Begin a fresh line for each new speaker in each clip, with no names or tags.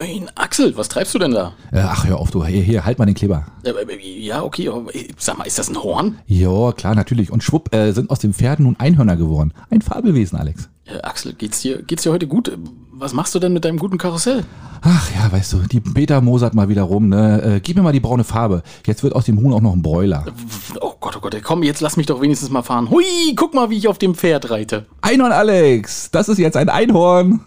Nein, Axel, was treibst du denn da?
Äh, ach, hör auf, du. Hier, hier, halt mal den Kleber.
Äh, äh, Ja, okay, aber, äh, sag mal, ist das ein Horn?
Ja, klar, natürlich. Und schwupp, äh, sind aus den Pferden nun Einhörner geworden. Ein Fabelwesen, Alex.
Äh, Axel, geht's dir, geht's dir heute gut? Äh, Was machst du denn mit deinem guten Karussell?
Ach ja, weißt du, die Beta mosert mal wieder rum, ne? Äh, gib mir mal die braune Farbe. Jetzt wird aus dem Huhn auch noch ein Broiler.
Oh Gott, oh Gott, ey, komm, jetzt lass mich doch wenigstens mal fahren. Hui, guck mal, wie ich auf dem Pferd reite.
Einhorn, Alex! Das ist jetzt ein Einhorn!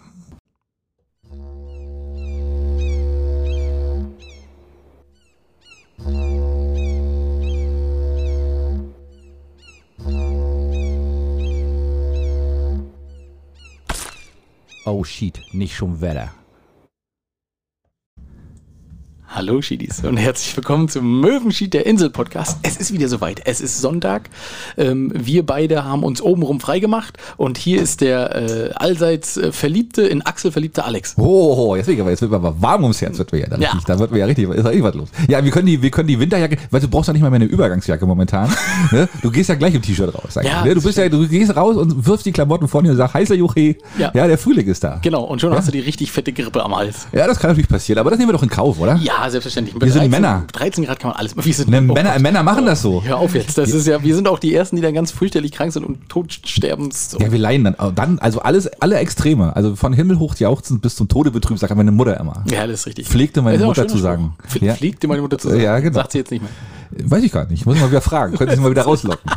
Oh shit, nicht schon Wetter.
Hallo Schiedis und herzlich willkommen zum Möwenschied der Insel Podcast. Es ist wieder soweit, es ist Sonntag. Ähm, wir beide haben uns obenrum freigemacht und hier ist der äh, allseits äh, verliebte, in Axel verliebte Alex.
Oh, jetzt wird, aber, jetzt wird mir aber warm ums Herz, wird mir ja. Da,
Ja.
Richtig, da wird mir ja richtig, ist da irgendwas los. Ja, wir können die, wir können die Winterjacke, weil du brauchst ja nicht mal mehr eine Übergangsjacke momentan. ne? Du gehst ja gleich im T-Shirt raus. eigentlich,
Ja,
ne? Du
das
bist ja, du gehst raus und wirfst die Klamotten vor dir und sagst, heißer Juche.
Ja.
ja, der Frühling ist da.
Genau, und schon hast du die richtig fette Grippe am Hals.
Ja, das kann natürlich passieren, aber das nehmen wir doch in Kauf, oder?
Ja, selbstverständlich. Mit
Wir sind Männer.
13 Grad kann man alles machen. Wir sind
Ne,
oh
Männer,
Gott.
Männer machen das so.
Hör auf jetzt. Das ist ja, wir sind auch die Ersten, die dann ganz fürchterlich krank sind und totsterben. So.
Ja, wir leiden dann. Aber Dann, also alles, alle Extreme. Also von Himmel hoch jauchzend bis zum Tode betrübt, sagt meine Mutter immer.
Ja, das ist richtig.
Pflegte meine
Ist auch ein
Mutter
schöner
zu sagen.
Spruch. Pf
Ja.
Pflegte meine Mutter zu sagen.
Ja, genau.
Sagt sie jetzt nicht mehr.
Weiß ich gar nicht. Muss ich mal wieder fragen. Könnte ich mal wieder rauslocken.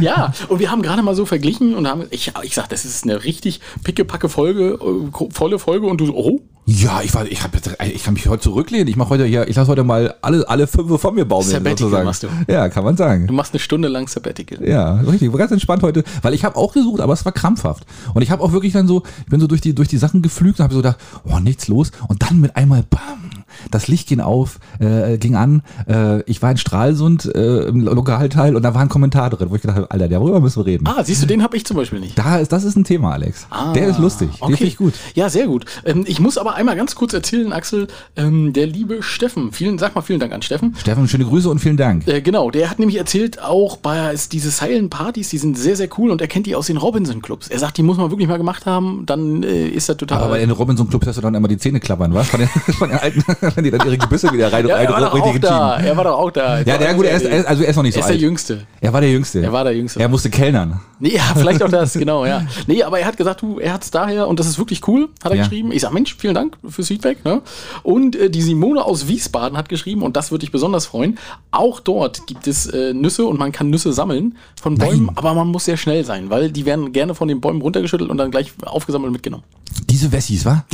Ja, und wir haben gerade mal so verglichen und haben, ich, ich sag, das ist eine richtig pickepacke Folge, äh, gro- volle Folge und du so, oh,
Ja, ich war, ich, hab, jetzt- äh, ich kann mich heute zurücklehnen. Ich mache heute hier, ich lasse heute mal alle, alle fünf von mir bauen.
Sabbatical machst du.
Ja, kann man sagen.
du machst eine Stunde lang Sabbatical.
Ja, richtig. War ganz entspannt heute, weil ich habe auch gesucht, aber es war krampfhaft. Und ich habe auch wirklich dann so, ich bin so durch die durch die Sachen geflügt und habe so gedacht, oh, nichts los. Und dann mit einmal, bam, das Licht ging auf, äh, ging an. Äh, ich war in Stralsund äh, im Lokalteil und da war ein Kommentar drin, wo ich gedacht habe, Alter, darüber müssen wir reden.
Ah, siehst du, den habe ich zum Beispiel nicht.
Da ist, das ist ein Thema, Alex. Der ist lustig.
Ah,
Den finde ich gut.
Ja, sehr gut. Ähm, ich muss aber einmal ganz kurz erzählen, Axel, ähm, der liebe Steffen, vielen, sag mal vielen Dank an Steffen.
Stefan, schöne Grüße und vielen Dank.
Äh, genau, der hat nämlich erzählt, auch bei es- diese Silent Partys, die sind sehr, sehr cool und er kennt die aus den Robinson-Clubs. Er sagt, die muss man wirklich mal gemacht haben, dann äh, ist das total.
Aber bei den Robinson-Clubs hörst du dann immer die Zähne klappern, was? Von den, von den alten, wenn die dann ihre Gebisse wieder rein
ja, er war doch auch
richtig
da.
schieben.
Er war doch auch da.
Ja, der, gut, er ist, er ist- also er ist noch nicht
er
so
ist der
alt.
Jüngste.
er war der Jüngste.
Er war der Jüngste.
Er musste kellnern.
Nee, ja, vielleicht auch das, genau, ja. Nee, aber er hat gesagt, du, er hat's daher und das ist wirklich cool, hat er
Ja.
geschrieben. Ich sag, Mensch, vielen Dank fürs Feedback. Ne? Und äh, die Simone aus Wiesbaden hat geschrieben, und das würde ich besonders freuen, auch dort gibt es äh, Nüsse und man kann Nüsse sammeln von Bäumen, aber man muss sehr schnell sein, weil die werden gerne von den Bäumen runtergeschüttelt und dann gleich aufgesammelt und mitgenommen.
Diese Wessis, wa?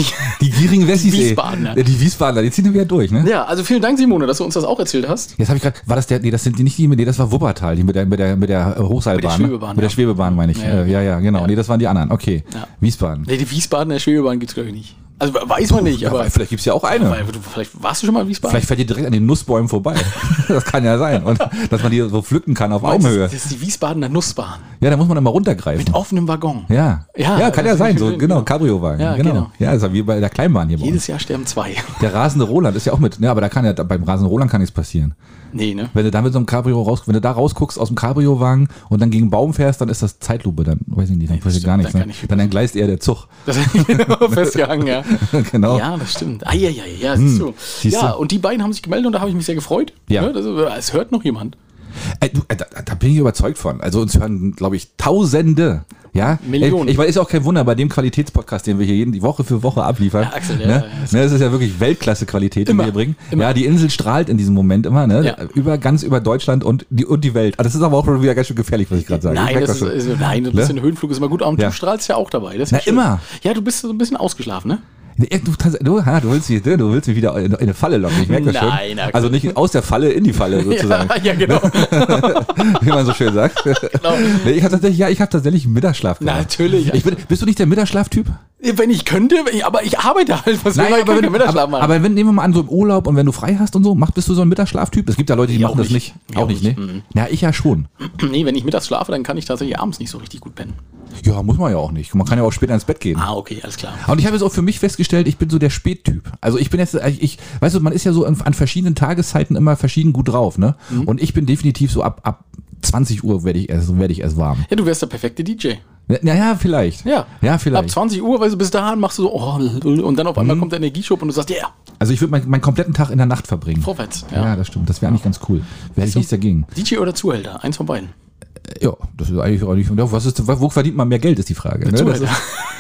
Die gierigen Wessis, ey.
Wiesbadener.
Ja, Die Wiesbadener, die ziehen wir wieder durch, ne?
Ja, also vielen Dank, Simone, dass du uns das auch erzählt hast.
Jetzt habe ich gerade, war das der, nee, das sind die nicht die, nee, das war Wuppertal, die mit der, mit der, mit der äh, Hochseilbahn. ne?
Schwebebahn,
Mit der
ja.
Schwebebahn, meine ich.
Ja,
Ja, ja, ja, genau. Nee, das waren die anderen. Okay.
Ja.
Wiesbaden.
Nee, die Wiesbadener Schwebebahn gibt's glaube ich nicht. Also weiß man nicht,
Ja,
aber
aber vielleicht gibt's ja auch eine.
weil du- vielleicht warst du schon mal in Wiesbaden.
Vielleicht fährt ihr direkt an den Nussbäumen vorbei. Das kann ja sein. Und dass man die so pflücken kann auf Augenhöhe.
Das ist die Wiesbadener Nussbahn
Ja, da muss man dann mal runtergreifen.
mit offenem Waggon.
Ja,
Ja,
ja,
das
kann ja
ist schön,
sein. So,
genau.
genau, Cabrio-Wagen.
Ja,
genau.
genau.
Ja, ist ja wie bei der Kleinbahn hier bei uns.
Jedes Jahr sterben zwei.
Der rasende Roland ist ja auch mit. Ja, aber da kann ja, beim rasenden Roland kann nichts passieren.
Nee, ne?
Wenn du da mit so einem Cabrio raus, wenn du da rausguckst aus dem Cabrio-Wagen und dann gegen einen Baum fährst, dann ist das Zeitlupe. Dann weiß ich nicht, dann passiert
stimmt,
gar nichts. ne?
dann
Dann,
kann ich-
dann entgleist eher der Zug.
Das festgehangen, ja.
genau.
Ja, das stimmt. Ah, ja, ja, ja, siehst du.
Hm, siehst
ja,
du?
und die beiden haben sich gemeldet und da habe ich mich sehr gefreut.
Ja.
Ne, das, es hört noch jemand.
Ey, du, äh, da, da bin ich überzeugt von. Also uns hören, glaube ich, Tausende. Ja?
Millionen.
Ey, Ich meine, ist ja auch kein Wunder bei dem Qualitätspodcast, den wir hier jeden, die Woche für Woche abliefern.
Ja, Axel, ja,
ne?
ja,
ne, das ist ja wirklich Weltklasse-Qualität, die
Immer,
wir hier bringen.
immer.
Ja, die Insel strahlt in diesem Moment immer, ne?
Ja.
Über, ganz über Deutschland und die, und die Welt. Ah, Das ist aber auch schon wieder ganz schön gefährlich, was ich gerade sage. Ich
Nein,
merk
das ist, äh,
schon.
ist, nein, ein
Ne?
bisschen Höhenflug ist immer gut, aber
Ja.
du strahlst ja auch dabei. Das ist ja
Na,
schön.
immer.
Ja, du bist so ein bisschen ausgeschlafen, ne?
Ey, Du, kannst- du, ha, du, willst mich, du willst mich wieder in in eine Falle locken, ich merke das schon.
Nein, Axel.
also nicht aus der Falle in die Falle sozusagen.
ja, genau.
wie man so schön sagt. Nee, ich habe tatsächlich, ja, ich habe tatsächlich einen Mittagsschlaf. gemacht.
Natürlich.
Ich bin, bist du nicht der Mittagsschlaftyp?
Wenn ich könnte, wenn ich, aber ich arbeite halt. Was will man können,
wenn,
Mittagsschlaf
Ne? aber,
machen?
aber wenn nehmen wir mal an, so im Urlaub und wenn du frei hast und so, mach, bist du so ein Mittagsschlaftyp? Es gibt ja Leute, die
Ja,
machen
auch
das
nicht. Mhm.
nicht.
Ja, auch
Auch nicht, ne? Ja, ich ja schon.
nee, wenn ich mittags schlafe, dann kann ich tatsächlich abends nicht so richtig gut pennen.
Ja, muss man ja auch nicht. Man kann ja auch später ins Bett gehen.
Ah, okay, alles klar.
Und ich habe jetzt auch für mich festgestellt, ich bin so der Spättyp. Also ich bin jetzt, ich, ich weißt du, man ist ja so an, an verschiedenen Tageszeiten immer verschieden gut drauf, ne?
Mhm.
Und ich bin definitiv so ab, ab 20 Uhr werde ich erst, werde ich erst warm.
Ja, du wärst der perfekte DJ.
Naja, vielleicht.
Ja.
Ja,
Ab
vielleicht. Mhm.
20 Uhr, weil du bis dahin machst du so, oh, lul, und dann auf einmal kommt der Energieschub und du sagst, ja,
Also ich würde meinen meinen kompletten Tag in der Nacht verbringen.
vorwärts.
Ja,
Ja. Also-
das stimmt. Das wäre eigentlich ganz cool. Wäre ich nichts dagegen.
DJ oder Zuhälter, eins von beiden.
Äh, Ja, das ist eigentlich auch nicht. Ja, was ist, wo verdient man mehr Geld, ist die Frage. Ne? Das
Zuhälter.
ist,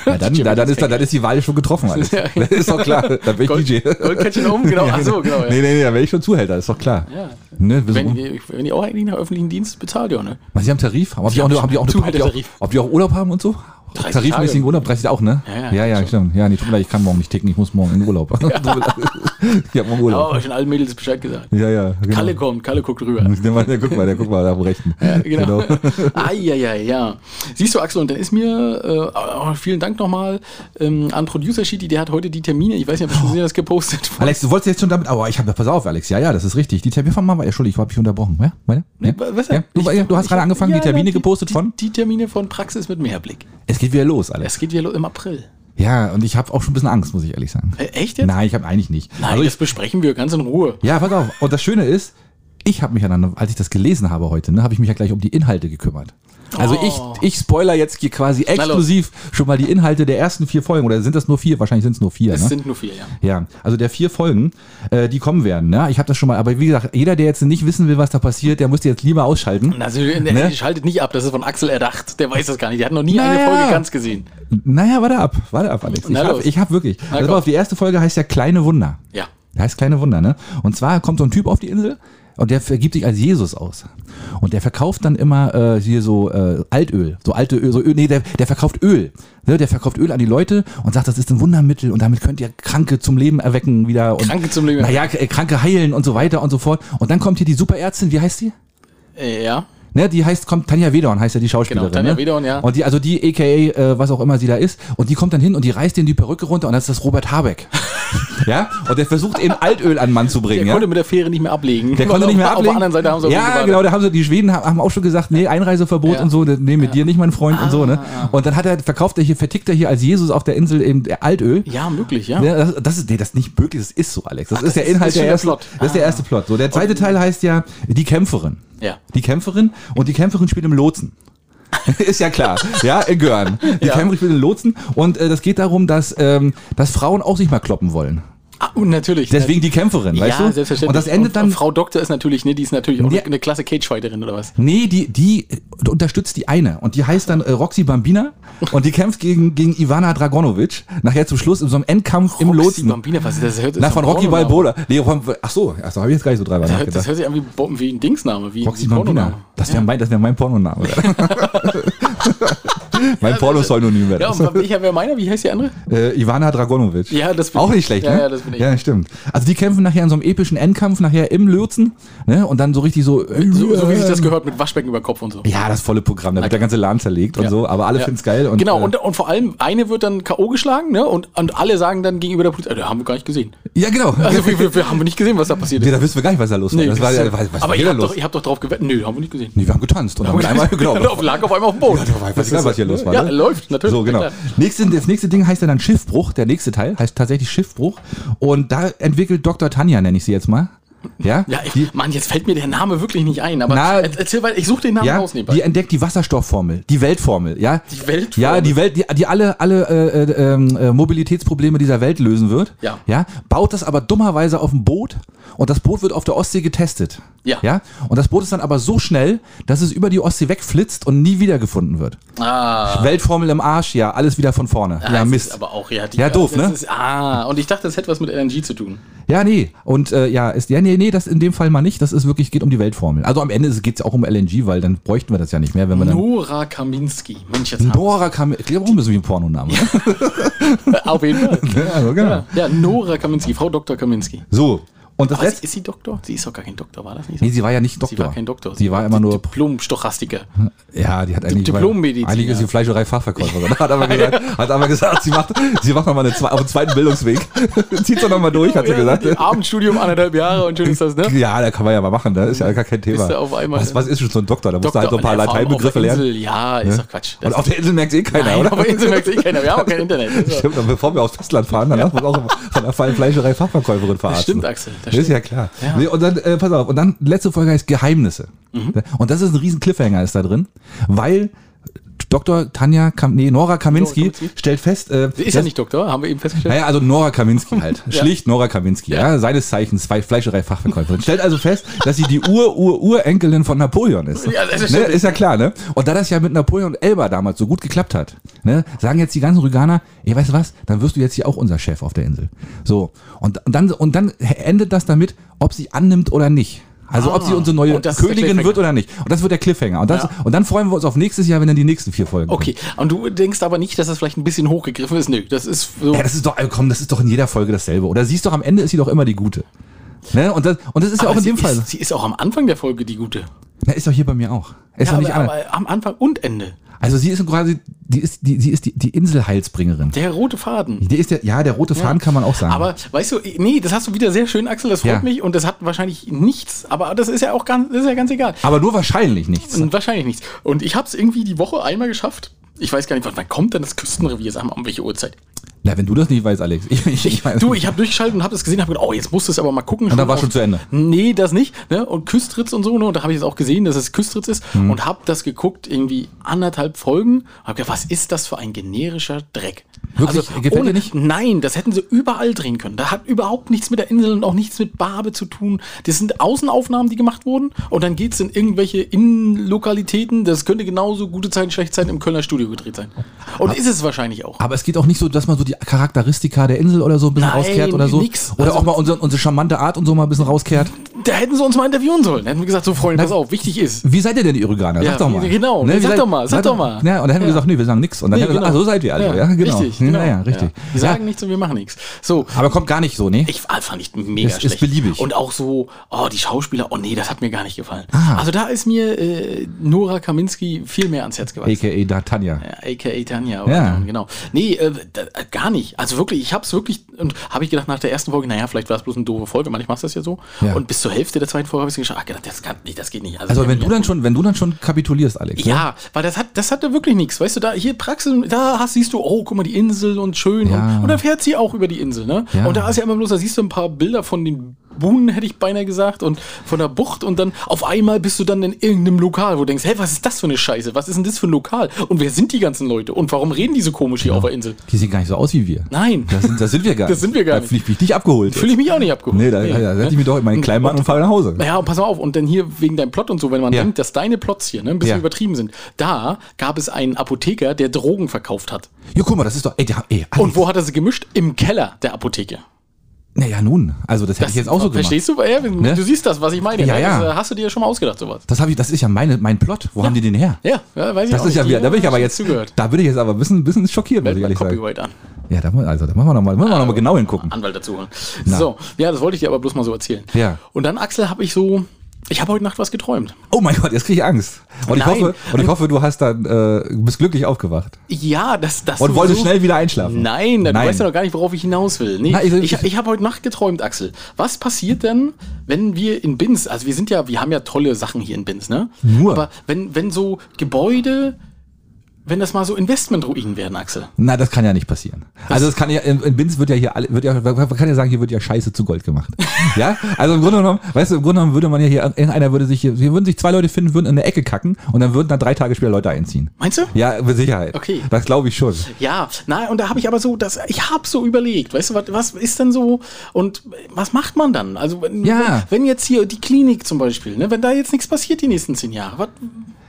ja, dann, dann, dann, ist, dann ist die Wahl schon getroffen. Alles.
also- Ja.
Das ist doch klar. Dann bin ich
Gold-
DJ.
Goldkettchen oben, genau. Ach so, genau, ja.
Nee, nee, nee, da wäre ich schon Zuhälter, ist doch klar.
Ja.
Ne, wir
Wenn,
sind-
ihr- wenn ihr auch eigentlich nach öffentlichen Dienst bezahlt, ja, ne?
Was, Sie haben Tarif? Haben die auch,
haben
haben die auch, eine- haben die auch,
Zuhältertarif.
ob die auch Urlaub haben und so?
30
Tarifmäßigen
Tage.
Urlaub, 30 auch, ne?
Ja, ja,
ja,
so.
stimmt. Ja, nee, tut mir leid, ich kann morgen nicht ticken, ich muss morgen in den Urlaub. ich hab morgen Urlaub.
Oh, ich schon allen Mädels Bescheid gesagt.
Ja, ja. Genau. Mhm.
Kalle kommt, Kalle guckt rüber.
Der, Mann, der, guck mal, der guck mal, da am rechten.
genau. Eieiei, ja. Siehst du, Axel, und dann ist mir, äh, oh, vielen Dank nochmal ähm, an Producer Sheety, der hat heute die Termine, ich weiß nicht, ob
Oh.
du gesehen hast, gepostet.
Alex, du wolltest jetzt schon damit, aber ich habe, pass auf, Alex, ja, ja, das ist richtig. Die Termine von Mama, entschuldige, ich habe dich unterbrochen, ja? Meine? Ja?
Was?
ja? Du, ja, du hast
Ich-
gerade angefangen,
ja,
die Termine
ja,
gepostet
die,
von?
Die Termine von Praxis mit Mehrblick.
Es geht wieder los, Alex.
Es geht ja lo- im April.
Ja, und ich habe auch schon ein bisschen Angst, muss ich ehrlich sagen.
Äh, echt jetzt?
Nein, ich habe eigentlich nicht.
Nein,
Also ich,
das besprechen wir ganz in Ruhe.
ja, ne? pass auf. Und das Schöne ist, ich habe mich ja dann, als ich das gelesen habe heute, ne, habe ich mich ja gleich um die Inhalte gekümmert. Also
Oh.
ich, ich spoiler jetzt hier quasi
los.
exklusiv schon mal die Inhalte der ersten vier Folgen. Oder sind das nur vier? Wahrscheinlich sind es nur vier.
Es
ne?
sind nur vier, ja.
Ja, also der vier Folgen, äh, die kommen werden. Ne? Ich habe das schon mal, aber wie gesagt, jeder, der jetzt nicht wissen will, was da passiert, der muss jetzt lieber ausschalten.
Also, äh,
Ne?
Schaltet nicht ab, das ist von Axel erdacht. Der weiß das gar nicht. Der hat noch nie eine
Naja.
Folge ganz gesehen.
Naja, warte ab, warte ab, Alex. Ich
Na
habe
los.
hab wirklich.
Na
Also
komm.
auf die erste Folge heißt ja Kleine Wunder.
Ja.
Das heißt kleine Wunder, ne? Und zwar kommt so ein Typ auf die Insel und der vergibt sich als Jesus aus. Und der verkauft dann immer äh, hier so äh, Altöl, so alte Öl, so Öl, nee, der, der verkauft Öl. Ne? Der verkauft Öl an die Leute und sagt, das ist ein Wundermittel und damit könnt ihr Kranke zum Leben erwecken wieder. Und,
Kranke zum Leben.
Naja, äh, Kranke heilen und so weiter und so fort. Und dann kommt hier die Superärztin, wie heißt die?
Äh, ja.
Ne, die heißt, kommt Tanja Wedorn, heißt ja die Schauspielerin.
Genau, Tanja
ne?
Wedorn, ja.
Und die, also die, aka, äh, was auch immer sie da ist, und die kommt dann hin und die reißt den die Perücke runter und das ist das Robert Habeck. ja? Und der versucht eben Altöl an den Mann zu
Der
bringen. ja?
konnte mit der Fähre nicht mehr ablegen.
Der konnte
Auf-
nicht mehr
Auf
ablegen.
der anderen Seite haben sie auf ihn
Ja,
gewartet.
genau, da haben sie, die Schweden haben- haben auch schon gesagt, nee, Einreiseverbot
Ja. Ah.
und so, nee, mit dir nicht, mein Freund und so, ne? Und dann hat er, verkauft er hier, vertickt er hier als Jesus auf der Insel eben Altöl.
Ja, möglich, ja.
Ja, das, das ist, nee, das ist nicht möglich, das ist so, Alex. Das ist der
das ist-
Inhalt
das ist schon
der,
der
ersten,
Plot. Ah.
Das ist der erste Plot. So, der zweite Teil heißt ja die Kämpferin.
Ja.
Die Kämpferin und die Kämpferin spielt im Lotsen. ist ja klar, ja, in Görn. Die
Ja.
Kämpferin spielt im Lotsen und äh, das geht darum, dass, ähm, dass Frauen auch sich mal kloppen wollen.
Ah, und natürlich.
Deswegen die Kämpferin,
ja,
weißt du?
selbstverständlich.
Und das endet dann
Frau Doktor ist natürlich, ne, die ist natürlich auch
Ja.
eine klasse Cagefighterin oder was.
Nee, die, die äh, unterstützt die eine. Und die heißt dann äh, Roxy Bambina. Und die kämpft gegen, gegen Ivana Dragonovic. Nachher zum Schluss in so einem Endkampf im
Roxy
Lotsen.
Bambina, was ist das? das? hört-
Na,
ist
von
ein
Rocky
Pornoname.
Balboa. Nee, von, ach so, ach so, habe ich jetzt gar nicht so drüber
Das hört- Das
nachgedacht.
hört sich an wie, Bo- wie ein Dingsname, wie
Roxy
wie
Bambina.
Pornoname.
Das wäre mein, das wär mein Pornoname. mein Pornosynonym wäre
Ja,
das.
und welcher wäre meiner? Wie heißt die andere?
Äh, Ivana Dragonovic.
Ja, das bin
Auch
ich.
nicht schlecht,
Ja,
ne?
ja, das bin ich.
Ja, stimmt. Also die kämpfen nachher in so einem epischen Endkampf, nachher im Lürzen, ne? Und dann so richtig so...
So, so wie sich das gehört, mit Waschbecken über Kopf und so.
ähm, Ja, das volle Programm. Da wird der ganze Laden zerlegt und
Ja.
so, aber alle
Ja.
finden's geil. Und,
genau,
äh,
und, und vor allem, eine wird dann K.O. geschlagen, ne? Und, und alle sagen dann gegenüber der Polizei, äh, haben wir gar nicht gesehen.
ja, genau.
Also wir, wir, wir haben nicht gesehen, was da passiert
Nee,
ist.
da wissen wir gar nicht, was da los war. das war ja- was, was
aber
war
ihr
hier
habt,
los?
doch, ihr habt doch drauf gewettet. Nö, haben wir nicht gesehen.
nee, wir haben getanzt und haben einmal genau.
Dann auf- lag auf einmal auf dem Boden.
Ich weiß gar nicht, was hier los war.
Ja,
ne?
läuft, natürlich.
So, genau.
Ja, klar.
Nächste, das nächste Ding heißt ja dann Schiffbruch. Der nächste Teil heißt tatsächlich Schiffbruch. Und da entwickelt Dr. Tanja, nenne ich sie jetzt mal. Ja?
Ja, ich,
die,
Mann, jetzt fällt mir der Name wirklich nicht ein. Aber
Na,
er- erzähl weiter, ich suche den Namen
ja,
raus nebenbei.
die entdeckt die Wasserstoffformel, die Weltformel, ja.
Die Weltformel.
Ja, die Welt, die, die alle, alle äh, äh, ähm, äh, Mobilitätsprobleme dieser Welt lösen wird.
Ja.
ja. Baut das aber dummerweise auf ein Boot und das Boot wird auf der Ostsee getestet.
Ja.
ja. Und das Boot ist dann aber so schnell, dass es über die Ostsee wegflitzt und nie wiedergefunden wird.
ah,
Weltformel im Arsch, ja, alles wieder von vorne.
das
ja,
ist
Mist.
Aber auch, die,
Ja, doof,
das
ne?
Ist, ah, und ich dachte, das hätte was mit LNG zu tun.
Ja, nee. Und äh, ja, ist ja, nee, nee, das in dem Fall mal nicht. Das ist wirklich, geht um die Weltformel. Also am Ende geht es auch um LNG, weil dann bräuchten wir das ja nicht mehr, wenn wir dann.
Nora Kaminski. Mensch, jetzt haben
Nora kam. Klingt auch ein bisschen wie ein Pornonamen.
wir- auf jeden Fall.
Ja, also, genau.
Ja, Nora Kaminski, Frau Dr. Kaminski.
So. Und das
Aber sie,
letzte.
ist sie Doktor? Sie ist doch gar kein Doktor, war das nicht so?
Nee, sie war ja nicht Doktor.
Sie war kein Doktor.
Sie war immer nur.
Diplom-Stochastiker.
Ja, die hat eigentlich.
Diplom-Medizin,
Eigentlich ist sie
ja.
Fleischerei-Fachverkäuferin. Hat aber gesagt, hat aber gesagt sie macht, sie macht nochmal eine, zwe- auf einen zweiten Bildungsweg. Zieht doch nochmal durch, hat sie gesagt.
die Abendstudium anderthalb Jahre und schön ist das, ne?
Ja, da kann man ja mal machen, da ist ja gar kein Thema.
Bist du auf einmal-
was, was ist schon so ein Doktor? Da musst du halt so ein paar
Doktor- auf
Lateinbegriffe
der
lernen.
Insel, Ja, ist doch Quatsch.
Und auf der Insel merkt eh keiner,
Nein,
oder?
auf der Insel merkt eh keiner. Wir haben auch kein Internet. Das ist doch-
Stimmt, und bevor wir aufs Festland fahren, dann lassen wir uns auch von der feinen Fleischerei Fachverkäuferin verarschen.
stimmt, Axel, das
Das ist ja klar.
Ja. Mhm.
Nee, und dann, äh, pass auf, und dann Ne? letzte Folge heißt Geheimnisse. Und das ist ein riesen Cliffhanger ist da drin, weil Dr. Tanja, Kam nee, Nora Kaminski
Nora Kaminski?
stellt fest, äh,
Sie ist ja nicht Doktor, haben wir eben festgestellt.
naja, also Nora Kaminski halt.
Ja.
Schlicht Nora Kaminski, ja. Seines Zeichens Fe- Fleischerei-Fachverkäuferin. Stellt also fest, dass sie die Ur-Ur-Urenkelin von Napoleon ist.
Ja, das ist
ne?
stimmt.
ist ja klar, ne? Und da das ja mit Napoleon und Elba damals so gut geklappt hat, ne, sagen jetzt die ganzen Rüganer, ey, weißt du was, dann wirst du jetzt hier auch unser Chef auf der Insel. So. Und, und dann, und dann endet das damit, ob sie annimmt oder nicht. Also ob
Ah.
sie unsere neue
Und das ist der
Königin wird oder nicht. Und das wird der Cliffhanger. Und, das,
Ja.
und dann freuen wir uns auf nächstes Jahr, wenn dann die nächsten vier Folgen kommen.
Okay, und du denkst aber nicht, dass das vielleicht ein bisschen hochgegriffen ist? Nö, das ist so.
Ja, das ist doch, ey, komm, das ist doch in jeder Folge dasselbe. Oder siehst doch, am Ende ist sie doch immer die Gute. Ne? Und, das, und das ist ja
Aber
auch in
sie
dem Fall.
Ist, sie ist auch am Anfang der Folge die gute.
Na, ist doch hier bei mir auch. Ist doch
aber,
nicht aber,
aber am Anfang und Ende.
Also sie ist quasi, die ist die, sie ist die, die Inselheilsbringerin.
Der rote Faden.
Die ist der, ja, der rote Faden kann man auch sagen.
Aber weißt du, nee, das hast du wieder sehr schön, Axel, das freut
Ja.
mich und das hat wahrscheinlich nichts, aber das ist ja auch ganz, das ist ja ganz egal.
aber nur wahrscheinlich nichts.
Und wahrscheinlich nichts. Und ich habe es irgendwie die Woche einmal geschafft. Ich weiß gar nicht, wann wann kommt denn das Küstenrevier? Sag mal, um welche Uhrzeit?
Na, wenn du das nicht weißt, Alex. Ich, ich, ich weiß
Du,
nicht.
ich habe durchgeschaltet und habe das gesehen, habe gedacht, oh, jetzt musst du es aber mal gucken. Und
dann war schon zu Ende.
Nee, das nicht. Ne? Und Küstritz und so, ne? und da habe ich jetzt auch gesehen, dass es Küstritz ist
Hm.
und habe das geguckt, irgendwie anderthalb Folgen. Hab gedacht, was ist das für ein generischer Dreck? Also
Wirklich? Gefällt dir
ohne,
nicht?
Nein, das hätten sie überall drehen können. Da hat überhaupt nichts mit der Insel und auch nichts mit Barbe zu tun. Das sind Außenaufnahmen, die gemacht wurden und dann geht's in irgendwelche Innenlokalitäten. Das könnte genauso gute Zeiten, schlechte Zeiten im Kölner Studio gedreht sein. Und ist es wahrscheinlich auch.
aber es geht auch nicht so, dass man so die Charakteristika der Insel oder so ein bisschen
Nein,
rauskehrt oder so.
nix.
Oder
Also-
auch mal unsere, unsere charmante Art und so mal ein bisschen rauskehrt.
Da hätten sie uns mal interviewen sollen. Da hätten wir gesagt, so Freunde, pass auf, wichtig ist.
Wie seid ihr denn, die Iraner? Sag
Ja,
doch mal.
genau.
Ne, wie
Sag
seid-
doch mal, sag doch mal.
Ja, und dann hätten wir
Ja.
gesagt, nee, wir sagen nichts. Und dann
Nee,
hätten wir gesagt, ach,
genau.
Also so seid ihr alle. Ja, genau.
Richtig,
Hm,
genau.
Naja, richtig.
Ja. Wir
Ja.
sagen nichts und wir machen nichts. So,
Aber kommt gar nicht so, ne?
ich war- fand ich mega
Ist- ist
schlecht.
beliebig.
Und auch so, oh, die Schauspieler, oh nee, das hat mir gar nicht gefallen.
Ah.
Also da ist mir äh, Nora Kaminski viel mehr ans Herz gewachsen.
AKA da Tanja.
Ja, AKA Tanja,
Ja.
oder? genau. Nee, äh, da, äh, gar nicht. Also wirklich, ich hab's wirklich, und habe ich gedacht nach der ersten Folge, naja, vielleicht war es bloß eine doofe Folge, manchmal machst du das ja so.
Ja.
Und bis zur Hälfte der zweiten Folge habe ich gedacht, ach, gedacht, das kann nicht, das geht nicht.
Also wenn
ja,
du dann schon, wenn du dann schon kapitulierst, Alex. ne?
Ja, weil das hat, das hatte wirklich nichts. Weißt du, da hier Praxis, da hast, siehst du, oh, guck mal, die Insel und schön.
Ja.
Und, und dann fährt sie auch über die Insel, ne?
Ja.
Und da ist ja immer bloß, da siehst du ein paar Bilder von den Buhnen, hätte ich beinahe gesagt, und von der Bucht. Und dann auf einmal bist du dann in irgendeinem Lokal, wo du denkst, hey, was ist das für eine Scheiße? Was ist denn das für ein Lokal? Und wer sind die ganzen Leute? Und warum reden die so komisch hier auf der Insel?
Die sehen gar nicht so aus wie wir.
Nein.
Das sind, das sind wir gar nicht.
Das sind wir gar
Da
nicht.
Fühle ich mich nicht abgeholt.
Fühle ich mich auch nicht abgeholt.
nee, da, da setze ich mich doch in meinen kleinen Mann und fahre nach Hause.
Ja, und pass mal auf, und dann hier wegen deinem Plot und so, wenn man
Ja.
denkt, dass deine Plots hier ne, ein bisschen
Ja.
übertrieben sind, da gab es einen Apotheker, der Drogen verkauft hat.
Ja, guck mal, das ist doch. Ey, der, ey, Alex.
Und wo hat er sie gemischt? Im Keller der Apotheke.
Naja, nun. Also das hätte ich jetzt auch so gemacht.
Verstehst du? Ja, du
Ne?
siehst das, was ich meine.
Ja,
ne?
ja.
Das äh, hast du dir ja schon mal ausgedacht, sowas.
Das, hab ich, das ist ja meine, mein Plot. Wo haben die den her?
Ja, ja weiß ich
Das
auch
ist ja
nicht.
wieder, da bin ich aber
Hab
jetzt,
zugehört.
da bin ich jetzt aber ein bisschen, bisschen schockiert, muss
Fällt
ich
mal
ehrlich sagen.
Copyright an.
Ja, da, mu- also, da machen wir nochmal, müssen wir noch mal genau hingucken.
Anwalt dazu holen. So, ja, das wollte ich dir aber bloß mal so erzählen.
Ja.
Und dann, Axel, habe ich so, ich habe heute Nacht was geträumt.
Oh mein Gott, jetzt kriege ich Angst. Und ich,
Nein.
hoffe, und ich hoffe, du hast dann, äh, bist glücklich aufgewacht.
Ja, das, das.
Und wolltest
so-
schnell wieder einschlafen.
Nein, du
Nein.
weißt ja noch gar nicht, worauf ich hinaus will. Nee,
Na, ich-
ich ich, habe heute Nacht geträumt, Axel. Was passiert denn, wenn wir in Bins, also wir sind ja, wir haben ja tolle Sachen hier in Bins, ne?
Nur.
Aber wenn, wenn so Gebäude, wenn das mal so Investmentruinen werden, Axel.
Na, das kann ja nicht passieren. also das kann ja, in, in Binz wird ja hier alle, wird ja, man kann ja sagen, hier wird ja Scheiße zu Gold gemacht. ja? Also im Grunde genommen, weißt du, im Grunde genommen würde man ja hier, irgendeiner würde sich hier, hier würden sich zwei Leute finden, würden in der Ecke kacken und dann würden da drei Tage später Leute einziehen.
Meinst du?
Ja, mit Sicherheit.
Okay.
Das glaube ich schon.
Ja, na, und da habe ich aber so, das, ich habe so überlegt, weißt du, was, was ist denn so und was macht man dann? Also, wenn,
Ja.
wenn jetzt hier die Klinik zum Beispiel, ne, wenn da jetzt nichts passiert die nächsten zehn Jahre, was,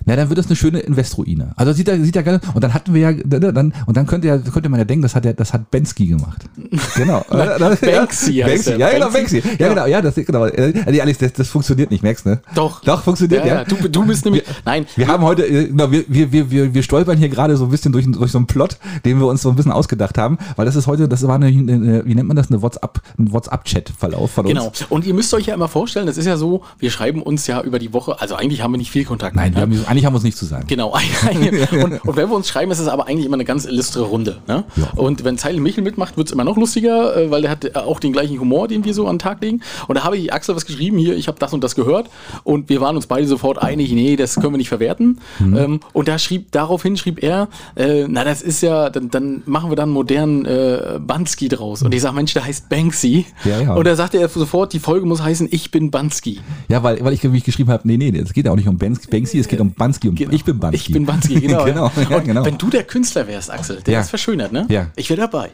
Na, dann wird das eine schöne Investroine. Also sieht ja, sieht ja geil. Und dann hatten wir ja, dann, und dann könnte ja, könnte man ja denken, das hat ja, das hat Bensky gemacht. Genau.
Banksy
ja,
heißt
Banksy.
er.
Ja, genau,
Banksy.
Banksy. Ja, genau, ja, das, genau. Äh, nee, Alex, das, das funktioniert nicht, merkst ne?
Doch.
Doch, funktioniert,
Ja,
ja.
ja, du, du bist nämlich, nein,
Wir haben heute, äh, na, wir, wir, wir, wir, wir stolpern hier gerade so ein bisschen durch, durch so einen Plot, den wir uns so ein bisschen ausgedacht haben, weil das ist heute, das war eine, eine wie nennt man das, eine WhatsApp, ein WhatsApp-Chat-Verlauf von
Genau.
uns.
Und ihr müsst euch ja immer vorstellen, das ist ja so, wir schreiben uns ja über die Woche, also eigentlich haben wir nicht viel Kontakt.
Nein, wir
ne?
haben, eigentlich haben wir uns nichts zu sagen.
Genau. Und, und wenn wir uns schreiben, ist es aber eigentlich immer eine ganz illustre Runde. Ne?
Ja.
Und wenn Zeile Michel mitmacht, wird es immer noch lustiger, äh, weil der hat äh, auch den gleichen Humor, den wir so an den Tag legen. Und da habe ich Axel was geschrieben, hier, ich habe das und das gehört. Und wir waren uns beide sofort einig, nee, das können wir nicht verwerten.
Mhm.
Ähm, und da schrieb, daraufhin schrieb er, äh, na, das ist ja, dann, dann machen wir dann einen modernen äh, Bansky draus. Und ich sage, Mensch, der heißt Banksy.
Ja, ja.
Und da sagte er sofort, die Folge muss heißen, ich bin Bansky.
Ja, weil, weil ich, wie ich geschrieben habe, nee, nee, es geht ja auch nicht um Bens- Banksy, es geht um Bansky und
Genau.
ich bin Bansky.
Ich bin Bansky, genau.
Genau,
ja.
ja,
Und
genau.
Wenn du der Künstler wärst, Axel, der
Ja.
das verschönert, ne?
Ja.
Ich wäre dabei.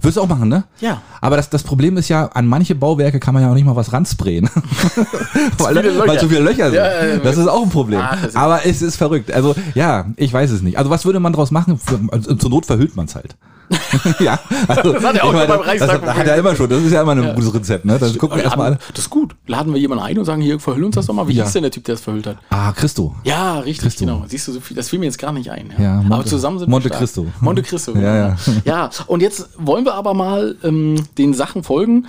Würdest du auch machen, ne?
Ja.
Aber das, das Problem ist ja, an manche Bauwerke kann man ja auch nicht mal was ransprayen. weil,
viele Löcher.
weil zu viele Löcher sind.
Ja, ja, ja.
das ist auch ein Problem.
Ah, das ist-
Aber es ist verrückt. Also ja, ich weiß es nicht. Also was würde man draus machen? Für, also, zur Not verhüllt man es halt. ja, also,
Das hat er auch
ich
schon beim
das
Reichstag
hat er immer schon. Das ist ja immer ein gutes Rezept. Ne? Dann gucken
Laden,
wir erstmal an.
Das ist gut. Laden wir jemanden ein und sagen, hier, verhüll uns das doch mal. Wie
Ja.
hieß denn der Typ, der das verhüllt hat?
Ah, Christo.
Ja, richtig,
Christo.
genau. Siehst du, so viel, das fiel mir jetzt gar nicht ein.
Ja, Monte-
aber zusammen sind
Monte
wir stark.
Cristo.
Monte Cristo. genau.
Ja, ja.
ja, und jetzt wollen wir aber mal ähm, den Sachen folgen.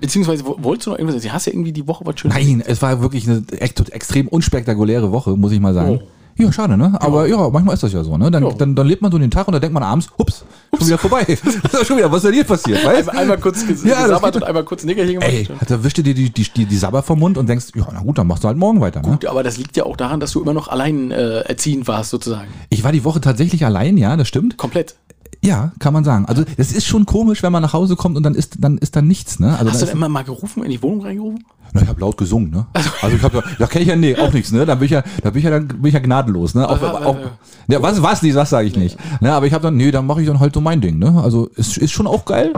Beziehungsweise, wo- wolltest du noch irgendwas? Du hast ja irgendwie die Woche was Schönes.
Nein, es war wirklich eine echt, extrem unspektakuläre Woche, muss ich mal sagen.
Oh.
Ja, schade, ne? Aber ja. manchmal ist das ja so, ne? Dann,
Ja.
dann, dann lebt man so den Tag und dann denkt man abends, hups, schon wieder vorbei. Das ist schon wieder, was ist denn hier passiert? Weißt?
Also einmal kurz ges
Ja, das
gesabbert
geht-
und einmal kurz ein Nickerchen gemacht.
Ey, da wischte dir die, die, die, die Sabber vom Mund und denkst, ja, na gut, dann machst du halt morgen weiter. Ne?
Gut, aber das liegt ja auch daran, dass du immer noch allein äh, erziehend warst, sozusagen.
Ich war die Woche tatsächlich allein, ja, das stimmt.
Komplett.
Ja, kann man sagen. Also das ist schon komisch, wenn man nach Hause kommt und dann ist dann ist da nichts, ne? Also
Hast du
dann
denn immer mal gerufen, in die Wohnung reingerufen?
Na, ich habe laut gesungen, ne? Also ich habe da kenne ich ja nee, auch nichts, ne? Da bin ich ja, da bin ich ja dann bin ich ja gnadenlos, ne? Auch,
Ja,
auch,
ja, ja.
ja, was was nicht, das sage ich nicht. Ne, aber ich habe dann nee, dann mache ich dann halt so mein Ding, ne? Also ist, ist schon auch geil.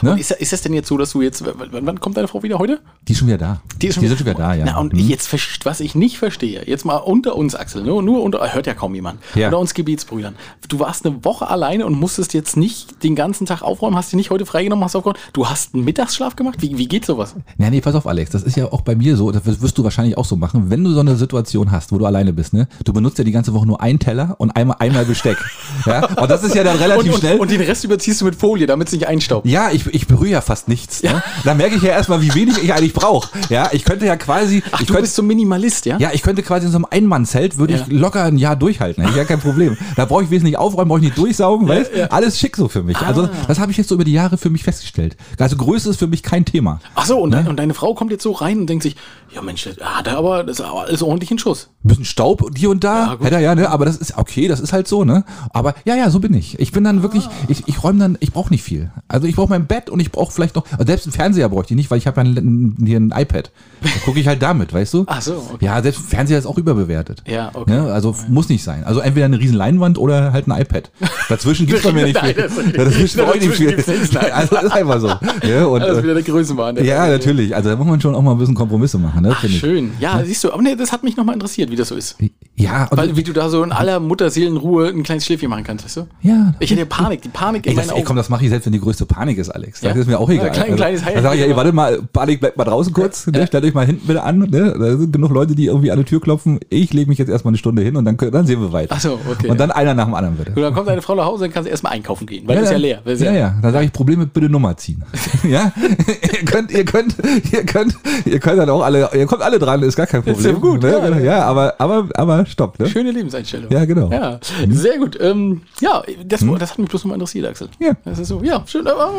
Ne?
Ist, ist das denn jetzt so, dass du jetzt, w- w- wann kommt deine Frau wieder heute?
Die ist schon wieder da. sind schon wieder da, ja.
Na, und
Hm.
jetzt, verst- was ich nicht verstehe, jetzt mal unter uns, Axel, nur, nur unter, hört ja kaum jemand,
Ja.
unter uns Gebietsbrüdern. Du warst eine Woche alleine und musstest jetzt nicht den ganzen Tag aufräumen, hast dich nicht heute freigenommen, hast aufgeräumt. Du hast einen Mittagsschlaf gemacht? Wie, wie geht sowas?
Ja, nee, pass auf, Alex. Das ist ja auch bei mir so. Das wirst du wahrscheinlich auch so machen. Wenn du so eine Situation hast, wo du alleine bist, ne? Du benutzt ja die ganze Woche nur einen Teller und einmal, einmal Besteck. ja? Und das ist ja dann
Und,
relativ
und,
schnell.
und den Rest überziehst du mit Folie, damit es nicht einstaubt.
ja, ich, ich berühre ja fast nichts. Ne? Da merke ich ja erstmal, wie wenig ich eigentlich brauche. Ja, ich könnte ja quasi.
Ach,
ich
du
könnte,
bist so ein Minimalist, ja?
ja, ich könnte quasi in so einem Einmannzelt würde
Ja.
ich locker ein Jahr durchhalten. Hätte ich ja kein Problem. Da brauche ich wesentlich aufräumen, brauche ich nicht durchsaugen, weißt? Alles schick so für mich. Also das habe ich jetzt so über die Jahre für mich festgestellt. Also Größe ist für mich kein Thema.
Ach so, und, dein- und deine Frau kommt jetzt so rein und denkt sich, ja Mensch, das hat er aber, das ist aber alles ordentlich in Schuss.
Ein bisschen Staub und hier und da.
Ja, gut.
hätte er ja, ne? Aber das ist okay, das ist halt so, ne? Aber ja, ja, so bin ich. Ich bin
Ah.
dann wirklich, ich, ich räume dann, ich brauche nicht viel. Also ich brauche mein Bett und ich brauche vielleicht noch, also selbst einen Fernseher bräuchte ich nicht, weil ich habe ja ein, ein, hier ein iPad. Da gucke ich halt damit, weißt du?
Ach so, okay.
Ja, selbst Fernseher ist auch überbewertet.
Ja, okay.
Ne? Also f- muss nicht sein. Also entweder eine riesen Leinwand oder halt ein iPad. Dazwischen gibt's bei mir nicht
Nein,
viel.
das ist richtig.
Dazwischen brauche ich nicht
Dazwischen
viel.
gibt's nichts, nein.
Also das ist einfach so. Ja, und,
Das ist
äh,
wieder der Größenwahn. der-
ja, natürlich. Also da muss man schon auch mal ein bisschen Kompromisse machen, ne?
Ach, schön. Ja, siehst du, aber nee, das hat mich nochmal interessiert, wie das so ist.
Ich. Ja, und
Weil, wie du da so in aller Mutterseelenruhe ein kleines Schläfchen machen kannst, weißt du?
ja.
Ich hätte Panik, die Panik in
Ey, das,
meinen
ey, komm,
Augen.
das mache ich selbst, wenn die größte Panik ist, Alex. Das
Ja.
ist mir auch
Ja,
egal.
klein- kleines
also, da sag ich, ey, warte mal, Panik, bleibt mal draußen kurz. Ne? Stellt euch mal hinten bitte an. Ne? Da sind genug Leute, die irgendwie an die Tür klopfen. Ich lege mich jetzt erstmal eine Stunde hin und dann, können- dann sehen wir weiter.
Ach so, okay.
Und dann einer nach dem anderen bitte.
Und dann kommt deine Frau nach Hause, dann kannst du erstmal einkaufen gehen, weil das ist ja leer. Das ist
ja, ja. Dann sage ich, Probleme bitte Nummer ziehen. ja? ihr könnt, ihr könnt, ihr könnt, ihr könnt dann auch alle, ihr kommt alle dran, ist gar kein Problem.
ja gut,
ne?
ja,
ja,
ja.
aber, aber, aber stopp, ne?
Schöne Lebenseinstellung.
Ja, genau.
Ja, sehr gut. Ähm, ja, das, das hat mich bloß nochmal interessiert, Axel.
Ja.
Das ist so, ja, schön. aber,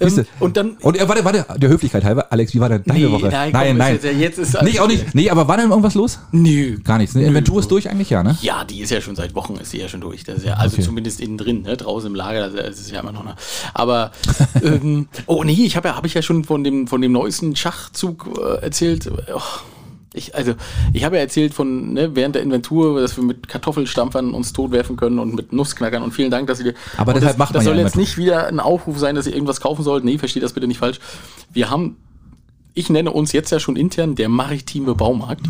äh,
Siehste.
Ähm, und dann.
Und äh, warte, warte, der Höflichkeit halber, Alex, wie war denn deine
Nee,
Woche?
nein, komm,
nein,
ist
nein.
jetzt- ja, jetzt ist alles
nicht, auch nicht. Nee, aber war denn irgendwas los?
Nö.
Gar nichts. Ne? Inventur ist durch eigentlich, ja, ne?
Ja, die ist ja schon seit Wochen, ist die ja schon durch. Das ist ja, also zumindest innen drin, ne? draußen im Lager, das ist es ja immer noch. Ne? Aber, ähm, oh nee, ich habe ja, hab ich ja schon von dem, von dem neuesten Schachzug äh, erzählt. Och, ich, also, ich habe ja erzählt von, ne, während der Inventur, dass wir mit Kartoffelstampfern uns totwerfen können und mit Nussknackern und vielen Dank, dass ihr.
Aber
und
deshalb
das,
macht
Das
man ja
soll jetzt
Inventur.
nicht wieder ein Aufruf sein, dass ihr irgendwas kaufen sollt. Nee, versteht das bitte nicht falsch. Wir haben, ich nenne uns jetzt ja schon intern der maritime Baumarkt.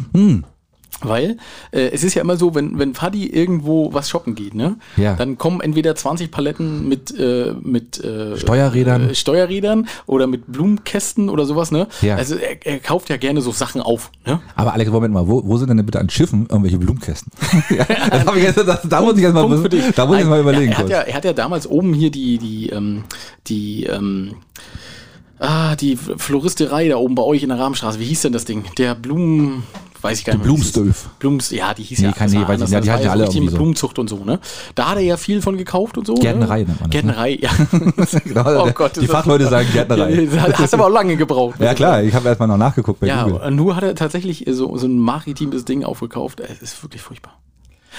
Weil äh, es ist ja immer so, wenn, wenn Fadi irgendwo was shoppen geht, ne?
Ja.
dann kommen entweder 20 Paletten mit, äh, mit äh,
Steuerrädern.
äh, Steuerrädern oder mit Blumenkästen oder sowas. Ne?
Ja.
Also er, er kauft ja gerne so Sachen auf. Ne?
Aber Alex, Moment mal, wo, wo sind denn bitte an Schiffen irgendwelche Blumenkästen? ja, das hab ich jetzt, das, da muss ich jetzt mal,
Punkt für dich.
da muss ich jetzt mal
Nein,
überlegen.
Er, er, hat
kurz.
ja, er hat ja damals oben hier die, die, ähm, die, ähm, ah, die Floristerei da oben bei euch in der Rahmenstraße. Wie hieß denn das Ding? Der Blumen, weiß ich gar nicht mehr. wie es hieß.
Blumenstöf.
Blums, ja, die hieß
Nee,
ja.
kann-
das
nee,
war
weiß ich
anders,
nicht. Ja,
das
die
war
hatten
ja
ja alle
richtig
irgendwie
mit
so.
Blumenzucht und so, ne? Da hat er ja viel von gekauft und so.
Gärtnerei
ne?
nennt man das,
Gärtnerei, ja.
Genau, der- die
Oh ist das
Fachleute
super.
sagen Gärtnerei.
Ja, nee, Hast aber auch lange gebraucht. ne?
Ja klar, ich habe erstmal noch nachgeguckt bei
Ja,
Google.
und nur hat er tatsächlich so, so ein maritimes Ding aufgekauft. Es ist wirklich furchtbar.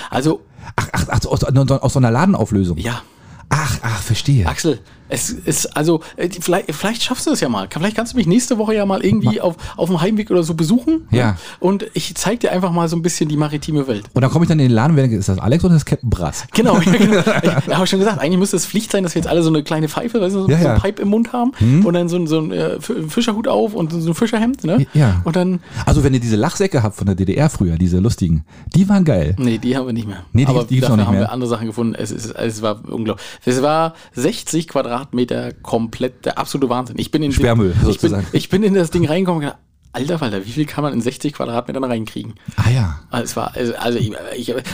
Also,
Ach, ach, ach so, aus, aus, aus so einer Ladenauflösung.
ja,
Ach, ach, verstehe.
Axel, Es ist also, äh, die- vielleicht, vielleicht schaffst du es ja mal. Kann- Vielleicht kannst du mich nächste Woche ja mal irgendwie auf, auf dem Heimweg oder so besuchen. ne?
Ja.
Und ich zeig dir einfach mal so ein bisschen die maritime Welt.
Und dann komme ich dann in den Laden und werde, ist das Alex oder ist das Captain Brass?
Genau, ja, genau. Ich habe schon gesagt, eigentlich müsste es Pflicht sein, dass wir jetzt alle so eine kleine Pfeife, weißt du, so,
Ja,
so
ja. Hm?
ein Pipe im Mund haben und dann so ein, so ein äh, F- Fischerhut auf und so ein Fischerhemd, ne?
Ja.
Und dann,
Also wenn ihr diese Lachsäcke habt von der DDR früher, diese lustigen, die waren geil.
nee, die haben wir nicht mehr.
Nee, die-
Aber
die gibt's
dafür
noch nicht
haben
mehr.
wir andere Sachen gefunden. Es, ist, es war unglaublich. Es war 60 Quadratmeter komplett der absolute Wahnsinn. Ich bin in
Sperrmüll,
ich bin,
sozusagen.
ich bin in das Ding reingekommen und gedacht, alter Falter, wie viel kann man in 60 Quadratmetern reinkriegen?
Ah ja.
Also Es war, also, also, ich,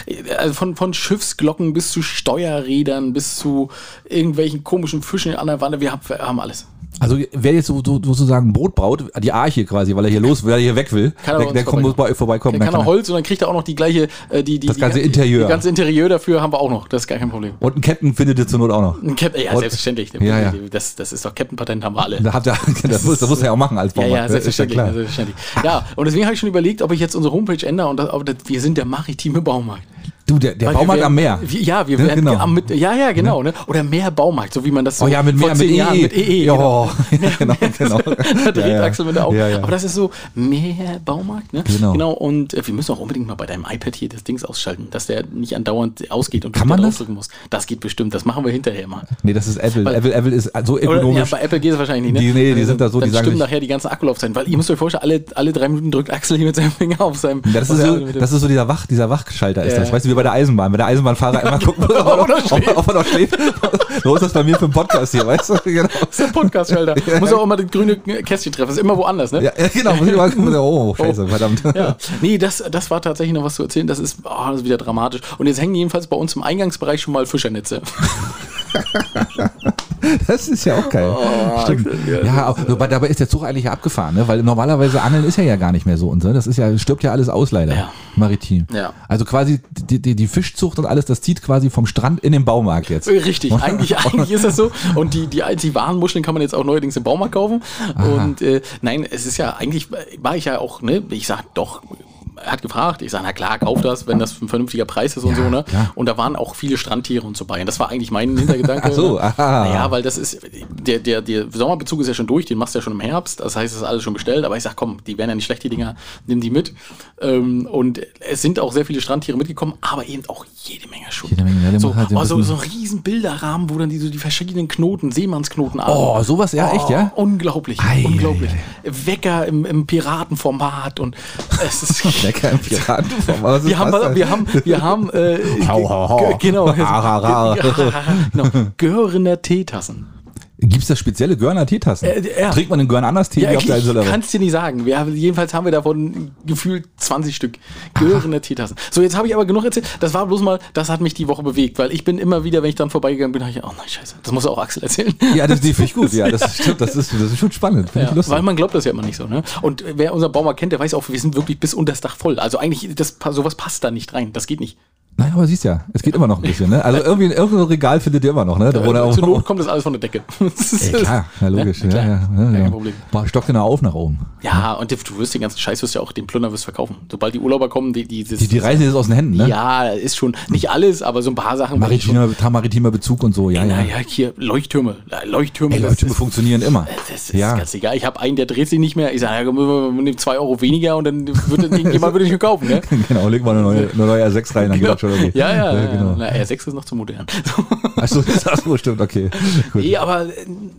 ich, also von, von Schiffsglocken bis zu Steuerrädern, bis zu irgendwelchen komischen Fischen an der Wanne, wir haben, wir haben alles.
Also wer jetzt so, so, sozusagen Brot braut, die Arche quasi, weil er hier los, weil er hier weg will,
Kann er bei
der,
uns
der kommt muss bei euch vorbeikommen.
Der
dann
kann auch Holz und dann kriegt er auch noch die gleiche, äh, die, die,
Das
die,
ganze
die,
Interieur.
Das ganze Interieur dafür haben wir auch noch, das ist gar kein Problem.
und ein Captain findet ihr zur Not auch noch.
Ein Cap ja,
Und-
selbstverständlich.
Ja, ja.
Das, das ist doch Captain-Patent, haben wir alle.
Da habt ihr, das, muss, das muss er ja auch machen als
Ja,
Baumann.
ja,
Das ne? ist
selbstverständlich. Also, Ja, selbstverständlich. ja, und deswegen habe ich schon überlegt, ob ich jetzt unsere Homepage ändere und das, aber das, wir sind der maritime Baumarkt.
Du, der, der
Weil wir
Baumarkt
werden-
am Meer.
Wir, ja, wir
Ne,
werden
genau.
am mit, ja, ja, genau, ne? Oder mehr Baumarkt, so wie man das so
Oh ja, mit
vor
mehr,
zehn
mit
Jahren
EE.
mit EE.
ja,
genau.
genau, genau.
Da dreht
ja, ja.
Axel mit der Augen.
Ja, ja.
Aber das ist so mehr Baumarkt, ne?
Genau.
Und äh, wir müssen auch unbedingt mal bei deinem iPad hier das Dings ausschalten, dass der nicht andauernd ausgeht und
Kann
du
man
da
das?
draufdrücken musst. Das geht bestimmt. Das machen wir hinterher mal.
nee, das ist Apple.
Weil-
Apple, Apple ist so
Oder, ja,
ökonomisch.
bei Apple geht es wahrscheinlich nicht. Ne?
Die- nee, die sind da so,
dann
die sagen
stimmen
sich-
nachher die ganze Akkulaufzeit, weil ihr müsst euch vorstellen, alle, alle drei Minuten drückt Axel hier mit seinem Finger auf seinem.
das,
auf
ist
seinem-
so, das ist so dieser Wach, dieser Wachschalter ist
Ja,
das.
ja.
Weißt du, wie bei der Eisenbahn, wenn der Eisenbahnfahrer immer guckt, ob, er noch-
Ob er noch
ob, er- ob er noch schläft. so ist das bei mir für einen Podcast hier, weißt du? Genau.
Das ist der Podcast-Schalter. Muss auch immer das grüne Kästchen treffen. Das ist immer woanders, ne?
Ja, ja, genau. Muss ich mal gucken, oh, scheiße, verdammt.
Ja. Nee, das, das war tatsächlich noch was zu erzählen. Das ist, oh, das ist wieder dramatisch. Und jetzt hängen jedenfalls bei uns im Eingangsbereich schon mal Fischernetze.
Das ist ja auch geil.
Oh,
Stimmt. Ja, aber aber dabei ist der Zug eigentlich ja abgefahren, ne? weil normalerweise Angeln ist ja ja gar nicht mehr so und so. Das ist ja, stirbt ja alles aus leider.
Ja.
Maritim.
Ja.
Also quasi die, die, die Fischzucht und alles, das zieht quasi vom Strand in den Baumarkt jetzt.
äh, Richtig, eigentlich, eigentlich ist das so. Und die, die, die Warenmuscheln kann man jetzt auch neuerdings im Baumarkt kaufen. Und äh, nein, es ist ja eigentlich, war ich ja auch, ne, ich sag doch. Er hat gefragt, ich sage, na klar, kauf das, wenn das ein vernünftiger Preis ist und
Ja,
so, ne?
klar.
Und da waren auch viele Strandtiere und so bei. Und das war eigentlich mein Hintergedanke.
Ach so,
ne?
aha.
Naja, weil das ist, der, der, der Sommerbezug ist ja schon durch, den machst du ja schon im Herbst, das heißt, es ist alles schon bestellt, aber ich sag, komm, die werden ja nicht schlecht, die Dinger, nimm die mit. Ähm, und es sind auch sehr viele Strandtiere mitgekommen, aber eben auch jede Menge Schutt.
Jede Menge, ja, der
so,
macht halt so ein
oh, so,
bisschen-
so ein riesen Bilderrahmen, wo dann die, so die verschiedenen Knoten, Seemannsknoten
Oh, sowas, ja, echt, ja?
Unglaublich,
Ei,
unglaublich. Wecker im, im Piratenformat und es ist.
Lecker im Piratenform. Was ist
Wir haben,
das denn?
wir haben, wir haben, äh,
Hau, hau, hau.
ge- genau,
Ha, ha, ha.
genau, Görener Teetassen.
Gibt's da spezielle Görner Teetassen?
Äh, ja.
Trinkt man den Görner anders Tee
Ja,
wie
ich,
auf der Insel?
ich
oder was?
kann es dir nicht sagen. Wir haben, jedenfalls haben wir davon gefühlt 20 Stück gehörende Teetassen. So, jetzt habe ich aber genug erzählt. Das war bloß mal, das hat mich die Woche bewegt, weil ich bin immer wieder, wenn ich dann vorbeigegangen bin, habe ich, oh nein, scheiße, das muss auch Axel erzählen.
Ja, das, die finde ich gut. Ja, das stimmt. Das ist, das ist schon spannend. Finde ich
Ja,
lustig.
weil man glaubt das ja immer nicht so. Ne? Und äh, wer unseren Baumarkt kennt, der weiß auch, wir sind wirklich bis unter das Dach voll. Also eigentlich, das, sowas passt da nicht rein. Das geht nicht.
Nein, aber siehst ja, es geht immer noch ein bisschen. Ne? Also irgendwie in irgendeinem Regal findet ihr immer noch. Ne? Da, wo da-
Zur Not kommt das alles von der Decke.
Ey, klar, ja, logisch. Ja,
klar.
ja, ja,
Gar
ja.
kein Problem.
Boah, Stock genau auf nach oben.
Ja, und du wirst den ganzen Scheiß, wirst ja auch den Plunder wirst verkaufen. Sobald die Urlauber kommen, die, die, das-
Die, die reißen jetzt aus den Händen, ne?
Ja, ist schon nicht alles, aber so ein paar Sachen. waren schon-
Maritimer, maritimer Bezug und so, ja, ja.
Naja, hier Leuchttürme. Leuchttürme.
Ey,
das
Leuchttürme
ist-
funktionieren immer.
Das ist
ja.
ganz egal. Ich habe einen, der dreht sich nicht mehr. Ich sage, nimm zwei Euro weniger und dann wird dann irgendjemand würde ich mir kaufen. Ne?
Genau, leg mal eine neue, eine neue R6 rein, dann geht das schon okay.
Ja, ja, ja,
genau.
Na, R6 ist noch zu modern.
Achso, das so, stimmt, okay. Gut.
nee, aber äh,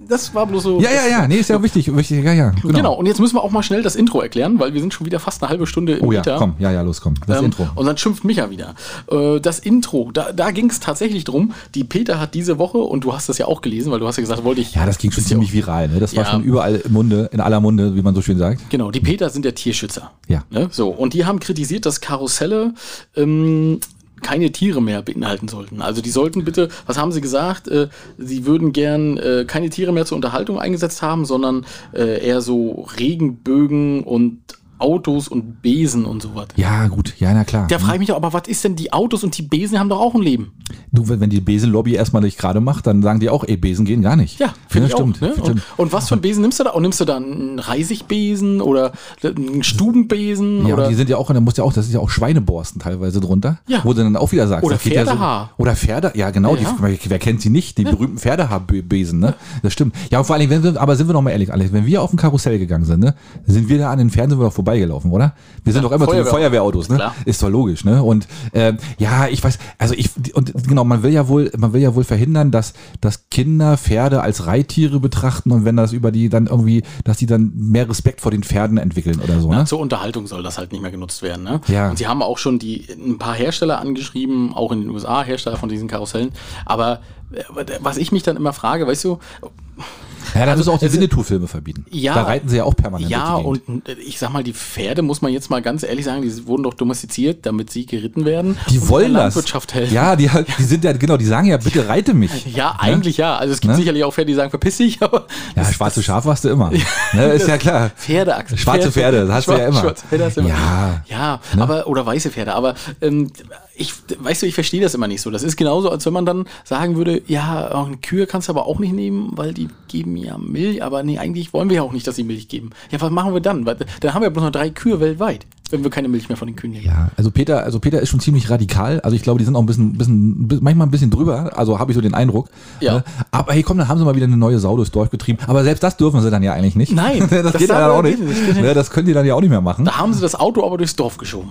das war bloß so.
Ja, ja, ja, nee, ist ja wichtig, wichtig, ja, ja. Genau.
Genau. und jetzt müssen wir auch mal schnell das Intro erklären, weil wir sind schon wieder fast eine halbe Stunde im
Oh ja,
Ether.
komm, ja, ja, los, komm. Das
Ähm,
Intro.
Und dann schimpft Micha wieder. Äh, Das Intro, da, da ging es tatsächlich drum. Die Peter hat diese Woche, und du hast das ja auch gelesen, weil du hast ja gesagt, wollte ich.
Ja, das ging schon
Ist ja
ziemlich viral, ne? Das war
Ja.
schon überall im Munde, in aller Munde, wie man so schön sagt.
Genau, die Peter sind der Tierschützer.
Ja.
Ne? So, und die haben kritisiert, dass Karusselle ähm, keine Tiere mehr beinhalten sollten. Also die sollten bitte, was haben sie gesagt? Äh, sie würden gern äh, keine Tiere mehr zur Unterhaltung eingesetzt haben, sondern äh, eher so Regenbögen und Autos und Besen und sowas.
Ja, gut, ja, na klar.
Da frage ich mich doch, aber was ist denn die Autos und die Besen haben doch auch ein Leben?
Du, wenn wenn die Besenlobby erstmal nicht gerade macht, dann sagen die auch, ey, Besen gehen gar nicht.
Ja, finde ich
stimmt,
auch. Ne?
stimmt.
Und, und was für einen Besen nimmst du da? Und nimmst du da einen Reisigbesen oder einen Stubenbesen
Ja, und
oder
die sind ja auch, da muss ja auch, das ist ja auch Schweineborsten teilweise drunter,
Ja.
wo du dann auch wieder sagst,
Oder
das geht ja so-
Pferdehaar.
oder Pferde, ja genau,
Ja.
Die, wer kennt sie nicht, die berühmten Pferdehaarbesen, ne? Das stimmt. Ja, und vor allem, wenn wir, aber sind wir noch mal ehrlich, Alex, wenn wir auf ein Karussell gegangen sind, ne, sind wir da an den Fernsehen wir doch vorbeigelaufen, oder? Wir sind doch immer zu den
Feuerwehr-
Feuerwehrautos, ne?
Klar.
Ist doch logisch, ne? Und ähm, ja, ich weiß, also ich und genau, man will ja wohl, man will ja wohl verhindern, dass, dass Kinder Pferde als Reittiere betrachten und wenn das über die dann irgendwie, dass die dann mehr Respekt vor den Pferden entwickeln oder so, ne?
Zur Unterhaltung soll das halt nicht mehr genutzt werden. Ne?
Ja.
Und sie haben auch schon die, ein paar Hersteller angeschrieben, auch in den USA, Hersteller von diesen Karussellen. Aber äh, was ich mich dann immer frage, weißt du,
Ja, dann müssen auch die Winnetou-Filme verbieten.
Also Ja.
Da reiten sie ja auch permanent.
ja,
durch die Gegend.
und äh, ich sag mal, die Pferde, muss man jetzt mal ganz ehrlich sagen, die wurden doch domestiziert, damit sie geritten werden. und
die wollen
der
das.
Landwirtschaft helfen.
Ja, die, die sind ja, genau, die sagen ja, bitte reite mich.
Ja, eigentlich ja. Also es gibt
Ne?
sicherlich auch Pferde, die sagen, verpiss dich, aber
Ja, schwarze Schaf warst du immer. Ne, ist ja klar.
Pferdeachse.
Schwarze Pferde, das hast du ja immer.
Schwarze Pferde hast du immer.
Ja. Ne?
ja aber, oder weiße Pferde. Aber ähm, ich, weißt du, ich verstehe das immer nicht so. Das ist genauso, als wenn man dann sagen würde, ja, äh, Kühe kannst du aber auch nicht nehmen, weil die geben ja Milch. Aber nee, eigentlich wollen wir ja auch nicht, dass sie Milch geben. Ja, was machen wir dann? Weil, dann haben wir bloß noch drei Kühe weltweit, wenn wir keine Milch mehr von den Kühen nehmen.
Ja, also Peter, also Peter ist schon ziemlich radikal. Also ich glaube, die sind auch ein bisschen, bisschen bi- manchmal ein bisschen drüber. Also habe ich so den Eindruck.
Ja.
Äh, Aber hey, komm, dann haben sie mal wieder eine neue Sau durchs Dorf getrieben. Aber selbst das dürfen sie dann ja eigentlich nicht.
Nein,
das,
das
geht ja
darf
dann auch
man
nicht.
nicht. Das geht
Ne, Das können die dann ja auch nicht mehr machen.
Da haben sie das Auto aber durchs Dorf geschoben.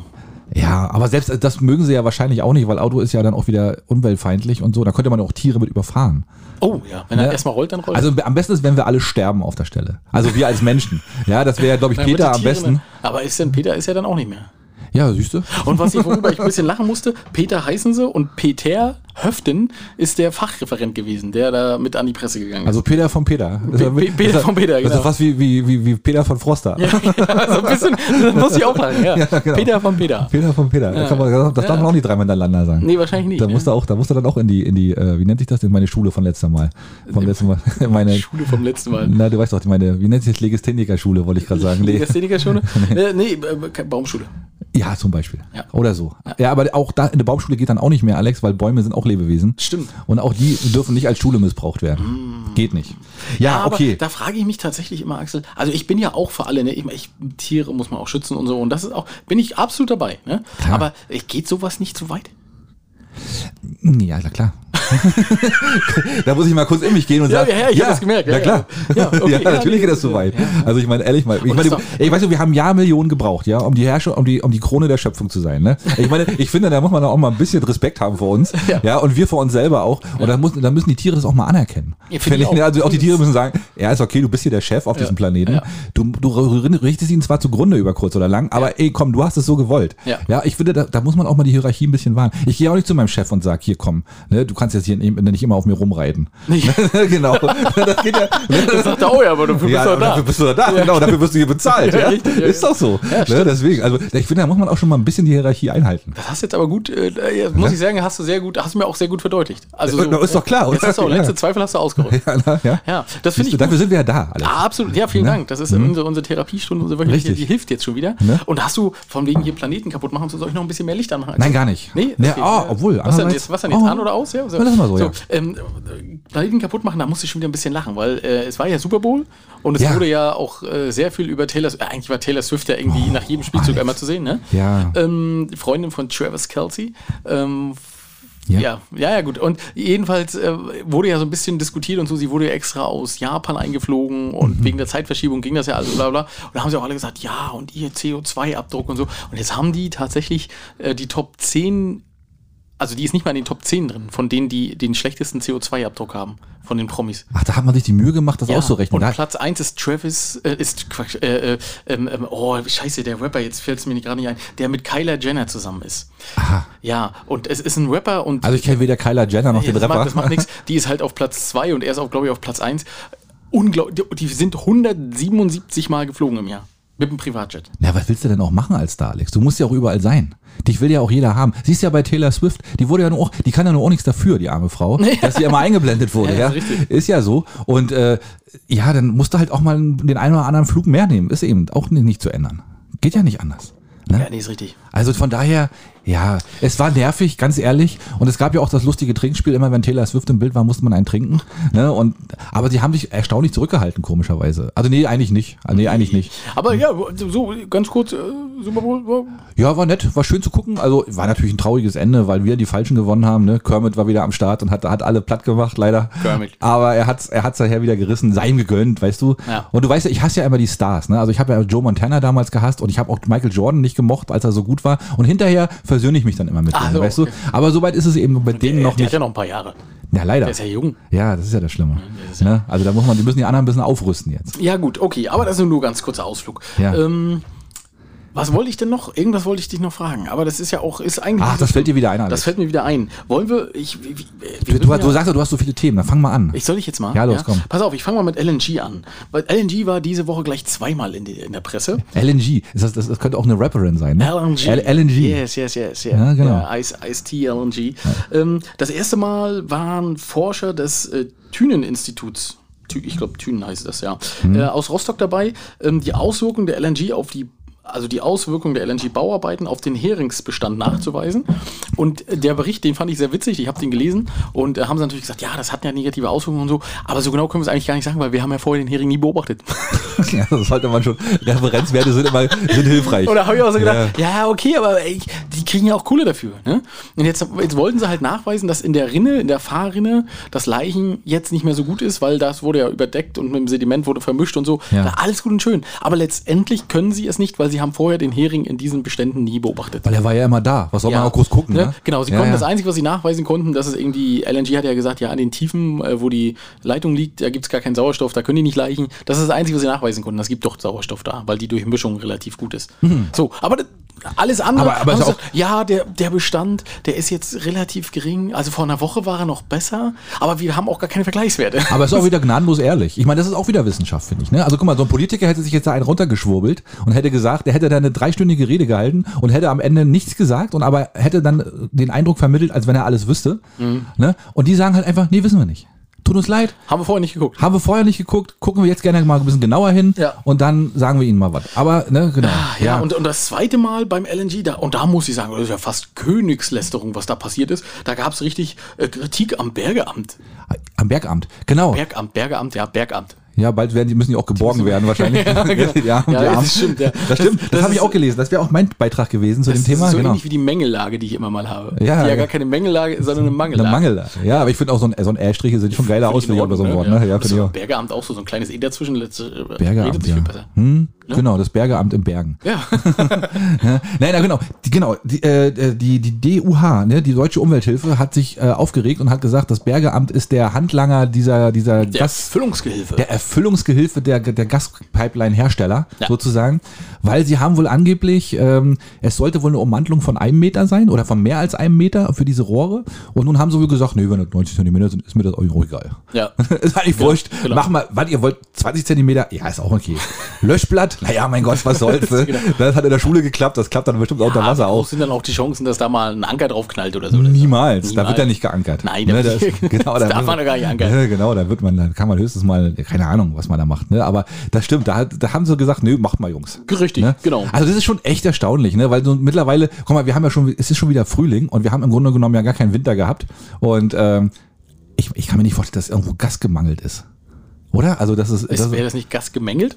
Ja, aber selbst äh, das mögen sie ja wahrscheinlich auch nicht, weil Auto ist ja dann auch wieder umweltfeindlich und so. Da könnte man auch Tiere mit überfahren.
Oh ja, wenn er erstmal rollt, dann rollt er.
Also am besten ist, wenn wir alle sterben auf der Stelle. Also wir als Menschen. Ja, das wäre, glaube ich,
Dann wird die
Peter am
Tiere
besten.
Mehr. Aber ist denn, Peter ist ja dann auch nicht mehr.
Ja, siehst du?
Und was ich, worüber ich ein bisschen lachen musste, Peter heißen sie und Peter Höften ist der Fachreferent gewesen, der da mit an die Presse gegangen ist.
Also Peter von Peter. Das ist ja-
Pe- Peter
das ist ja-
von Peter,
Das
genau.
ist fast wie, wie, wie, wie Peter von Froster.
Also ein bisschen, das muss ich auch lachen, ja.
Ja, genau.
Peter von Peter.
Peter von Peter. Da kann man, das darf man auch nicht dreimal hintereinander sagen.
Nee, wahrscheinlich nicht,
Da
ne?
musst du auch, da musst du dann auch in die, in die, äh, wie nennt sich das denn, meine Schule von letzter Mal. Vom letzten Mal. Meine,
Äh, Schule vom letzten Mal.
na, du weißt doch, meine, wie nennt sich das Legistheniker-Schule, wollte ich gerade sagen. Le-
Legastheniker-Schule? Äh, nee, äh, keine Baumschule.
Ja, zum Beispiel.
Ja.
Oder so. Ja. aber auch da in der Baumschule geht dann auch nicht mehr, Alex, weil Bäume sind auch Lebewesen.
Stimmt. Mm.
Und auch die dürfen nicht als Schule missbraucht werden. Geht nicht. Ja,
Aber
okay.
da frage ich mich tatsächlich immer, Axel, also ich bin ja auch für alle, ne? ich, ich, Tiere muss man auch schützen und so und das ist auch, bin ich absolut dabei, ne?
Klar.
aber äh, geht sowas nicht zu weit? Hm,
Ja, na klar. da muss ich mal kurz in mich gehen und
Ja,
sagen,
ja, ja, ich hab das gemerkt.
Ja,
Ja,
klar. Ja,
ja. Ja, okay, ja,
natürlich
nee,
geht das so
nee,
weit.
ja,
Also ich meine, ehrlich mal, ich, meine,
das ist
ich weiß nicht, wir haben Jahrmillionen gebraucht, ja, um die Herrscher, um die, um die Krone der Schöpfung zu sein. Ne? Ich meine, ich finde, da muss man auch mal ein bisschen Respekt haben vor uns, ja,
Ja.
und wir vor uns selber auch. Und da, muss, da müssen die Tiere das auch mal anerkennen.
Ja, find
Finde
ich
ich,
auch.
Also auch die Tiere müssen sagen, ja, ist okay, du bist hier der Chef auf diesem Planeten.
ja.
Du, du richtest ihn zwar zugrunde über kurz oder lang, aber ey, komm, du hast es so gewollt.
Ja.
Ja, ich finde, da, da muss man auch mal die Hierarchie ein bisschen wahren. Ich gehe auch nicht zu meinem Chef und sage, hier komm, ne, du kannst jetzt hier nicht nicht immer auf mir rumreiten.
Nicht.
genau. Das geht ja. ne,
Das sagt er, oh ja, aber dafür bist
Ja,
du doch
und dafür
da.
bist du doch da, genau, dafür wirst du hier bezahlt. Ja,
Ja, richtig, ja,
ist
ja.
doch so. ne, deswegen, also ich finde, da muss man auch schon mal ein bisschen die Hierarchie einhalten.
Das hast du jetzt aber gut, äh, äh, muss ich sagen, hast du sehr gut, hast du mir auch sehr gut verdeutlicht. Also
Na, ist doch klar,
Jetzt
oder?
hast du auch
Ja.
letzte Zweifel hast du ausgeräumt.
Ja, na, ja.
Ja, das finde
Siehst du,
ich
dafür sind wir ja da. Alex.
Ah, absolut. Ja, vielen Dank. Das ist unsere, unsere Therapiestunde, unsere wöchentliche,
Mhm. Richtig.
die hilft jetzt schon wieder.
Ne?
Und hast du von wegen hier Planeten kaputt machen, und so soll ich noch ein bisschen mehr Licht anmachen?
Nein, gar nicht.
Nee,
Ne,
okay.
ah, obwohl,
Was denn
andererseits-
jetzt, was denn jetzt
oh.
an oder aus? Ja,
Ja, lass mal so, ja.
ähm, äh, Planeten kaputt machen, da musste ich schon wieder ein bisschen lachen, weil äh, es war ja Super Bowl und es
Ja.
wurde ja auch äh, sehr viel über Taylor Swift. Eigentlich war Taylor Swift ja irgendwie nach jedem Spielzug
Alex.
einmal zu sehen, ne?
Oh, Ja.
Ähm, die Freundin von Travis Kelsey. Ähm,
Ja.
ja. ja, ja, gut. Und jedenfalls äh, wurde ja so ein bisschen diskutiert und so. Sie wurde ja extra aus Japan eingeflogen und wegen der Zeitverschiebung ging das ja alles, bla bla. Und da haben sie auch alle gesagt, ja, und ihr CO2-Abdruck und so. Und jetzt haben die tatsächlich äh, die Top 10, also die ist nicht mal in den Top 10 drin, von denen, die den schlechtesten CO2-Abdruck haben, von den Promis.
Ach, da hat man sich die Mühe gemacht, das auszurechnen.
Und
Da,
Platz 1 ist Travis, äh, ist Quatsch, äh, äh, ähm, ähm, oh, scheiße, der Rapper, jetzt fällt es mir gerade nicht ein, der mit Kyler Jenner zusammen ist.
aha.
Ja, und es ist ein Rapper und
Also ich kenne weder Kyler Jenner noch
ja,
den
das,
Rapper.
macht, das macht nichts. Die ist halt auf Platz 2 und er ist auch, glaube ich, auf Platz 1. Unglaublich. Die sind 177 Mal geflogen im Jahr. Mit dem Privatjet.
Na, was willst du denn auch machen als Star, Alex? Du musst ja auch überall sein. Dich will ja auch jeder haben. Siehst ja bei Taylor Swift, die wurde ja nur auch, die kann ja nur auch nichts dafür, die arme Frau, dass sie immer eingeblendet wurde.
Ja,
Ja, Ist,
ist richtig.
ja so. Und äh, ja, dann musst du halt auch mal den einen oder anderen Flug mehr nehmen. Ist eben auch nicht, nicht zu ändern. Geht ja nicht anders. Ne?
Ja, nee, ist richtig.
Also von daher, ja, es war nervig, ganz ehrlich. Und es gab ja auch das lustige Trinkspiel, immer wenn Taylor Swift im Bild war, musste man einen trinken. Ne? Und, aber die haben sich erstaunlich zurückgehalten, komischerweise. Also nee, eigentlich nicht. Ah, Nee, eigentlich nicht.
Aber ja, so ganz kurz, äh, Super Bowl. war-
Ja, war nett, war schön zu gucken. Also war natürlich ein trauriges Ende, weil wir die Falschen gewonnen haben. Ne? Kermit war wieder am Start und hat, hat alle platt gemacht, leider.
Kermit.
Aber er hat's, er hat's daher wieder gerissen, sei ihm gegönnt, weißt du.
Ja.
Und du weißt ja, ich hasse ja immer die Stars. Ne? Also ich habe ja Joe Montana damals gehasst und ich habe auch Michael Jordan nicht gemocht, als er so gut war. Und hinterher versöhne ich mich dann immer mit
Ach
denen,
so,
weißt
okay.
du. Aber soweit ist es eben bei denen
Der-
noch
der hat
nicht.
ja noch ein paar Jahre.
Ja, leider.
Der ist ja jung.
Ja, das ist ja das Schlimme. ne? Also da muss man, die müssen die anderen ein bisschen aufrüsten jetzt.
Ja, gut, okay, aber das ist nur ein ganz kurzer Ausflug.
Ja.
Ähm, was wollte ich denn noch? Irgendwas wollte ich dich noch fragen, aber das ist ja auch, ist eigentlich.
Ach, das fällt dir wieder ein, Alex.
Das fällt mir wieder ein. Wollen wir. Ich, wie- wie- wir
Du,
dürfen
du,
ja-
du sagst ja, du hast so viele Themen, dann fang mal an.
ich soll ich jetzt mal?
Ja, los, komm.
Pass auf, ich fange mal mit LNG an. Weil LNG war diese Woche gleich zweimal in, die, in der Presse.
LNG, ist das, das, das könnte auch eine Rapperin sein. Ne?
LNG.
L LNG.
Yes, yes, yes. Yeah.
Ja, genau.
Ja, Ice, Ice Tea LNG. Ähm, das erste Mal waren Forscher des äh, Thünen-Instituts, Thü- ich glaube Thünen heißt das ja,
Mhm.
äh, aus Rostock dabei, ähm, die Auswirkung der LNG auf die also die Auswirkung der LNG-Bauarbeiten auf den Heringsbestand nachzuweisen. Und äh, der Bericht, den fand ich sehr witzig, ich habe den gelesen und äh, haben sie natürlich gesagt, ja, das hat ja negative Auswirkungen und so, aber so genau können wir es eigentlich gar nicht sagen, weil wir haben ja vorher den Hering nie beobachtet.
Ja, das sollte man schon. Referenzwerte sind immer sind hilfreich.
Oder habe ich auch so gedacht, ja, okay, aber ey, die kriegen ja auch Kohle dafür. Ne? Und jetzt, jetzt wollten sie halt nachweisen, dass in der Rinne, in der Fahrrinne, das Leichen jetzt nicht mehr so gut ist, weil das wurde ja überdeckt und mit dem Sediment wurde vermischt und so.
Ja.
Na, alles gut und schön. Aber letztendlich können sie es nicht, weil sie haben vorher den Hering in diesen Beständen nie beobachtet.
Weil er war ja immer da. Was soll man auch groß gucken? Ne?
Genau, sie
ja,
konnten
ja.
das Einzige, was sie nachweisen konnten, dass es irgendwie, LNG hat ja gesagt, ja, an den Tiefen, äh, wo die Leitung liegt, da gibt es gar keinen Sauerstoff, da können die nicht leichen. Das ist das Einzige, was sie nachweisen konnten. Es gibt doch Sauerstoff da, weil die Durchmischung relativ gut ist. So, aber das- alles andere,
Mhm. Aber- aber
haben
ist
sie
auch-
gesagt, ja, der, der Bestand, der ist jetzt relativ gering. Also vor einer Woche war er noch besser, aber wir haben auch gar keine Vergleichswerte.
Aber es ist auch wieder gnadenlos ehrlich. Ich meine, das ist auch wieder Wissenschaft, finde ich. Ne? Also guck mal, so ein Politiker hätte sich jetzt da einen runtergeschwurbelt und hätte gesagt, der hätte da eine dreistündige Rede gehalten und hätte am Ende nichts gesagt und aber hätte dann den Eindruck vermittelt, als wenn er alles wüsste.
Mhm.
Ne? Und die sagen halt einfach, nee, wissen wir nicht. Tut uns leid,
Haben wir vorher nicht geguckt.
haben wir vorher nicht geguckt, gucken wir jetzt gerne mal ein bisschen genauer hin
Ja. Ah,
und dann sagen wir ihnen mal was. Aber, ne, genau.
Ja, Und, und das zweite Mal beim LNG, da, und da muss ich sagen, das ist ja fast Königslästerung, was da passiert ist. Da gab es richtig äh, Kritik am Bergeamt.
am Bergamt. Genau.
Bergamt, Bergeamt, ja, Bergamt.
Ja, bald werden die müssen ja auch geborgen werden wahrscheinlich. ja, ja,
genau. Ja,
ja,
das stimmt, ja.
Das stimmt.
Das-
Das,
das
habe ich
ist-
auch gelesen. Das wäre auch mein Beitrag gewesen zu dem
Das
Thema.
ist so
genau.
ähnlich wie die Mängellage, die ich immer mal habe.
Ja,
die ja
ja.
gar keine Mängellage ist, sondern eine Mangellage.
Eine Mangel. Ja, aber ich finde auch so ein, so ein L-Striche sieht schon geiler aus,
Finde ich in
finde ich auch bei so einem
Ordnung,
Wort. Ne? Ja,
Das ist
finde ich
so
auch.
ein Bergeamt auch so, so ein kleines E dazwischen. letzte- äh, redet
Bergeamt,
sich
ja.
viel besser.
Hm?
ne?
Genau, das Bergeamt im Bergen.
Ja,
Nein, na genau, die, genau, die, äh, die, die DUH, ne, die Deutsche Umwelthilfe, hat sich äh, aufgeregt und hat gesagt, das Bergeamt ist der Handlanger dieser, dieser
der Füllungsgehilfe.
der Erfüllungsgehilfe der, der Gaspipeline-Hersteller
Ja.
sozusagen, weil sie haben wohl angeblich, ähm, es sollte wohl eine Ummantelung von einem Meter sein oder von mehr als einem Meter für diese Rohre und nun haben sie wohl gesagt, nee, wenn das 90 Zentimeter sind, ist mir das auch egal.
ja.
ist eigentlich wurscht.
genau.
Mach mal, was ihr wollt, 20 Zentimeter, ja, ist auch okay. Löschblatt, naja, mein Gott, was soll's. Ne? Das hat in der Schule geklappt, das klappt dann bestimmt auch unter Wasser
Genau. Aber
auch.
Ah, sind dann auch die Chancen, dass da mal ein Anker drauf knallt oder so.
Niemals. Da
Niemals.
wird er nicht geankert.
Nein, da
das,
wird-
genau,
das
da
darf
wird-
man doch gar nicht ankern.
Ja, genau, da wird man, da kann man höchstens mal, ja, keine Ahnung, was man da macht. Ne? Aber das stimmt, da, hat- da haben sie gesagt, nö, macht mal Jungs.
Richtig,
Ne?
genau.
Also das ist schon echt erstaunlich, ne? Weil so mittlerweile, guck mal, wir haben ja schon, es ist schon wieder Frühling und wir haben im Grunde genommen ja gar keinen Winter gehabt. Und ähm, ich, ich kann mir nicht vorstellen, dass irgendwo Gas gemangelt ist. Oder? Also das ist.
Ist,
Das,
wäre das nicht Gas gemengelt?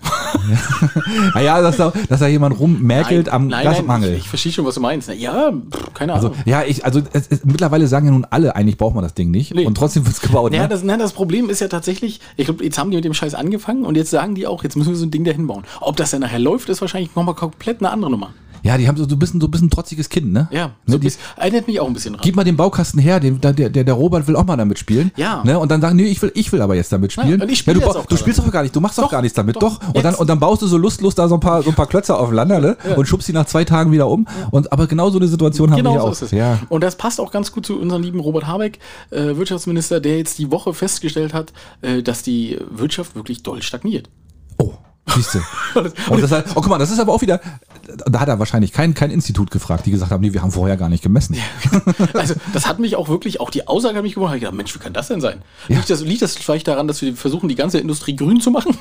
naja, dass da, dass da jemand rummäkelt am Gasmangel.
ich, ich verstehe schon, was du meinst. ne? Ja, pff, keine Ahnung.
also, ja, ich, also es, es, mittlerweile sagen ja nun alle, eigentlich braucht man das Ding nicht.
Nee.
Und trotzdem wird's gebaut.
Naja,
ne?
das, na, das Problem ist ja tatsächlich, ich glaube, jetzt haben die mit dem Scheiß angefangen und jetzt sagen die auch, jetzt müssen wir so ein Ding dahin bauen. Ob das dann nachher läuft, ist wahrscheinlich nochmal komplett eine andere Nummer.
Ja, die haben so, so ein bisschen so ein bisschen trotziges Kind, ne?
Ja, so
Ne,
ein
die,
bisschen, erinnert mich auch ein bisschen dran.
gib mal den Baukasten her, den, der, der, der Robert will auch mal damit spielen.
Ja.
Ne? Und dann sagen, nee, ich will, ich will aber jetzt damit spielen.
Ja, und ich spiel
du,
jetzt
bau-
auch
du
gerade.
spielst doch gar nicht, du machst doch, gar nichts damit,
doch,
doch. Und, dann,
jetzt.
und dann baust du so lustlos da so ein paar, so ein paar Klötze aufeinander, ne? Und schubst sie nach zwei Tagen wieder um. Und, aber genau so eine Situation haben wir
Genau
hier
so
auch.
ist es.
Ja.
Und das passt auch ganz gut zu unserem lieben Robert Habeck, äh, Wirtschaftsminister, der jetzt die Woche festgestellt hat, äh, dass die Wirtschaft wirklich doll stagniert.
Oh, siehste. und das heißt, oh, guck mal, das ist aber auch wieder, da hat er wahrscheinlich kein, kein Institut gefragt, die gesagt haben, nee, wir haben vorher gar nicht gemessen.
Also, das hat mich auch wirklich, auch die Aussage hat mich gewundert. Ich dachte, Mensch, wie kann das denn sein? Liegt, das, liegt das vielleicht daran, dass wir versuchen, die ganze Industrie grün zu machen?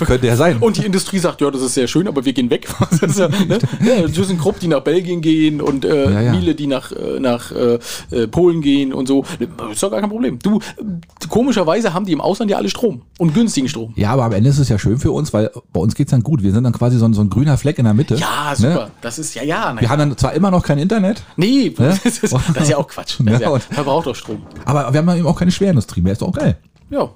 Könnte ja sein.
Und die Industrie sagt, ja, das ist sehr schön, aber wir gehen weg. Das ist ja, ne? ja, ThyssenKrupp, die nach Belgien gehen und äh,
Ja, ja.
Miele, die nach, äh, nach äh, äh, Polen gehen und so. Ist doch gar kein Problem. Du, äh, komischerweise haben die im Ausland ja alle Strom und günstigen Strom.
Ja, aber am Ende ist es ja schön für uns, weil bei uns geht's dann gut. Wir sind dann quasi so ein, so ein grüner Fleck in der Mitte.
Ja,
Ne?
super. Das ist ja, ja.
Wir
Nein.
haben dann zwar immer noch kein Internet,
Nee, das ist, das ist ja auch Quatsch. Das ist
Ja,
ja,
und-
verbraucht doch Strom.
aber wir haben dann eben auch keine Schwerindustrie mehr. Ist doch auch geil.
Ja.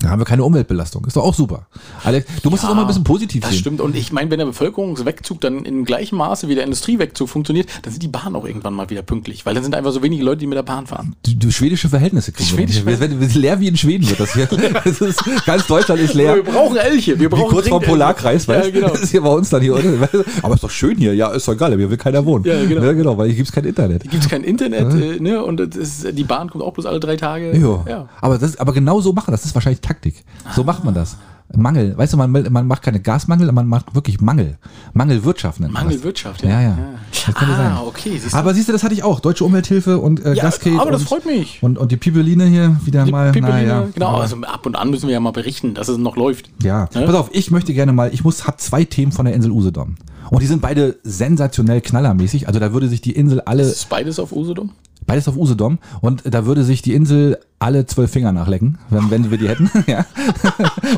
Da haben wir keine Umweltbelastung. Ist doch auch super. Alex, du musst es auch mal ein bisschen positiv
Das
sehen.
stimmt. Und ich meine, wenn der Bevölkerungswegzug dann in gleichem Maße wie der Industriewegzug funktioniert, dann sind die Bahnen auch irgendwann mal wieder pünktlich, weil dann sind einfach so wenige Leute, die mit der Bahn fahren.
Die, die schwedische Verhältnisse kriegen
Schwedische
wir. nicht. Wir werden leer wie in Schweden wird das hier. Das ist, ganz Deutschland ist leer.
Wir brauchen Elche. Wir
Wie
brauchen
kurz vorm
dringend Elche.
Polarkreis,
Ja,
weißt du?
genau.
Das ist hier bei uns dann hier, oder? Weißt du, Aber ist doch schön hier. Ja, ist doch geil. Hier will keiner wohnen.
Ja, genau.
Ne, genau, weil hier gibt's kein Internet.
Gibt es kein Internet, äh, ne? Und das ist, die Bahn kommt auch bloß alle drei Tage.
Ja.
Ja.
Aber, das, aber genau so machen das. Das ist wahrscheinlich Taktik. So macht man das. Mangel. Weißt du, man, man macht keine Gasmangel, man macht wirklich Mangel. Mangelwirtschaft nennt man das.
Mangelwirtschaft,
Ja, ja. Das könnte
Ah,
sein.
okay. Siehst du?
Aber siehst du, das hatte ich auch. Deutsche Umwelthilfe und äh,
Ja,
Gasgeld.
aber das
und,
freut mich.
Und, und die Pipeline hier wieder
Die
mal.
Pipeline,
naja.
Genau, also ab und an müssen wir ja mal berichten, dass es noch läuft.
Ja.
Ne?
Pass auf, ich möchte gerne mal, ich muss, hab zwei Themen von der Insel Usedom. Und die sind beide sensationell knallermäßig. Also da würde sich die Insel alle,
Ist beides auf Usedom?
beides auf Usedom, und da würde sich die Insel alle zwölf Finger nachlecken, wenn, wenn wir die hätten. ja.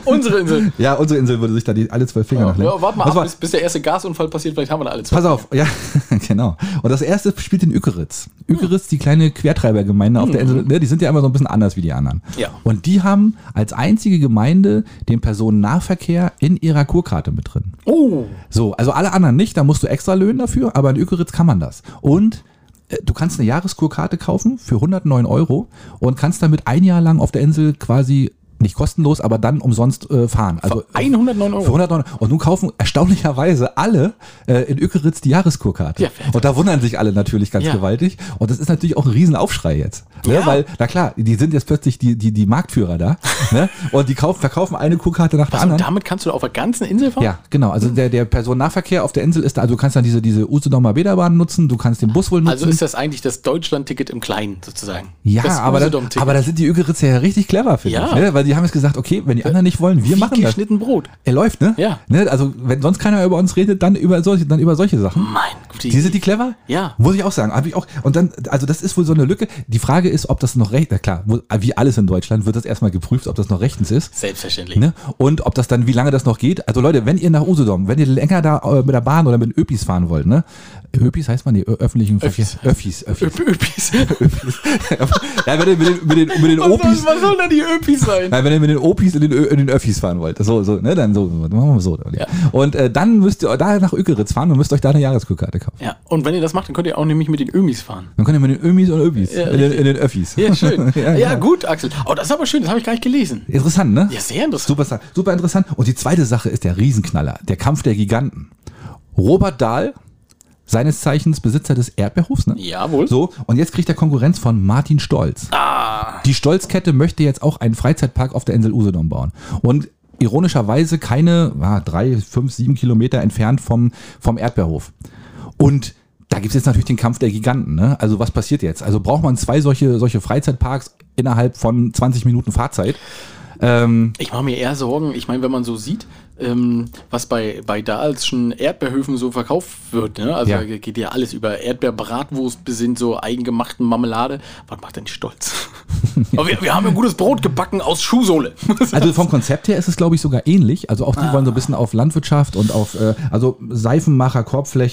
Unsere Insel.
ja, unsere Insel würde sich da die alle zwölf Finger nachlecken.
Ja, warte mal
Pass
ab, bis, bis der erste Gasunfall passiert, vielleicht haben wir da alle zwei.
Pass auf, ja, genau. Und das erste spielt in Ükeritz. Ükeritz, die kleine Quertreibergemeinde auf der Insel, ne, die sind ja immer so ein bisschen anders wie die anderen.
Mhm. Ja.
Und die haben als einzige Gemeinde den Personennahverkehr in ihrer Kurkarte mit drin.
Oh,
So, also alle anderen nicht, da musst du extra Löhne dafür, aber in Ökeritz kann man das. Und äh, du kannst eine Jahreskurkarte kaufen für 109 Euro und kannst damit ein Jahr lang auf der Insel quasi nicht kostenlos, aber dann umsonst äh, fahren. Also
109
für
Euro.
109 Und nun kaufen erstaunlicherweise alle äh, in Ökeritz die Jahreskurkarte.
Ja, wer-
und da wundern sich alle natürlich ganz
Ja.
gewaltig. Und das ist natürlich auch ein Riesenaufschrei jetzt. Ne?
Ja.
Weil, na klar, die sind jetzt plötzlich die, die, die Marktführer da. ne? Und die kaufen, verkaufen eine Kurkarte nach der
Was, und
anderen.
damit kannst du auf der ganzen Insel fahren?
Ja, genau.
Hm.
Also der, der Personennahverkehr auf der Insel ist da, also du kannst dann diese, diese Usedomer Bäderbahn nutzen, du kannst den Bus wohl nutzen.
Also ist das eigentlich das Deutschland-Ticket im Kleinen sozusagen?
ja,
das
aber, da,
Usedom-Ticket.
aber da sind die Ögeritzer ja richtig clever, finde
Ja. Äh,
ich. Ne? Weil die haben jetzt gesagt, okay, wenn die anderen nicht wollen, wir
Wie
machen das.
geschnitten Brot.
Er läuft, ne?
Ja.
ne? Also wenn sonst keiner über uns redet, dann über solche, dann über solche Sachen.
Mein Gott.
Die sind die clever?
Ja.
Muss ich auch sagen. Hab ich auch. Und dann, also das ist wohl so eine Lücke. Die Frage ist, ob das noch recht, na klar, wo- wie alles in Deutschland wird das erstmal geprüft, ob das noch rechtens ist.
Selbstverständlich.
Ne? Und ob das dann, wie lange das noch geht. Also Leute, wenn ihr nach Usedom, wenn ihr länger da äh, mit der Bahn oder mit den Öpis fahren wollt, ne? Öpis heißt man die Ö- öffentlichen Verkehr. Öffis. Öffis.
Öp- Öpis. Was
ja, wenn ihr mit den, mit den, mit den Opis.
soll, was soll denn die Öpis sein?
Ja, wenn ihr mit den Opis in den, Ö in den Öffis fahren wollt, so, so, ne, dann so, machen wir mal so. Und äh, dann müsst ihr da nach Ökeritz fahren und müsst euch da eine Jahreskurkarte kaufen.
Ja, und wenn ihr das macht, dann könnt ihr auch nämlich mit den Ömis fahren.
Dann könnt ihr mit den Ömis und Öbis
Ja,
in, den, in den Öffis.
Ja, schön. ja,
ja, genau. ja, gut.
gut, Axel. Oh, das ist aber schön, das habe ich gar nicht gelesen.
Interessant, ne?
Ja, sehr interessant.
Super, sa- super interessant. Und die zweite Sache ist der Riesenknaller, der Kampf der Giganten. Robert Dahl, seines Zeichens Besitzer des Erdbeerhofs, ne?
Jawohl.
So, und jetzt kriegt er Konkurrenz von Martin Stolz.
Ah.
Die Stolzkette möchte jetzt auch einen Freizeitpark auf der Insel Usedom bauen. Und ironischerweise keine ah, drei, fünf, sieben Kilometer entfernt vom, vom Erdbeerhof. Und da gibt es jetzt natürlich den Kampf der Giganten. Ne? Also was passiert jetzt? Also braucht man zwei solche, solche Freizeitparks innerhalb von 20 Minuten Fahrzeit? Ähm,
Ich mache mir eher Sorgen, ich meine, wenn man so sieht, ähm, was bei, bei Dahlschen Erdbeerhöfen so verkauft wird, ne? also
Ja.
da geht ja alles über Erdbeerbratwurst bis hin zur eigengemachten Marmelade. Was macht denn Stolz? Aber wir, wir haben ein gutes Brot gebacken aus Schuhsohle.
also vom Konzept her ist es, glaube ich, sogar ähnlich. Also auch die
Ah.
wollen so ein bisschen auf Landwirtschaft und auf äh, also Seifenmacher,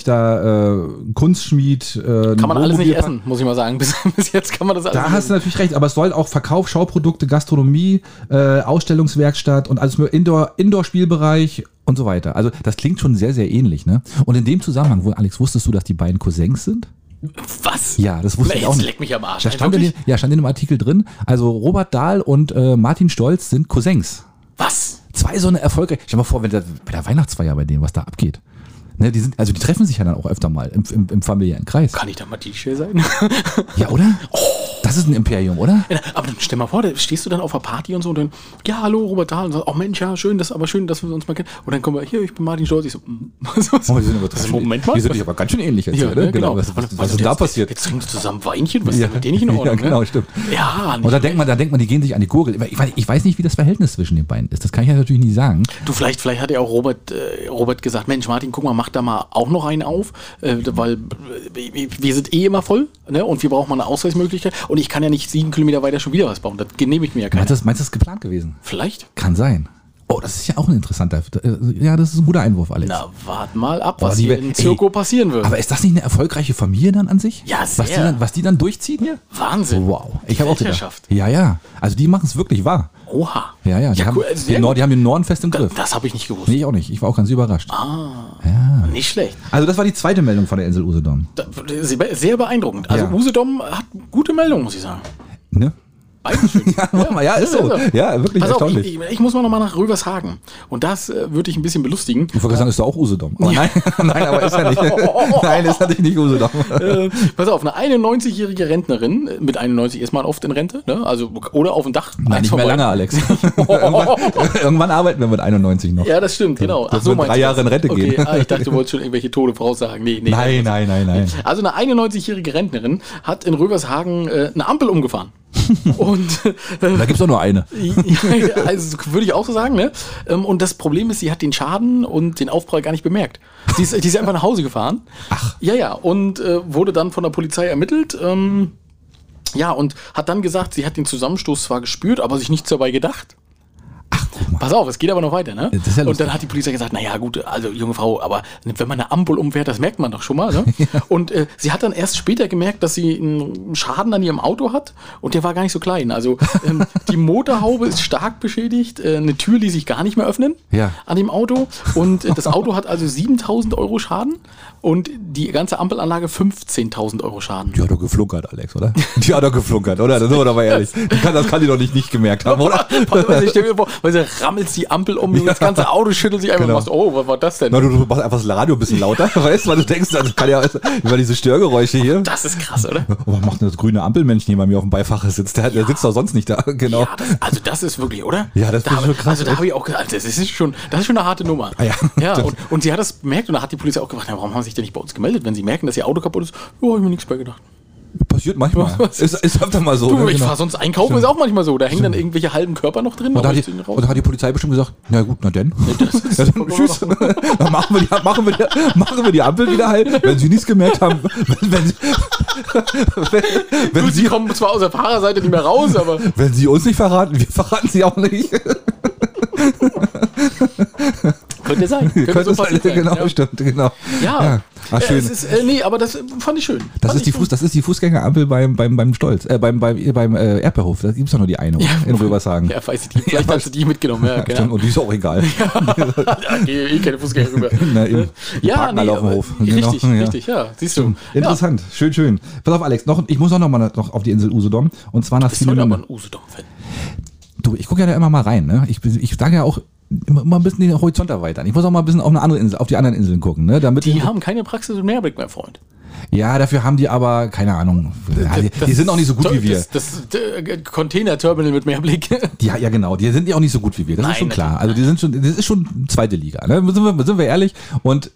Korbflechter, äh, Kunstschmied. Äh,
kann man alles nicht essen, muss ich mal sagen. Bis, bis jetzt kann man das alles
Da
nicht
hast du natürlich recht, aber es soll auch Verkauf, Schauprodukte, Gastronomie, äh, Ausstellungswerkstatt und alles mögliche, Indoor, Indoor-Spielbereich und so weiter. Also das klingt schon sehr, sehr ähnlich. Ne? Und in dem Zusammenhang, wo, Alex, wusstest du, dass die beiden Cousins sind?
essen. Was?
Ja, das wusste
Na,
ich auch
jetzt
nicht.
leck mich am Arsch.
Da
ey,
stand in, dem-
wirklich?
ja, stand in dem Artikel drin, also Robert Dahl und äh, Martin Stolz sind Cousins.
Was?
Zwei so eine erfolgreiche. Stell dir mal vor, wenn der, bei der Weihnachtsfeier bei denen, was da abgeht. Ne, die sind, also die treffen sich ja dann auch öfter mal im, im, im familiären Kreis.
Kann ich da mal DJ sein?
Ja, oder? Das ist ein Imperium, oder?
Ja, Aber dann stell mal vor, da stehst du dann auf einer Party und so und dann, ja, hallo, Robert Dahl. Und sagst, oh Mensch, ja, schön, das, aber schön, dass wir uns mal kennen. Und dann kommen wir, hier, ich bin Martin Scholz. Ich so, mm.
Oh, die sind aber
Das ist, Also Moment mal.
Die sind sich aber ganz schön ähnlich jetzt,
Ja,
hier, ne?
ne,
Genau.
genau.
Was, was,
Und-
was
und
ist da
jetzt-
passiert?
Jetzt trinken wir zusammen Weinchen, was
Ja.
ist denn mit denen nicht in Ordnung?
Ja, genau,
ne?
stimmt.
Ja,
Und
nicht.
da denkt man, da denkt man, die gehen sich an die Gurgel. Ich, weiß- ich weiß nicht, wie das Verhältnis zwischen den beiden ist. Das kann ich ja natürlich nicht sagen.
Du, vielleicht, vielleicht hat ja auch Robert, äh, Robert gesagt, Mensch, Martin, guck mal, mach da mal auch noch einen auf, äh, weil äh, wir sind eh immer voll ne? und wir brauchen mal eine Ausweichmöglichkeit. Und ich kann ja nicht sieben Kilometer weiter schon wieder was bauen. Das genehme ich mir ja keiner.
Meinst du, das- meinst du, das ist geplant gewesen?
Vielleicht?
Kann sein. Oh, das ist ja auch ein interessanter. äh, Ja, das ist ein guter Einwurf, Alex.
Na, warte mal ab,
Aber
was
die
hier
wär-
in Zirko
ey,
passieren wird.
Aber ist das nicht eine erfolgreiche Familie dann an sich?
Ja,
Was die
sehr.
dann, was die dann durchziehen hier?
Wahnsinn.
Wow. Ich habe auch gedacht.
Weltherrschaft.
Ja, ja. Also die machen es wirklich wahr.
Oha.
Ja, ja. Die, haben,
cool, also sehr
den Nord, die haben den Norden fest im
gut.
Griff.
Das habe ich nicht gewusst.
Nee, ich auch nicht. Ich war auch ganz überrascht.
Ah. Nicht schlecht.
Also das war die zweite Meldung von der Insel Usedom.
Da- Sehr sehr beeindruckend. Also
Ja.
Usedom hat gute Meldung, muss ich sagen.
Ne?
Beide schön.
Ja, mach mal. ja, ist so. Ja, wirklich
Pass auf,
erstaunlich.
ich, ich, ich muss mal nochmal nach Rövershagen. Und das äh, würde ich ein bisschen belustigen.
Ich wollte gerade sagen, ist doch auch Usedom. Aber nein, nein, aber ist ja nicht. nein, ist natürlich nicht Usedom.
Äh, pass auf, eine 91-jährige Rentnerin, äh, mit 91 ist man oft in Rente, ne? also, oder auf dem Dach.
Nein,
Eins
nicht
von
mehr
beiden.
lange, Alex. irgendwann, irgendwann arbeiten wir mit 91 noch.
Ja, das stimmt, genau.
Dass wir in
meinst
drei
du das?
Jahre in Rente
okay,
gehen.
Ah, ich dachte, du wolltest schon irgendwelche Tode voraussagen. Nee, nee.
Nein, nein, nein, nein.
Also eine 91-jährige Rentnerin hat in Rövershagen äh, eine Ampel umgefahren. Und äh,
Da gibt's doch nur eine.
ja, also würde ich auch so sagen, ne? Ähm, Und das Problem ist, sie hat den Schaden und den Aufprall gar nicht bemerkt. Die ist, die ist einfach nach Hause gefahren. Ach. Ja, ja. Und äh, wurde dann von der Polizei ermittelt. Ähm, ja, und hat dann gesagt, sie hat den Zusammenstoß zwar gespürt, aber sich nichts dabei gedacht. Pass auf, es geht aber noch weiter, ne?
Das ist ja
und
lustig.
dann hat die Polizei gesagt, naja gut, also junge Frau, aber wenn man eine Ampel umfährt, das merkt man doch schon mal, ne? Und äh, sie hat dann erst später gemerkt, dass sie einen Schaden an ihrem Auto hat und der war gar nicht so klein. Also ähm, die Motorhaube ist stark beschädigt, äh, eine Tür ließ sich gar nicht mehr öffnen
Ja.
an dem Auto und äh, das Auto hat also 7000 Euro Schaden und die ganze Ampelanlage 15.000 Euro Schaden.
Die hat doch geflunkert, Alex, oder? Die hat doch geflunkert, oder? Das sind wir doch mal ehrlich. Die kann, das kann die doch nicht, nicht gemerkt haben, oder?
Warte mal, Also ich stell mir vor, weil sie rammelt die Ampel um, das ganze Auto schüttelt sich einfach
Genau.
und machst, oh, was war das denn?
Na, du, du machst einfach das Radio ein bisschen lauter, weißt du, weil du denkst, das kann ja über diese Störgeräusche hier.
Das ist krass, oder?
Was macht denn das grüne Ampelmännchen hier bei mir auf dem Beifahrer sitzt? Der, hat- der sitzt doch sonst nicht da, genau.
Ja, das, also das ist wirklich, oder?
Ja, das
da
ist
hab-
schon krass,
Also da
echt.
habe ich auch gesagt, das ist schon, das ist schon eine harte Nummer.
Ah, ja.
und, und sie hat das bemerkt und da hat die Polizei auch gefragt, na, warum haben sie sich denn nicht bei uns gemeldet, wenn sie merken, dass ihr Auto kaputt ist? Ja, hab ich mir nichts bei gedacht.
Passiert manchmal.
Was?
Ist, ist öfter mal so.
Du,
ne?
ich
Genau.
fahr sonst einkaufen, ist auch manchmal so. Da hängen dann irgendwelche halben Körper noch drin.
Und da,
aber
hat
ich
die,
zieh ihn raus.
und da hat die Polizei bestimmt gesagt, na gut, na denn.
ist-
Ja, dann, tschüss. Dann machen wir, die, machen, wir die, machen wir die Ampel wieder halt, wenn sie nichts gemerkt haben. Wenn, wenn, wenn, wenn,
Gut, sie
sie,
kommen zwar aus der Fahrerseite nicht mehr raus, aber
wenn sie uns nicht verraten, wir verraten sie auch nicht.
könnte sein. Könnte,
Könnte
so
sein,
passiert sein.
genau,
ja.
stimmt, genau.
Ja,
Ach,
Äh,
schön.
Es ist, äh, nee, aber das äh, fand ich schön.
das,
fand
ist die
ich
Fuß, das ist die Fußgängerampel beim, beim, beim Stolz, äh, beim, beim, beim äh, Erperhof. Da gibt es doch nur die eine
Ja.
in Röbershagen.
Ja, weiß ich nicht. Vielleicht hast du die mitgenommen. Ja,
Stimmt,
genau.
Und die ist auch egal. genau.
Ja, eh eh keine Fußgänger rüber.
Na, eben. Die parken alle auf dem
aber-
Hof.
Richtig,
Genau, ja.
richtig, ja. Siehst du. Ja.
Interessant, schön, schön. Pass auf, Alex, noch, ich muss auch noch mal noch auf die Insel Usedom. Und zwar nach
Bist du heute aber
Swinemünde.
ein Usedom-Fan?
Du, ich gucke ja da immer mal rein, ne? Ich, ich sage ja auch immer, immer ein bisschen den Horizont erweitern. Ich muss auch mal ein bisschen auf eine andere Insel, auf die anderen Inseln gucken, ne? Damit
Die haben keine Praxis und Mehrblick, mein Freund.
ja, dafür haben die aber, keine Ahnung. Ja, die, die sind auch nicht so gut
Äh, Das-
wie wir.
Das, das äh, Container-Terminal mit Mehrblick.
Die, ja, genau, die sind ja auch nicht so gut wie wir. Das ist
Nein,
schon klar. Also die sind schon, das ist schon zweite Liga. Ne? Sind, wir, sind wir ehrlich? Und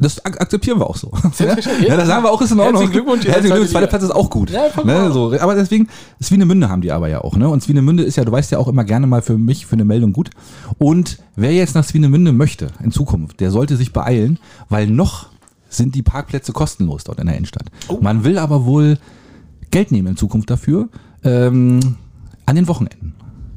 das ak akzeptieren wir auch so.
Selbstverständlich.
ja, das sagen wir auch, ist in Ordnung.
Herzlichen Glückwunsch, ihr
Herzlichen
seid zweite
Glückwunsch, zweiter
Liga.
Platz ist auch gut.
Ja, vollkommen.
ne? so, aber deswegen, Swinemünde haben die aber ja auch. Ne? Und Swinemünde ist ja, du weißt ja auch immer gerne mal für mich, für eine Meldung gut. Und wer jetzt nach Swinemünde möchte in Zukunft, der sollte sich beeilen, weil noch sind die Parkplätze kostenlos dort in der Innenstadt.
Oh.
Man will aber wohl Geld nehmen in Zukunft dafür, ähm, an den Wochenenden.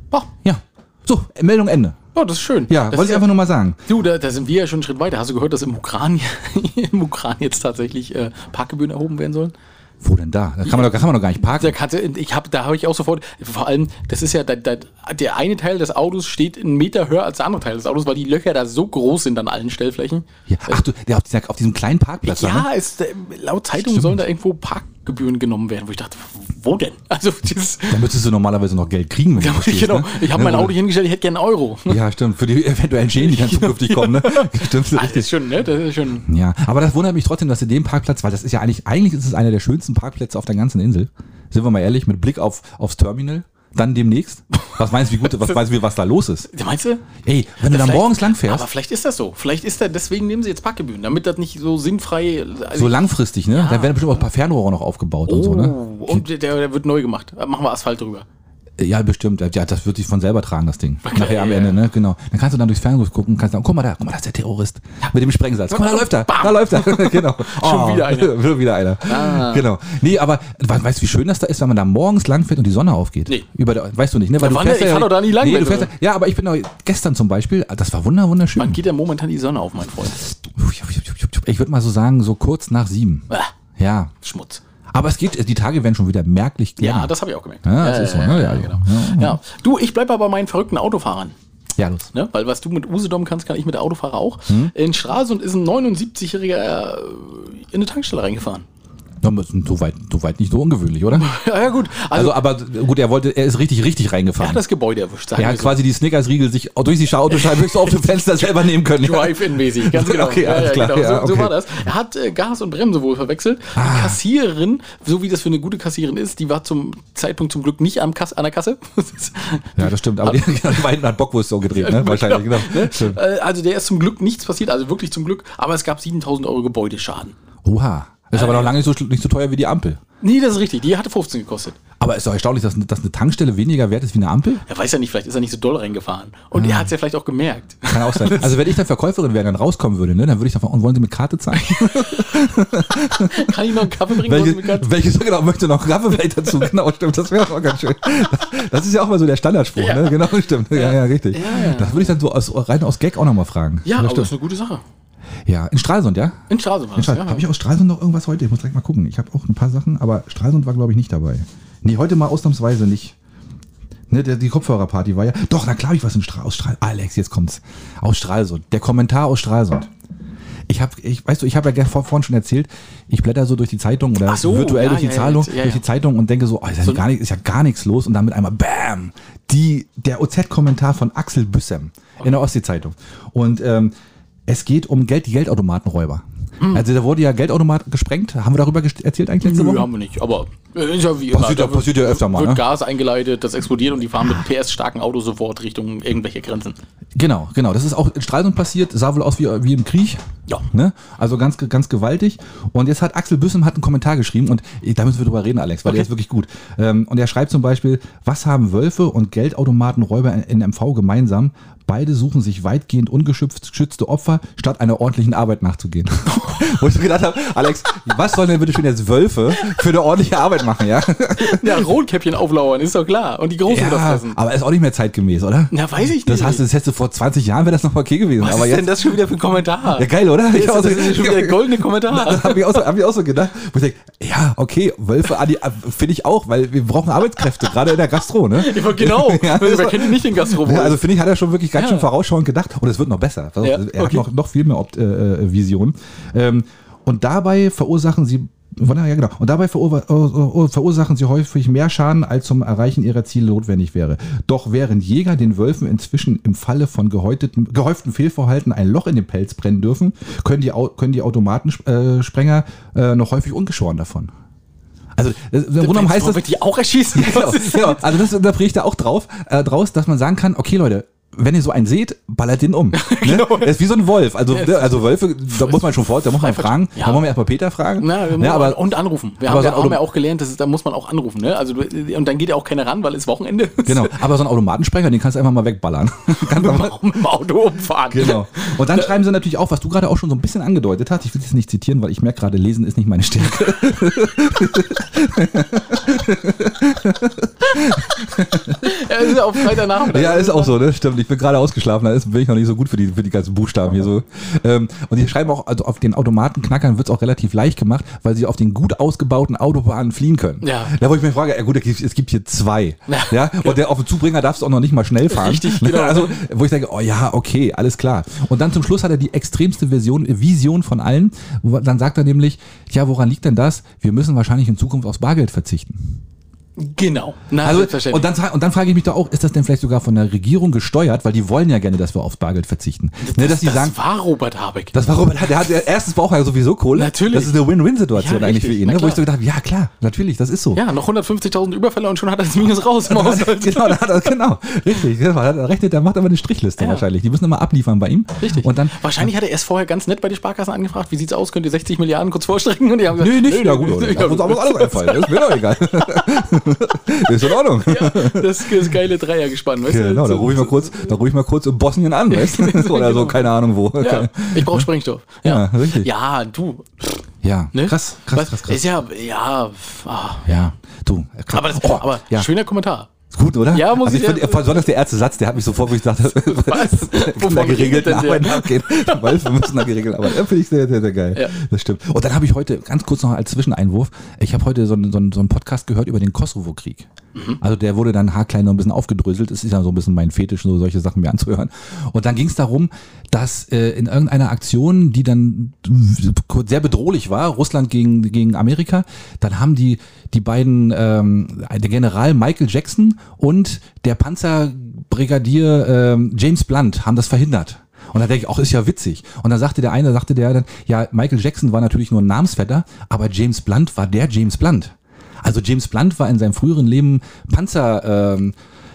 Boah,
Ja. So, Meldung Ende.
oh, das ist schön.
Ja,
das
wollte ich
ist
einfach nur mal sagen.
Du, da, da sind wir ja schon einen Schritt weiter. Hast du gehört, dass im Ukran, im Ukran jetzt tatsächlich äh, Parkgebühren erhoben werden sollen?
Wo denn da? Da kann man doch, kann man doch gar nicht parken.
Da, kannst du- ich hab, da habe ich auch sofort, vor allem, das ist ja, da, da, der eine Teil des Autos steht einen Meter höher als der andere Teil des Autos, weil die Löcher da so groß sind an allen Stellflächen.
Hier. Ach du, der auf, dieser, auf diesem kleinen Parkplatz. da, ne?
Ja, es, äh, laut Zeitung sollen da irgendwo Parkgebühren genommen werden, wo ich dachte, wo denn? Also, das,
Da müsstest du normalerweise noch Geld kriegen, wenn
da,
du da stehst,
genau,
ne?
ich habe
Ne,
mein
wo-
Auto hingestellt, ich hätte gerne einen Euro.
Ja, stimmt. Für die eventuellen Schäden, die dann zukünftig kommen. Ne? Stimmt, so
Das
richtig.
ist schon, ne? Das ist schon.
Ja, aber das wundert mich trotzdem, dass in dem Parkplatz, weil das ist ja eigentlich, eigentlich ist es einer der schönsten Parkplätze auf der ganzen Insel. sind wir mal ehrlich, mit Blick auf, aufs Terminal, dann demnächst. Was meinst du, wie gut, was meinst du, was da los ist?
Meinst du?
Ey, wenn du da
Vielleicht-
morgens lang
Aber
fährst,
vielleicht ist das so. Vielleicht ist da, deswegen nehmen sie jetzt Packgebühren, damit das nicht so sinnfrei. also,
so langfristig, ne? Dann werden bestimmt auch ein paar Fernrohre noch aufgebaut und so, ne?
Oh, und der, der wird neu gemacht. Da Machen wir Asphalt drüber.
Ja, bestimmt. Ja, das wird sich von selber tragen, das Ding.
Okay.
Nachher am Ende, ne? Genau. Dann kannst du dann durchs Fernrohr gucken, kannst sagen, guck mal da, guck mal, das ist der Terrorist. Mit dem Sprengsatz. Guck mal, da läuft er. Da läuft er. genau.
Schon wieder einer. Ah.
Schon wieder einer. Genau. Nee, aber we- weißt du, wie schön das da ist, wenn man da morgens lang fährt und die Sonne aufgeht?
Nee.
Über der, weißt du nicht, ne?
Ja, wann denn? Ich fahr doch da nie lang,
Nee,
wenn
du fährst,
du-
da- ja, aber ich bin auch gestern zum Beispiel, das war wunder, wunderschön.
Wann geht ja momentan die Sonne auf, mein Freund?
Ich würde mal so sagen, so kurz nach sieben.
Ah,
Ja.
Schmutz.
Aber es geht, die Tage werden schon wieder merklich
Ja,
länger.
das habe ich auch gemerkt.
Ja, das ist so, ne? Ja,
genau.
ja.
Ja. Du, ich bleibe aber bei meinen verrückten Autofahrern.
ja, los.
Ne? Weil was du mit Usedom kannst, kann ich mit der Autofahrer auch.
Hm?
In Stralsund ist ein 79-Jähriger äh, in eine Tankstelle reingefahren.
Na, das ist Soweit so weit nicht so ungewöhnlich, oder?
ja, ja, gut. Also,
Also, aber gut, er wollte, er ist richtig, richtig
er
reingefahren.
hat das Gebäude erwischt. sagen
er hat
wir so.
quasi die Snickers-Riegel sich durch die Autoscheibe höchst auf dem Fenster selber nehmen können. Ja.
Drive-In-mäßig, ganz genau.
Okay, alles klar,
genau. So,
ja,
so
okay. Ah.
war das. Er hat äh, Gas und Bremse wohl verwechselt. Die Kassiererin, so wie das für eine gute Kassiererin ist, die war zum Zeitpunkt zum Glück nicht am Kass, an der Kasse.
ja, das stimmt. Aber die, die beiden hat Bockwurst so gedreht, ne? Wahrscheinlich, genau. Stimmt.
Äh, also der ist zum Glück nichts passiert, also wirklich zum Glück. Aber es gab 7000 Euro Gebäudeschaden.
Oha. Ist aber noch lange nicht so, schl- nicht so teuer wie die Ampel.
Nee, das ist richtig. Die hatte 15 gekostet.
Aber ist doch erstaunlich, dass, dass eine Tankstelle weniger wert ist wie eine Ampel.
Er weiß ja nicht, vielleicht ist er nicht so doll reingefahren. Und
Ah.
er hat es ja vielleicht auch gemerkt.
Kann auch sein. Also wenn ich dann Verkäuferin wäre, dann rauskommen würde, ne, dann würde ich davon, und wollen Sie mit Karte zahlen?
Kann ich noch einen Kaffee bringen?
Welche,
Wollen Sie mir ganz-
welches genau möchte noch Raffewelt dazu? Genau, stimmt, das wäre auch ganz schön. Das ist ja auch mal so der Standardspruch,
Ja.
ne? Genau, stimmt. Ja, ja, richtig.
Ja.
Das würde ich dann so aus, rein aus Gag auch nochmal fragen.
ja, aber das ist
stimmt.
eine gute Sache.
Ja, in Stralsund, ja?
In Straße war das,
Schade.
ja.
Habe ich aus Stralsund noch irgendwas heute? Ich muss direkt mal gucken. Ich habe auch ein paar Sachen, aber Stralsund war, glaube ich, nicht dabei. Nee, heute mal ausnahmsweise nicht. Ne, der, die Kopfhörerparty war ja. Doch, na klar, hab ich was in Stra aus Stralsund. Alex, jetzt kommt's. Aus Stralsund. Der Kommentar aus Stralsund. Ich habe, ich, weißt du, ich habe ja gern vor, vorhin schon erzählt, ich blätter so durch die Zeitung oder
Ach so,
virtuell
ja,
durch, die
ja,
Zeitung,
jetzt, ja,
durch die
ja.
Zeitung und denke so, oh, ist, ja gar nicht, ist ja gar nichts los und dann mit einmal BAM! Die, der OZ-Kommentar von Axel Büssem in der Ostsee-Zeitung. Und ähm, es geht um Geld, die Geldautomatenräuber. Also da wurde ja Geldautomat gesprengt. Haben wir darüber gest- erzählt eigentlich letzte
Mhm. Nö,
Woche?
haben wir nicht, aber äh, ist ja wie
Passiert ja-
da wird-
passiert ja öfter mal,
Wird
ne?
Gas eingeleitet, das explodiert und die fahren mit PS-starken Autos sofort Richtung irgendwelche Grenzen.
Genau, genau. Das ist auch in Stralsund passiert. Sah wohl aus wie, wie im Krieg.
Ja.
Ne? Also ganz, ganz gewaltig. Und jetzt hat Axel Büssem hat einen Kommentar geschrieben und ich- da müssen wir drüber reden, Alex, weil der ist wirklich gut. Ähm, und er schreibt zum Beispiel, was haben Wölfe und Geldautomatenräuber in, in MV gemeinsam? Beide suchen sich weitgehend ungeschützte Opfer, statt einer ordentlichen Arbeit nachzugehen. Wo ich so gedacht habe, Alex, was sollen denn bitte schön jetzt Wölfe für eine ordentliche Arbeit machen, ja?
Ja, Rotkäppchen auflauern, ist doch klar. Und die Großen das fressen.
aber ist auch nicht mehr zeitgemäß, oder?
Na, weiß ich nicht.
Das hast du, das hättest du vor 20 Jahren wäre das noch okay gewesen.
Was
aber
ist
jetzt,
denn das schon wieder für ein Kommentar?
Ja, geil, oder?
Das ist, das ist schon wieder der goldene
Das
Kommentar.
habe ich, auch so- hab ich auch so gedacht. Wo ich denke, ja, okay, Wölfe Adi, äh, finde ich auch, weil wir brauchen Arbeitskräfte, gerade in der Gastro, ne?
Ja, genau,
Ja, das
wer
war-
kennt nicht den Gastrobo?
Ja, also finde ich, hat er schon wirklich ganz
Ja.
schön vorausschauend gedacht. Und es wird noch besser. Pass auf,
Ja,
Er hat
okay.
noch, noch viel mehr Opt äh, äh, Vision. Ähm, und dabei verursachen sie. Ja, ja, genau. Und dabei verur- äh, äh, verursachen sie häufig mehr Schaden, als zum Erreichen ihrer Ziele notwendig wäre. Doch während Jäger den Wölfen inzwischen im Falle von gehäutetem- gehäuften Fehlverhalten ein Loch in den Pelz brennen dürfen, können die, Au- können die Automatensprenger äh, noch häufig ungeschoren davon. Also, äh, im Grunde genommen heißt das,
Wird die auch erschießen?
ja,
Was ist-
genau, genau. Also das unterbricht ich da auch drauf, äh, draus, dass man sagen kann, okay Leute, wenn ihr so einen seht, ballert den um. Ne?
Genau.
Er ist wie so ein Wolf. Also, ne, also Wölfe, da muss man schon vor, da muss man fragen.
Ja.
Da wollen wir erstmal Peter fragen.
Na, wir
ja,
müssen-
aber
und anrufen. Wir
aber
haben,
so
ja,
ein
haben
Auto-
ja auch gelernt, das ist, da muss man auch anrufen. Ne? Also, du- und dann geht ja auch keiner ran, weil es Wochenende ist.
genau. Aber so ein Automatensprenger, den kannst du einfach mal wegballern. Ganz normal.
Warum im Auto umfahren?
Genau. Und dann schreiben sie natürlich auch, was du gerade auch schon so ein bisschen angedeutet hast. Ich will es nicht zitieren, weil ich merke gerade, lesen ist nicht meine Stärke.
Ja, es ist auf Freitagnachmittag.
Ja, ist auch so, ne? Stimmt. Ich bin gerade ausgeschlafen, da ist, bin ich noch nicht so gut für die, für die ganzen Buchstaben hier so. Ähm, und die schreiben auch, also auf den Automatenknackern wird's auch relativ leicht gemacht, weil sie auf den gut ausgebauten Autobahnen fliehen können.
Ja.
Da wo ich mir frage, ja gut, es gibt- es gibt hier zwei. Ja. Und der auf dem Zubringer darfst du auch noch nicht mal schnell fahren.
Richtig, genau.
Also, wo ich denke, oh ja, okay, alles klar. Und dann zum Schluss hat er die extremste Version, Vision von allen. Wo- Dann sagt er nämlich, ja, woran liegt denn das? Wir müssen wahrscheinlich in Zukunft aufs Bargeld verzichten.
Genau. Na,
Also,
selbstverständlich.
und, dann, fra- und dann frage ich mich doch auch, ist das denn vielleicht sogar von der Regierung gesteuert? Weil die wollen ja gerne, dass wir auf Bargeld verzichten. ne, dass die
das
sagen,
war Robert Habeck.
das war Robert, der hat der- erstens braucht er ja sowieso Kohle.
Natürlich.
Das ist eine Win-Win-Situation
Ja,
eigentlich für
richtig.
ihn.
Na
Ne? Wo
klar.
ich so gedacht habe, ja klar, natürlich, das ist so.
ja, noch 150.000 Überfälle und schon hat er das Minus raus. im
Da hat,
Haushalt.
genau, da hat er, genau, richtig. genau, Da hat er rechnet, der macht aber eine Strichliste
Ja.
wahrscheinlich. Die müssen immer abliefern bei ihm.
Richtig.
Und dann,
Wahrscheinlich hat er erst vorher ganz nett bei den Sparkassen angefragt, wie sieht's aus, könnt ihr 60 Milliarden kurz vorstrecken? Und die haben gesagt,
nee, nicht, ja gut,
nö,
das
ja,
muss aber alles einfallen. Das ist mir doch egal. ist in Ordnung.
Das ist geile Dreiergespann, weißt
Genau, da
So-
rufe ich mal kurz, da rufe ich mal kurz in Bosnien an, weißt du? Oder so, keine Ahnung wo.
Genau. Ja, ich brauche Sprengstoff. Ja.
Ja, richtig.
Ja, du.
Ja,
Ne?
krass, krass,
Was-
krass, krass.
Ist ja, ja, ah.
Ja, du. krass.
aber, das,
Oh,
aber
ja.
schöner Kommentar.
Ist gut, oder?
Ja, muss
also ich
ich-
fand, Besonders der erste Satz, der hat mich sofort, wo ich dachte,
Was?
von der
Wovon redet
geregelten
denn der?
Arbeit nachgehen. Ich weiß, wir müssen nach geregelten Arbeit. Ja, finde ich sehr, sehr, sehr geil.
Ja.
Das stimmt. Und dann habe ich heute, ganz kurz noch als Zwischeneinwurf, ich habe heute so einen, so, einen, so einen Podcast gehört über den Kosovo-Krieg. Also der wurde dann haarklein noch ein bisschen aufgedröselt. Es ist ja so ein bisschen mein Fetisch, so solche Sachen mir anzuhören. Und dann ging es darum, dass äh, in irgendeiner Aktion, die dann sehr bedrohlich war, Russland gegen, gegen Amerika, dann haben die, die beiden, ähm, der General Michael Jackson und der Panzerbrigadier ähm, James Blunt haben das verhindert. Und da denke ich, auch ist ja witzig. Und dann sagte der eine, sagte der dann, ja, Michael Jackson war natürlich nur ein Namensvetter, aber James Blunt war der James Blunt. Also James Blunt war in seinem früheren Leben Panzer, ähm,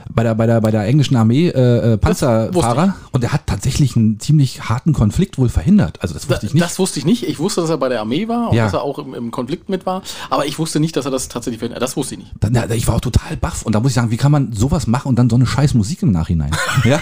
bei der, bei der, bei der englischen Armee äh, äh, Panzerfahrer und er hat tatsächlich einen ziemlich harten Konflikt wohl verhindert. Also
Da,
das wusste ich nicht.
Das wusste ich nicht. Ich wusste, dass er bei der Armee war und
Ja.
dass er auch im, im Konflikt mit war. Aber ich wusste nicht, dass er das tatsächlich verhindert. Das wusste ich nicht.
Dann, na, ich war auch total baff und da muss ich sagen, wie kann man sowas machen und dann so eine scheiß Musik im Nachhinein? ja,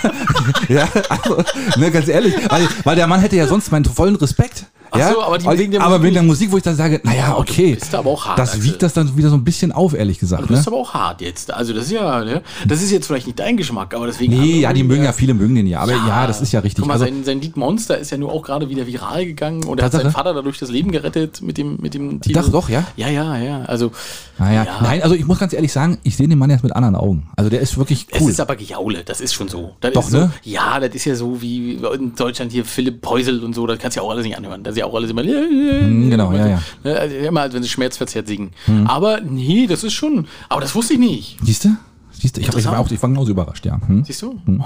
ja also, ne, ganz ehrlich, weil, weil der Mann hätte ja sonst meinen vollen Respekt.
Ach
ja,
so, aber die-
Weil-
wegen der
aber
Musik
wegen der Musik, wo ich dann sage, naja,
du
okay,
bist aber auch hart,
das
Axel.
wiegt das dann wieder so ein bisschen auf, ehrlich gesagt.
Du bist
Ne?
aber auch hart jetzt. Also das ist ja, ne? das ist jetzt vielleicht nicht dein Geschmack, aber deswegen.
Nee, ja, die mögen ja, viele mögen den ja, aber ja, das ist ja richtig.
Guck mal,
Also,
sein, sein Lied Monster ist ja nur auch gerade wieder viral gegangen und er hat seinen
Tatsache.
Vater dadurch das Leben gerettet mit dem, mit dem Titel.
Doch, doch, ja.
Ja, ja, ja. Also,
naja,
ja.
nein, also ich muss ganz ehrlich sagen, ich sehe den Mann jetzt mit anderen Augen. Also der ist wirklich
Es
cool.
ist aber Gejaule, das ist schon so. Das
Doch,
ist so,
ne?
Ja, das ist ja so wie in Deutschland hier Philipp Peusel und so, das kannst du ja auch alles nicht anhören. Das ist ja auch alles immer. Genau,
genau, ja, Hm. ja.
Also immer, als wenn sie schmerzverzerrt singen. Aber nee, das ist schon. Aber das wusste ich nicht.
Siehst du? Siehst du? Ich, hab, ich war
Interessant.
auch, ich war genauso überrascht, ja. Hm?
Siehst du? Oh, ne,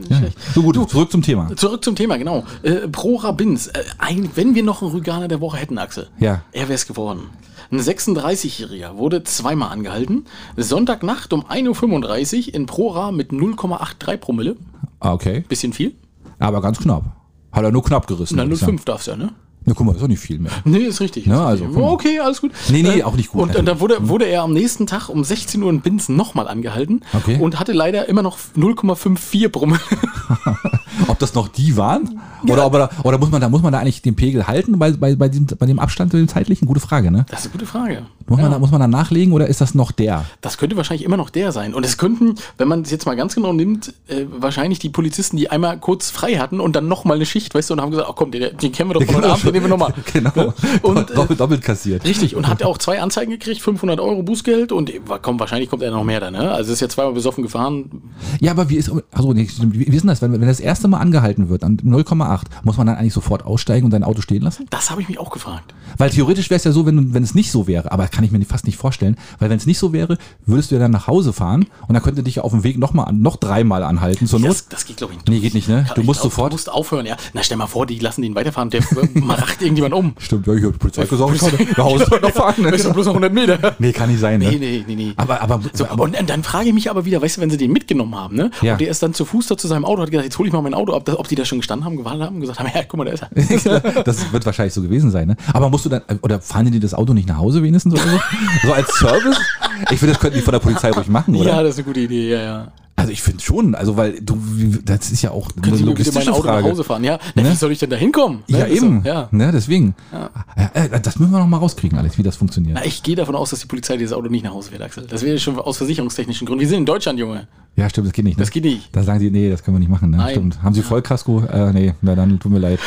nicht
ja.
schlecht.
So gut, zurück zum Thema.
Zurück zum Thema, genau. Äh, Pro Rabins. Äh, ein, wenn wir noch einen Rüganer der Woche hätten, Axel,
Ja.
er wäre es geworden. Ein 36-Jähriger wurde zweimal angehalten. Sonntagnacht um 1.35 Uhr in Prora mit 0,83 Promille.
Ah, okay.
Bisschen viel.
Aber ganz knapp. Hat er nur knapp gerissen.
Na,
würd ich sagen.
05 darfst du ja, ne?
Na, guck mal, ist doch nicht viel mehr.
Nee, ist richtig.
Ja,
ist
also,
richtig.
guck mal.
okay, alles gut.
Nee, nee,
Äh,
auch nicht gut,
Und, und dann wurde, wurde er am nächsten Tag um 16 Uhr in Binz nochmal angehalten
Okay.
und hatte leider immer noch 0,54 Promille.
Ob das noch die waren? Oder, ob er, oder muss man da muss man da eigentlich den Pegel halten bei, bei, bei, diesem, bei dem Abstand dem zeitlichen? Gute Frage, ne?
Das ist eine gute Frage.
Muss, man da, muss man da nachlegen oder ist das noch der?
Das könnte wahrscheinlich immer noch der sein. Und es könnten, wenn man es jetzt mal ganz genau nimmt, äh, wahrscheinlich die Polizisten, die einmal kurz frei hatten und dann nochmal eine Schicht, weißt du, und haben gesagt, ach komm, den, den kennen wir doch von heute Abend, den nehmen wir nochmal.
genau.
Und, äh,
doppelt, doppelt kassiert.
Richtig, und hat auch zwei Anzeigen gekriegt, 500 Euro Bußgeld und äh, komm, wahrscheinlich kommt er noch mehr da, ne? Also ist ja zweimal besoffen gefahren.
Ja, aber wie ist, also nee, stimmt. wie wie ist denn das, wenn, wenn das erste Mal angehalten wird, an 0,8, muss man dann eigentlich sofort aussteigen und sein Auto stehen lassen?
Das habe ich mich auch gefragt.
Weil theoretisch wäre es ja so, wenn, du- wenn es nicht so wäre, aber kann ich mir fast nicht vorstellen, weil wenn es nicht so wäre, würdest du ja dann nach Hause fahren und dann könnte dich ja auf dem Weg nochmal an, noch dreimal anhalten zur Not.
Das, das geht, glaube ich, nicht.
Nee, geht nicht, ne? Du
Ich
musst
glaub,
sofort.
Du musst aufhören, ja. Na, stell mal vor, die lassen den weiterfahren, der macht irgendjemand um.
Stimmt, ja, ich habe Polizei gesagt,
Polizei-
schade. Nach Hause soll ich noch fahren.
Weißt du,
Ne?
bloß noch 100 Meter.
Nee, kann nicht sein, ne?
Nee, nee, nee, nee.
Aber, aber,
So,
aber
und, und dann frage ich mich aber wieder, weißt du, wenn sie den mitgenommen haben, ne?
Ja.
Und der ist dann zu Fuß da zu seinem Auto, hat gesagt, jetzt hole ich mal mein Auto ab, ob die da schon gestanden haben, gewartet haben, gesagt haben, ja, guck mal, da ist er.
das wird wahrscheinlich so gewesen sein, ne? Aber musst du dann, oder fahren die dir das Auto nicht nach Hause wenigstens oder so? so als Service? Ich finde, das könnten die von der Polizei ruhig machen, oder?
Ja, das ist eine gute Idee, ja, ja.
Also ich finde schon, also weil du, das ist ja auch
Können
eine
Sie mir bitte mein
logistische
Auto nach
Frage.
Hause fahren? Ja, Na,
Ne?
wie soll ich denn da hinkommen? Ne?
Ja,
Das ist
eben.
So, ja.
Ne, deswegen. Äh, äh, Das müssen wir noch mal rauskriegen, alles, wie das funktioniert.
Na, ich gehe davon aus, dass die Polizei dieses Auto nicht nach Hause fährt, Axel. Das wäre schon aus versicherungstechnischen Gründen. Wir sind in Deutschland, Junge.
Ja, stimmt, das geht nicht. Ne?
Das geht nicht.
Da sagen die, nee, das können wir nicht machen. Ne?
Nein.
Stimmt. Haben sie Vollkasko? Äh, nee, na dann, tut mir leid.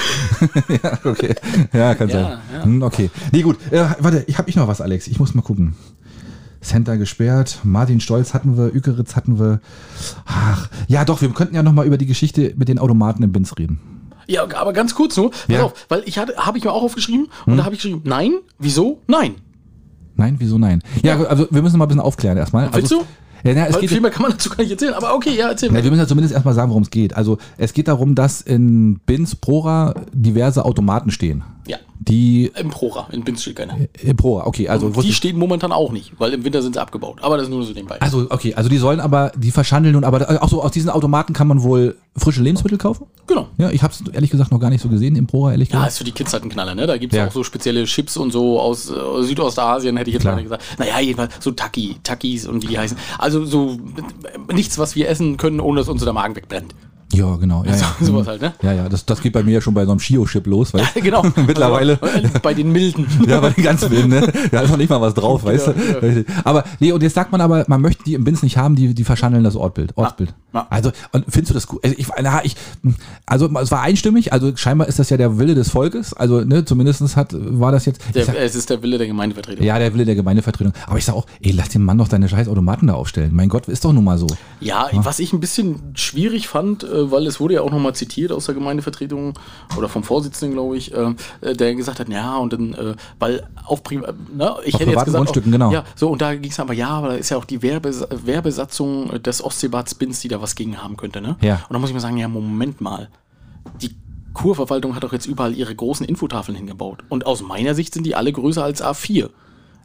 ja, okay. Ja, kann
Ja,
sein.
ja.
Hm, okay. Nee, gut. Äh, warte, ich habe ich noch was, Alex. Ich muss mal gucken. Center gesperrt, Martin Stolz hatten wir, Ükeritz hatten wir. Ach, ja doch, wir könnten ja noch mal über die Geschichte mit den Automaten im Binz reden.
Ja, aber ganz kurz nur, pass
Ja. Hm?
auf, weil ich hatte, habe ich mir auch aufgeschrieben und da habe ich geschrieben, nein, wieso, nein.
Nein, wieso nein? Ja, also wir müssen mal ein bisschen aufklären erstmal.
Willst
also, Ja, Ne. na, es
Weil
geht,
viel mehr kann man dazu gar nicht erzählen. Aber okay, ja, erzähl
na,
mal.
wir müssen ja zumindest erstmal sagen, worum es geht. Also es geht darum, dass in Bins Prora diverse Automaten stehen.
Ja,
Die
im Prora, in Binz steht keiner.
im Prora, okay, also
Die stehen momentan auch nicht, weil im Winter sind sie abgebaut. Aber das ist nur so nebenbei.
Also, okay, also die sollen aber, die verschandeln nun aber, also auch so aus diesen Automaten kann man wohl frische Lebensmittel kaufen?
Genau.
Ja, ich hab's ehrlich gesagt noch gar nicht so gesehen im Prora, ehrlich
Ja,
gesagt.
ist für die Kids halt ein Knaller, ne? Da gibt es
Ja.
auch so spezielle Chips und so aus äh, Südostasien, hätte ich jetzt
Klar.
mal gesagt. Naja, jedenfalls so Taki, Takis und wie die heißen. Also so äh, nichts, was wir essen können, ohne dass uns der Magen wegbrennt.
Ja, genau. Ja, ja.
Sowas halt, ne?
Ja, ja, das, das geht bei mir ja schon bei so einem Shio-Chip los, weil
Genau.
Mittlerweile.
Also, äh, bei den Milden.
Ja, bei den ganzen Wilden, ne? Da ist noch nicht mal was drauf, weißt du? Richtig. Aber, nee, und jetzt sagt man aber, man möchte die im Bins nicht haben, die, die verschandeln das Ortbild. Ortsbild.
Ja.
Also, und findest du das gut? Also, ich, na, ich, also, es war einstimmig, also scheinbar ist das ja der Wille des Volkes, also, ne, zumindestens hat, war das jetzt. ich
Der, äh,
sag-
es ist der Wille der Gemeindevertreter.
Ja, der Wille der Gemeindevertretung. Aber ich sag auch, ey, lass den Mann doch deine scheiß Automaten da aufstellen. Mein Gott, ist doch nun mal so.
Ja, was ich ein bisschen schwierig fand, äh, weil es wurde ja auch nochmal zitiert aus der Gemeindevertretung oder vom Vorsitzenden, glaube ich, äh, äh, der gesagt hat, ja, und dann, äh, weil auf, Pri äh, na, ich
Auf
hätte jetzt
privaten
gesagt,
Grundstücken,
auch,
genau.
Ja, so, und da ging es aber, ja, aber da ist ja auch die Werbes Werbesatzung des Ostseebads Bins, die da was gegen haben könnte, ne?
Ja.
Und da muss ich mir sagen, ja, Moment mal. Die Kurverwaltung hat doch jetzt überall ihre großen Infotafeln hingebaut. Und aus meiner Sicht sind die alle größer als A4.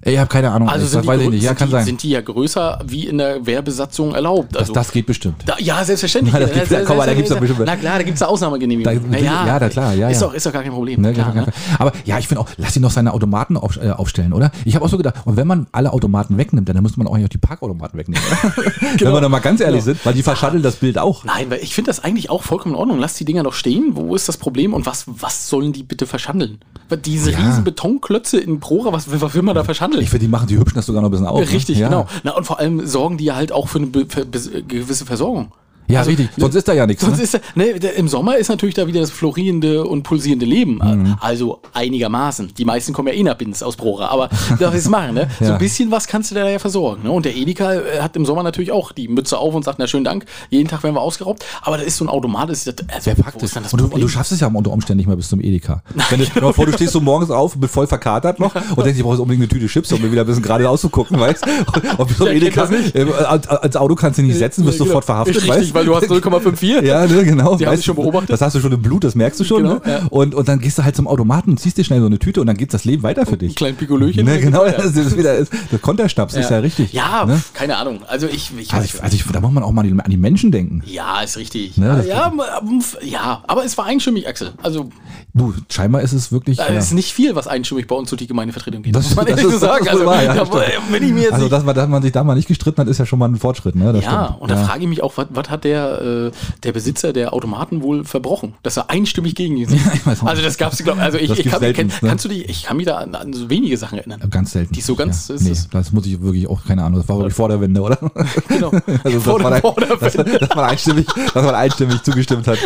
Ey, Ich habe keine Ahnung.
Also
ich,
sind,
das
die,
weiß ich
grö-
nicht. Ja,
sind,
kann
die,
sein.
sind die ja größer wie in der Werbesatzung erlaubt.
das,
Also,
das geht bestimmt.
da, ja, selbstverständlich.
Na, das gibt's-
Ja,
komm mal, da
selbstverständlich.
gibt's doch bestimmt-
Na klar, da gibt es eine Ausnahmegenehmigung.
Da- ja, da klar, ja,
Ist
ja.
doch, ist doch gar kein Problem.
Ne,
klar, ne?
Aber ja, ich finde auch, lass ihn doch seine Automaten auf, äh, aufstellen, oder? Ich habe auch so gedacht, und wenn man alle Automaten wegnimmt, dann müsste man auch nicht auch die Parkautomaten wegnehmen.
Genau.
Wenn wir da mal ganz ehrlich sind, weil die verschatteln das Bild auch.
Nein, weil ich finde das eigentlich auch vollkommen in Ordnung. Lass die Dinger doch stehen. Wo ist das Problem? Und was, was sollen die bitte verschandeln? Weil diese
Ja.
riesen Betonklötze in Prora, was, will- was will man da verschandeln?
Ich finde, die machen, die hübschen das sogar noch ein bisschen auf. ne?
Richtig,
ja.
genau. Na, und vor allem sorgen die ja halt auch für eine be für bes- gewisse Versorgung.
Ja,
Also,
richtig. Sonst ist da ja nichts.
Sonst
ne?
ist da, ne, der- im Sommer ist natürlich da wieder das florierende und pulsierende Leben.
Mhm.
Also einigermaßen. Die meisten kommen ja eh nach Binz aus Prora, aber das ist machen, ne? So
Ja.
ein bisschen was kannst du da ja versorgen. Ne? Und der Edeka äh, hat im Sommer natürlich auch die Mütze auf und sagt, na schönen Dank, jeden Tag werden wir ausgeraubt. Aber das ist so ein Automat, das ist das, also,
Wer packt
wo
es?
ist dann das
Und du, und
Problem?
du schaffst es ja unter Umständen nicht mehr bis zum Edeka. Wenn du, genau, vor, du stehst so morgens auf, bist voll verkatert noch und denkst, ich brauche jetzt unbedingt eine Tüte Chips, um mir wieder ein bisschen geradeaus zu gucken, weißt du? Und bis zum
Wer kennt
Edeka,
das nicht?
äh, als als Auto kannst du nicht setzen, wirst
Ja, genau.
sofort verhaftet,
Richtig,
weißt
weil du hast 0,54.
Ja, ne, genau.
Die haben
weißt
dich schon
du,
beobachtet.
Das hast du schon im Blut, das merkst du schon.
Genau,
ne? und, und dann gehst du halt zum Automaten und ziehst dir schnell so eine Tüte und dann geht das Leben weiter für
Ein
dich.
kleines Pikolöchen.
Ne, genau, das ist wieder das der Konterschnaps, ist ja richtig.
Ja,
Ne?
pf, keine Ahnung. Also ich, ich
Also, ich, also ich, da muss man auch mal an die Menschen denken.
ja, ist richtig.
Ne,
Ja,
das-
ja, m- ja, aber es war einstimmig, Axel. Also
Du, scheinbar ist es wirklich.
Da
ja.
ist nicht viel, was einstimmig bei uns durch die Gemeindevertretung geht.
Das-
muss man
das
ehrlich so
ist- das
sagen.
ist
Also,
wohl wahr, ja,
da
stimmt.
bin ich mir jetzt
Also,
nicht.
dass man, dass man sich da mal nicht gestritten hat, ist ja schon mal ein Fortschritt, ne? Das
Ja,
stimmt.
und da frage ich mich auch, was, was hat der, äh, der Besitzer der Automaten wohl verbrochen, dass er einstimmig gegen ihn
Ja, ich weiß auch
Also das gab's, glaube also ich,
Das
ich
gibt's
kann, mich-
selten,
kenn,
ne?
kannst du dich, ich kann mich da an, an so wenige Sachen erinnern.
Ganz selten.
Die ist so ganz-
Ja.
ist
nee,
es-
das muss ich wirklich auch, keine Ahnung, das war wirklich vor der Wende, oder?
Genau.
Also,
Vor der-
dass,
vor
man,
der
dass, man, dass, man einstimmig, dass man einstimmig zugestimmt hat,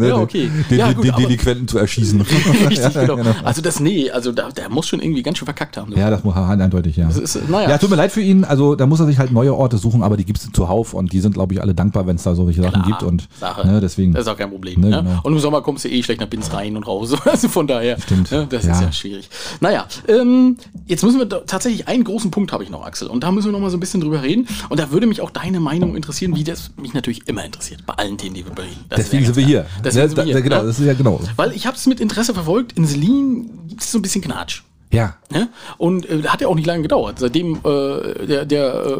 Ja, okay.
den,
Ja,
den,
gut,
den
aber-
Delinquenten zu erschießen.
Richtig,
ja,
genau. Also das, nee, also da, der muss schon irgendwie ganz schön verkackt haben.
Ja, das muss eindeutig, ja.
Das ist, naja.
Ja, tut mir leid für ihn. Also da muss er sich halt neue Orte suchen, aber die gibt es zuhauf und die sind, glaube ich, alle dankbar, wenn es da solche Sachen gibt. Und
Sache.
ne, deswegen.
Das ist auch kein Problem.
Ne,
Ne,
genau.
Und im Sommer kommst du eh schlecht nach Binz rein und raus. Also von daher.
Stimmt.
Ne, das
Ja.
ist ja schwierig. Naja, ähm, jetzt müssen wir da- tatsächlich einen großen Punkt habe ich noch, Axel. Und da müssen wir noch mal so ein bisschen drüber reden. Und da würde mich auch deine Meinung interessieren, wie das mich natürlich immer interessiert. Bei allen Themen, die wir bereden. Das
Deswegen
ist ja
sind wir hier.
ganz klar. Deswegen
Ja,
sind wir
da-
hier.
da- Genau,
ne?
das ist ja genau.
Weil ich habe es mit Interesse verfolgt. In Selin gibt es so ein bisschen Knatsch.
Ja.
Ne? Und äh, hat ja auch nicht lange gedauert. Seitdem äh, der, der äh,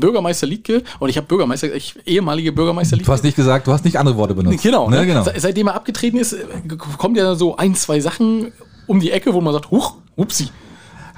Bürgermeister Liedke, und ich habe Bürgermeister, ich, ehemalige Bürgermeister Liedke.
Du hast nicht gesagt, du hast nicht andere Worte benutzt.
Genau,
ne?
ne?
genau.
Se seitdem er abgetreten ist, äh, g- kommt ja so ein, zwei Sachen um die Ecke, wo man sagt, huch, hupsi,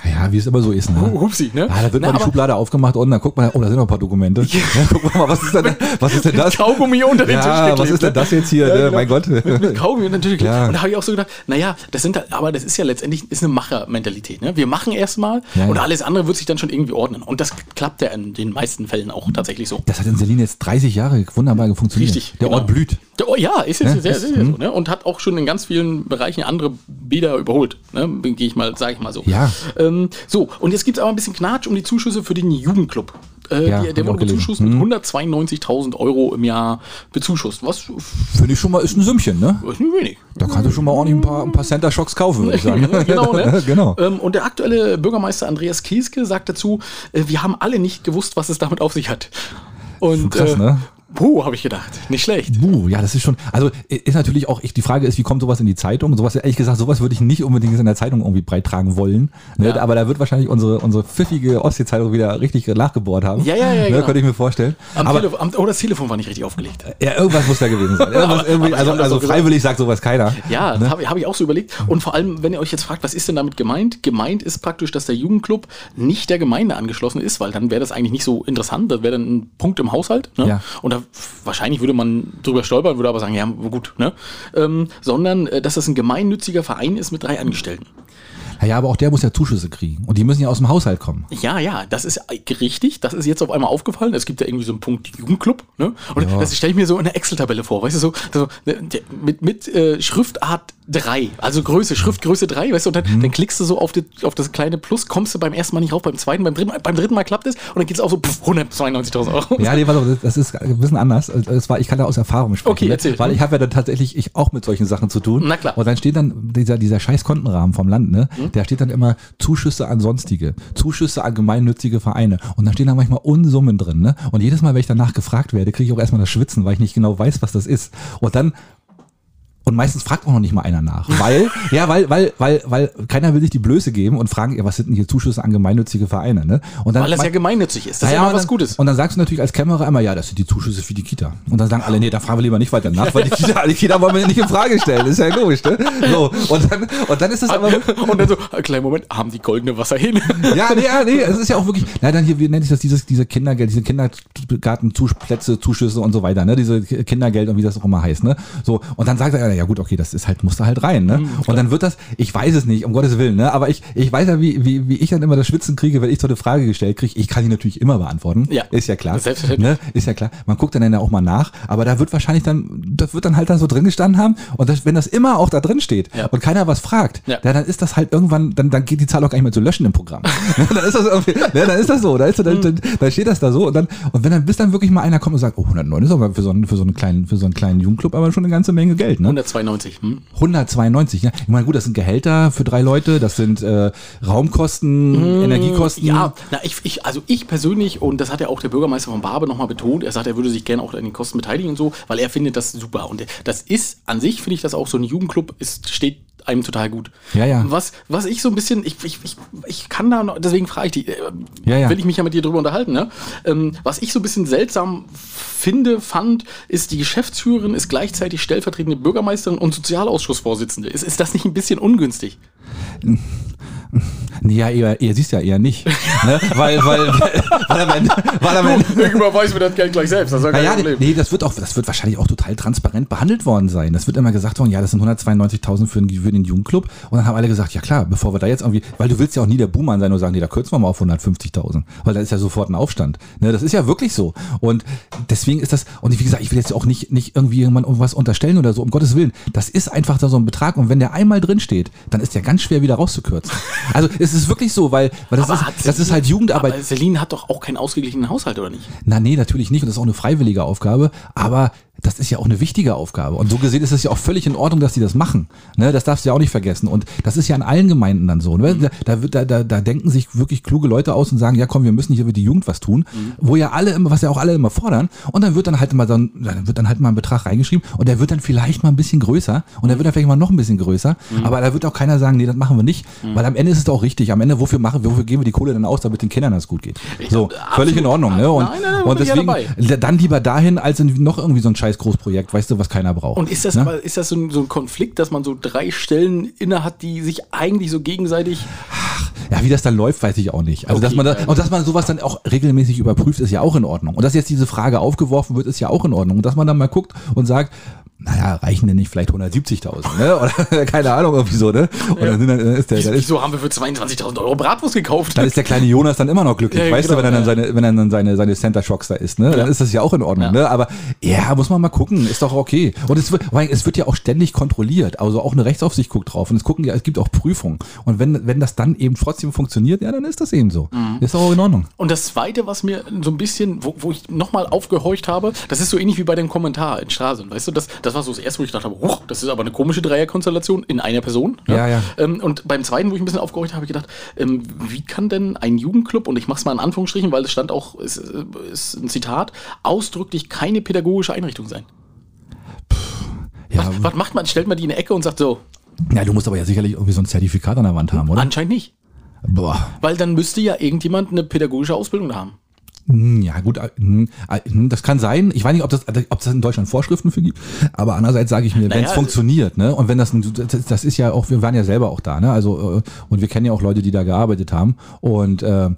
Ja, wie es immer so ist. Ne?
hu- hupsi, ne?
Ah, da wird
Na,
mal die
aber
Schublade aufgemacht und dann guckt man, oh, da sind noch ein paar Dokumente. Ja. guck mal, was ist denn, was ist denn das?
Kaugummi unter den Tisch
Ja, was ist denn
ne?
das jetzt hier?
Ja,
ne?
genau.
Mein Gott.
Mit Kaugummi unter den Tisch geklebt.
Ja.
Und da habe ich auch so gedacht, naja, das sind halt, aber das ist ja letztendlich ist eine Machermentalität. Ne? Wir machen erstmal
Ja,
und
ja.
alles andere wird sich dann schon irgendwie ordnen. Und das klappt ja in den meisten Fällen auch tatsächlich so.
Das hat in Selin jetzt 30 Jahre wunderbar funktioniert.
Richtig,
Der
genau.
Ort blüht.
Ja, Oh ja, ist jetzt
Ne?
sehr,
Ist-
sehr, sehr so, ne? Und hat auch schon in ganz vielen Bereichen andere Bäder überholt. Ne? Gehe ich mal, sage ich mal so.
Ja.
Ähm, so, und jetzt gibt es aber ein bisschen Knatsch um die Zuschüsse für den Jugendclub. Äh,
Ja,
die,
hab
der
ich auch
wurde
gelesen. Hm.
bezuschusst mit 192.000 Euro im Jahr bezuschusst. Was f-
Finde ich schon mal, ist ein Sümmchen, ne?
ist nicht wenig.
Da kannst du schon mal ordentlich ein paar, ein paar Center-Shocks kaufen, würde ich sagen.
genau, ne?
genau.
Ähm, und der aktuelle Bürgermeister Andreas Kieske sagt dazu, äh, wir haben alle nicht gewusst, was es damit auf sich hat. Und
Krass,
äh,
ne?
puh, habe ich gedacht. Nicht schlecht.
Buh, ja, das ist schon, also ist natürlich auch, echt- die Frage ist, wie kommt sowas in die Zeitung? Sowas, ehrlich gesagt, sowas würde ich nicht unbedingt in der Zeitung irgendwie breittragen wollen. Ne?
Ja.
Aber da wird wahrscheinlich unsere, unsere pfiffige Ostsee-Zeitung wieder richtig nachgebohrt haben.
Ja, ja, ja,
Ne?
genau.
Könnte ich mir vorstellen.
Am
aber
Telef- am, oh, das Telefon war nicht richtig aufgelegt.
ja, irgendwas muss da gewesen sein. Irgendwas,
Aber-
irgendwie,
aber ich
also
hab das
also
doch gesagt.
freiwillig sagt sowas keiner.
Ja, das habe hab ich auch so überlegt. Und vor allem, wenn ihr euch jetzt fragt, was ist denn damit gemeint? Gemeint ist praktisch, dass der Jugendclub nicht der Gemeinde angeschlossen ist, weil dann wäre das eigentlich nicht so interessant. Das wäre dann ein Punkt im Haushalt. Ne?
Ja.
Und da, wahrscheinlich würde man drüber stolpern, würde aber sagen, ja gut. Ne? Ähm, sondern, äh, dass das ein gemeinnütziger Verein ist mit drei Angestellten.
Ja, aber auch der muss ja Zuschüsse kriegen. Und die müssen ja aus dem Haushalt kommen.
Ja, ja, das ist äh, richtig. Das ist jetzt auf einmal aufgefallen. Es gibt ja irgendwie so einen Punkt Jugendclub. Ne? Und
Ja.
das stelle ich mir so in der Excel-Tabelle vor. Weißt du, so, so ne, der- mit, mit äh, Schriftart 3, also Größe, Schriftgröße 3, weißt du, und
Mhm.
dann, dann klickst du so auf, die, auf das kleine Plus, kommst du beim ersten Mal nicht rauf, beim zweiten, beim dritten Mal, beim dritten Mal klappt es und dann geht es auch so pff, 192.000 Euro.
Ja, nee, warte, mal, das ist ein bisschen anders. Also, Das war, ich kann da aus Erfahrung sprechen.
Okay,
ne?
erzähl.
Weil ich habe ja dann tatsächlich ich auch mit solchen Sachen zu tun.
Na klar. Mhm.
Und dann steht dann dieser, dieser scheiß Kontenrahmen vom Land, ne? Der steht dann immer Zuschüsse an sonstige, Zuschüsse an gemeinnützige Vereine. Und dann stehen da manchmal Unsummen drin, ne? Und jedes Mal, wenn ich danach gefragt werde, kriege ich auch erstmal das Schwitzen, weil ich nicht genau weiß, was das ist. Und dann und meistens fragt auch noch nicht mal einer nach, weil ja, weil weil weil weil keiner will sich die Blöße geben und fragen, ja, was sind denn hier Zuschüsse an gemeinnützige Vereine, ne? Und dann
Weil das ja gemeinnützig ist. Das ist ja
und
immer was
dann,
Gutes.
Und dann sagst du natürlich als Kämmerer immer, ja, das sind die Zuschüsse für die Kita. Und dann sagen alle, nee, da fragen wir lieber nicht weiter nach, weil die Kita, die Kita wollen wir nicht in Frage stellen. Ist ja logisch, ne? So, und dann, und dann ist das aber.
Und dann so, äh, kleinen Moment, haben die goldene Wasserhähne.
Ja, nee, ja, nee, es ist ja auch wirklich. Na, dann hier, wie nennt sich das, dieses, diese Kindergeld, diese Kindergartenplätze, Zuschüsse und so weiter, ne? Diese Kindergeld und wie das auch immer heißt, ne? So, und dann sagt er, ja gut, okay, das ist halt, muss da halt rein,
Mhm,
ne? und dann wird das, ich weiß es nicht, um Gottes Willen, ne? Aber ich, ich weiß ja, wie, wie, wie ich dann immer das Schwitzen kriege, wenn ich so eine Frage gestellt kriege. Ich kann die natürlich immer beantworten.
Ja.
Ist ja klar.
Selbstverständlich.
Ne? Ist ja klar. Man guckt dann ja auch mal nach, aber da wird wahrscheinlich dann, das wird dann halt da so drin gestanden haben. Und das, wenn das immer auch da drin steht
Ja.
und keiner was fragt,
Ja.
ja, dann ist das halt irgendwann, dann, dann geht die Zahl auch gar nicht mehr zu löschen im Programm. Ne, dann ist das irgendwie, ne, dann ist das so, dann, ist, dann, dann, dann steht das da so und dann, und wenn dann, bis dann wirklich mal einer kommt und sagt, oh, 109 ist aber für so einen, für so einen kleinen, für so einen kleinen Jugendclub aber schon eine ganze Menge Geld, ne?
192. Hm?
192, ne? Ich meine, gut, das sind Gehälter für drei Leute, das sind, äh, Raumkosten, Energiekosten.
Ja, na, ich, ich, also ich persönlich, und das hat ja auch der Bürgermeister von Barbe nochmal betont, er sagt, er würde sich gerne auch an den Kosten beteiligen und so, weil er findet das super. Und das ist, an sich finde ich das auch, so ein Jugendclub ist, steht einem total gut.
Ja, ja.
Was, was ich so ein bisschen, ich, ich, ich, ich kann da noch, deswegen frage ich die, äh,
Ja, ja.
will ich mich ja mit dir drüber unterhalten, ne? Ähm, was ich so ein bisschen seltsam finde, fand, ist, die Geschäftsführerin ist gleichzeitig stellvertretende Bürgermeisterin und Sozialausschussvorsitzende. Ist, ist das nicht ein bisschen ungünstig?
Nee, ja, eher, eher, siehst ja eher nicht, ne? Weil, weil, weil am Ende, weil am Ende.
Überweist mir das Geld gleich selbst, das ist ja
Naja, nee, das wird auch, das wird wahrscheinlich auch total transparent behandelt worden sein. Das wird immer gesagt worden, ja, das sind 192.000 für, den- für den Jugendclub. Und dann haben alle gesagt, ja klar, bevor wir da jetzt irgendwie, weil du willst ja auch nie der Buhmann sein und sagen, nee, da kürzen wir mal auf 150.000. Weil da ist ja sofort ein Aufstand. Ne, das ist ja wirklich so. Und deswegen ist das, und wie gesagt, ich will jetzt auch nicht, nicht irgendwie jemand irgendwas unterstellen oder so, um Gottes Willen. Das ist einfach da so ein Betrag. Und wenn der einmal drin steht, dann ist der ganz schwer wieder rauszukürzen. Also, es ist wirklich so, weil, weil das,
Aber
ist,
hat
das
sie-
ist halt Jugendarbeit.
Aber Celine hat doch auch keinen ausgeglichenen Haushalt, oder nicht?
Na nee, natürlich nicht. Und das ist auch eine freiwillige Aufgabe. Aber das ist ja auch eine wichtige Aufgabe. Und so gesehen ist es ja auch völlig in Ordnung, dass die das machen. Ne, das darfst du ja auch nicht vergessen. Und das ist ja in allen Gemeinden dann so. Und Da, da, wird- da, da, da denken sich wirklich kluge Leute aus und sagen, ja komm, wir müssen hier für die Jugend was tun. Wo ja alle immer, was ja auch alle immer fordern. Und dann wird dann halt mal so ein, dann wird dann halt mal ein Betrag reingeschrieben. Und der wird dann vielleicht mal ein bisschen größer. Und der wird dann vielleicht mal noch ein bisschen größer. Aber da wird auch keiner sagen, nee, das machen wir nicht. Weil am Ende ist es auch richtig. Am Ende, wofür machen, wofür geben wir die Kohle dann aus, damit den Kindern das gut geht? So, völlig in Ordnung. Ne? Und,
äh, Nein, nein, nein,
und
bin ich ja
deswegen, dann lieber dahin, als in noch irgendwie so ein scheiß Großprojekt, weißt du, was keiner braucht.
Und ist das,
ne?
mal, ist das so, ein, so ein Konflikt, dass man so drei Stellen inne hat, die sich eigentlich so gegenseitig.
Ja, wie das dann läuft, weiß ich auch nicht. Also,
Okay, ähm
dass man da,
ja.
und dass man sowas dann auch regelmäßig überprüft, ist ja auch in Ordnung. Und dass jetzt diese Frage aufgeworfen wird, ist ja auch in Ordnung. Und dass man dann mal guckt und sagt, naja, reichen denn nicht vielleicht 170.000, ne? Oder keine Ahnung, irgendwie so, ne? Und dann, sind dann dann ist der, dann ist,
Wieso haben wir für 22.000 Euro Bratwurst gekauft?
dann ist der kleine Jonas dann immer noch glücklich,
Ja,
weißt
genau,
du, wenn er dann
ja.
seine, wenn er dann seine, seine Center Shocks da ist, ne? Dann ist das ja auch in Ordnung,
Ja.
ne? Aber ja, muss man mal gucken, ist doch okay. Und es wird, vor allem, es wird ja auch ständig kontrolliert, also auch eine Rechtsaufsicht guckt drauf und es gucken ja, es gibt auch Prüfungen. Und wenn, wenn das dann eben trotzdem funktioniert, ja, dann ist das eben so.
Mhm.
Ist doch auch in Ordnung.
Und das Zweite, was mir so ein bisschen, wo, wo ich nochmal aufgehorcht habe, das ist so ähnlich wie bei dem Kommentar in Straßen, weißt du? Das, das war so das Erste, wo ich dachte, huch, das ist aber eine komische Dreierkonstellation in einer Person.
Ja, ja.
Ähm, und beim Zweiten, wo ich ein bisschen aufgehorcht habe, habe ich gedacht, ähm, wie kann denn ein Jugendclub, und ich mache es mal in Anführungsstrichen, weil es stand auch, es äh, ist ein Zitat, ausdrücklich keine pädagogische Einrichtung sein.
Ja,
Was, was macht man? Stellt man die in eine Ecke und sagt so,
ja, du musst aber ja sicherlich irgendwie so ein Zertifikat an der Wand haben, oder?
anscheinend nicht.
Boah.
Weil dann müsste ja irgendjemand eine pädagogische Ausbildung haben.
Hm, Ja, gut, äh, hm, äh, hm, das kann sein. Ich weiß nicht, ob das, äh, ob das in Deutschland Vorschriften für gibt, aber andererseits sage ich mir, wenn es
Naja, äh,
funktioniert, ne, und wenn das, ein- das- das ist ja auch, wir waren ja selber auch da, ne, also, äh, und wir kennen ja auch Leute, die da gearbeitet haben und, äh,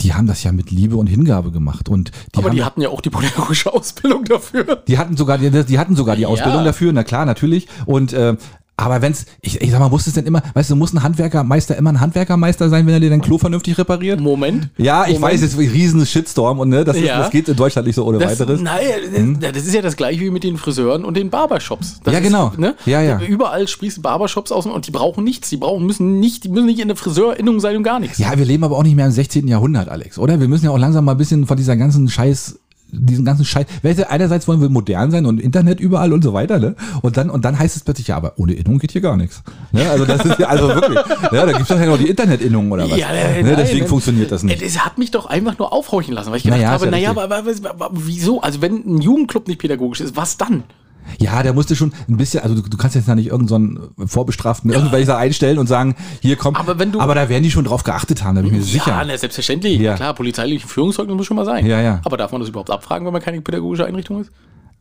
die haben das ja mit Liebe und Hingabe gemacht und die
Aber
haben
die hatten ja auch die pädagogische Ausbildung dafür.
die hatten sogar die, die hatten sogar die Ausbildung
Ja.
dafür, na klar, natürlich. Und äh, aber wenn's, ich, ich sag mal, muss es denn immer, weißt du, muss ein Handwerkermeister immer ein Handwerkermeister sein, wenn er dir dein Klo vernünftig repariert?
Moment.
Ja, ich
Moment.
weiß, jetzt riesen Shitstorm und ne, das, ist,
Ja.
das geht in Deutschland nicht so ohne
Das,
weiteres. Hm?
naja, das ist ja das gleiche wie mit den Friseuren und den Barbershops. Das
Ja, genau.
Ist, ne?
Ja, ja.
Überall sprießen Barbershops aus und die brauchen nichts. Die brauchen, müssen nicht, die müssen nicht in der Friseurinnung sein und gar nichts.
Ja, wir leben aber auch nicht mehr im 16. Jahrhundert, Alex, oder? Wir müssen ja auch langsam mal ein bisschen von dieser ganzen Scheiß diesen ganzen Scheiß. Weißt du, einerseits wollen wir modern sein und Internet überall und so weiter, ne? Und dann, und dann heißt es plötzlich, ja, aber ohne Innung geht hier gar nichts. Ne? Also das ist ja, also wirklich. Ja, da gibt's doch ja noch die Internetinnung oder was.
äh,
ne?
nein,
Deswegen
nein.
funktioniert das nicht.
Äh, Das hat mich doch einfach nur aufhorchen lassen, weil ich gedacht
Naja,
habe,
ist ja
naja,
richtig.
aber, aber, aber, aber wieso? Also wenn ein Jugendclub nicht pädagogisch ist, was dann?
Ja, der musste schon ein bisschen, also du, du kannst jetzt ja nicht irgendeinen so einen Vorbestraften irgendwelcher einstellen und sagen, hier kommt.
Aber wenn du-
aber da werden die schon drauf geachtet haben, da bin ich mir sicher.
Ja, na, selbstverständlich.
Ja.
Ja. Klar, polizeiliche Führungszeugnis muss schon mal sein.
Ja, ja.
Aber darf man das überhaupt abfragen, wenn man keine pädagogische Einrichtung ist?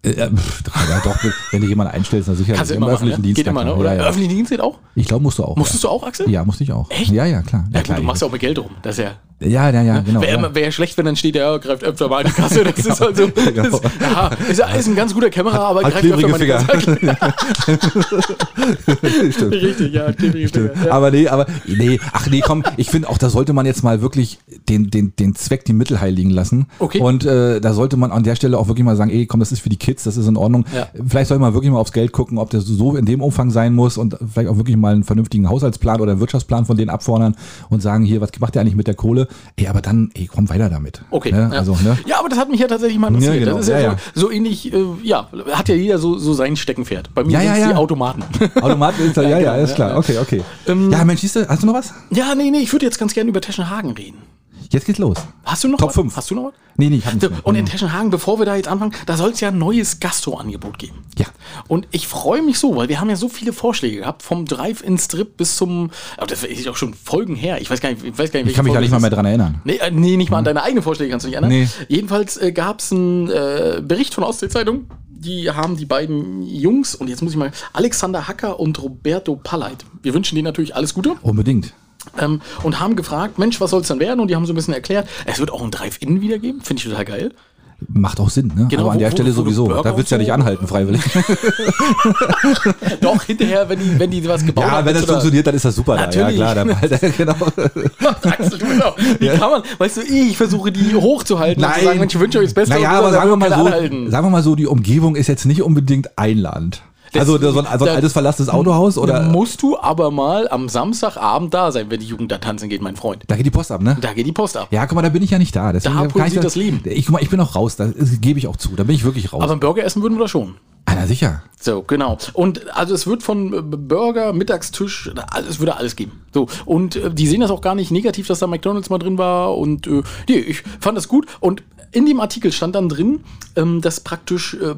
Äh, pff, ja, doch, wenn du jemanden einstellst, dann sicher
Kannst du immer machen, ne?
Dienst.
Geht immer, ne?
ja,
Oder?
ja.
Öffentlichen Dienst geht auch?
Ich glaube, musst du auch.
Musstest du auch, Axel?
Ja, musste ich auch.
Echt?
Ja, ja, klar.
Ja,
klar.
gut, du machst Ne? ja auch mit Geld rum. Das ist ja.
ja, ja, ja, genau.
Wäre
ja.
ja. wär ja schlecht, wenn dann steht, er greift öfter mal in die Kasse. Das ist halt so. Das, ja, ist, ist ein ganz guter Kämmerer, aber
Hat
greift öfter
klebrige
mal in die
Finger.
Kasse.
Stimmt.
Richtig, ja, hat klebrige Finger.
Stimmt. Aber nee, aber nee, ach nee, komm, ich finde auch, da sollte man jetzt mal wirklich den, den, den Zweck, die Mittel heiligen lassen.
Okay.
Und äh, da sollte man an der Stelle auch wirklich mal sagen, ey, komm, das ist für die Kids, das ist in Ordnung.
Ja.
Vielleicht soll man wirklich mal aufs Geld gucken, ob das so in dem Umfang sein muss und vielleicht auch wirklich mal einen vernünftigen Haushaltsplan oder einen Wirtschaftsplan von denen abfordern und sagen, hier, was macht ihr eigentlich mit der Kohle? Ey, aber dann, ey, komm weiter damit.
Okay.
Ne?
ja.
Also, ne?
ja, aber das hat mich ja tatsächlich mal interessiert.
Ja, genau.
Das ist ja,
Ja,
So, so ähnlich, äh, ja, hat ja jeder so, so sein Steckenpferd. Bei mir
Ja,
sind
ja,
es die
ja.
Automaten.
Automat ist ja, ja, ja,
genau.
ist klar. Okay, okay.
Ähm.
ja, Mensch, siehst du, hast du noch was?
ja, nee, nee, ich würde jetzt ganz gerne über Teschenhagen reden.
Jetzt geht's los.
Hast du noch
Top
was?
fünf.
Hast du noch was?
Nee, nee, ich hab
So,
nicht mehr.
Und in Teschenhagen, bevor wir da jetzt anfangen, da soll es ja ein neues Gastro-Angebot geben.
Ja.
Und ich freue mich so, weil wir haben ja so viele Vorschläge gehabt, vom Drive-In-Strip bis zum, aber das ist auch schon Folgen her. Ich weiß gar nicht, ich weiß gar nicht,
Ich kann mich ja nicht mal mehr dran erinnern. Mhm.
Nee, äh, nee, nicht mal an deine eigenen Vorschläge kannst du dich erinnern.
Nee.
Jedenfalls äh, gab es einen äh, Bericht von Ostsee-Zeitung. Die haben die beiden Jungs, und jetzt muss ich mal, Alexander Hacker und Roberto Palleit. Wir wünschen denen natürlich alles Gute
Unbedingt.
ähm, und haben gefragt, Mensch, was soll es denn werden? Und die haben so ein bisschen erklärt, es wird auch ein Drive-In wieder geben. Finde ich total geil.
Macht auch Sinn, ne?
Genau,
Aber an
wo-
der
wo-
Stelle
wo du
sowieso.
Burger
Da willst du ja
und
nicht
so-
anhalten, freiwillig.
Doch, hinterher, wenn die, wenn die was gebaut haben. oder-
dann ist das super. Da. Ja,
Natürlich.
klar. Dann, genau.
Axel, du genau. Wie kann man, weißt du, ich versuche die hochzuhalten und zu sagen, Mensch, ich wünsche euch das Beste.
Naja,
und so,
aber
da
sagen wir, mal
können
so,
alle halten.
sagen wir mal so, die Umgebung ist jetzt nicht unbedingt einladend. Also so ein, so ein
Da-
altes verlassenes Autohaus
Da
oder.
musst du aber mal am Samstagabend da sein, wenn die Jugend da tanzen geht, mein Freund.
Da geht die Post ab, ne?
Da geht die Post ab.
Ja, guck mal, da bin ich ja nicht da. Deswegen
Da
kann ich
pulsiert das Leben.
Ich, guck mal, ich bin auch raus, das gebe ich auch zu. Da bin ich wirklich raus.
Aber ein Burger essen würden wir da schon.
ah, na sicher.
So, genau. Und also es wird von äh, Burger, Mittagstisch, alles, es würde alles geben. So, und äh, die sehen das auch gar nicht negativ, dass da McDonalds mal drin war. Und äh, nee, ich fand das gut. Und in dem Artikel stand dann drin, ähm, dass praktisch äh,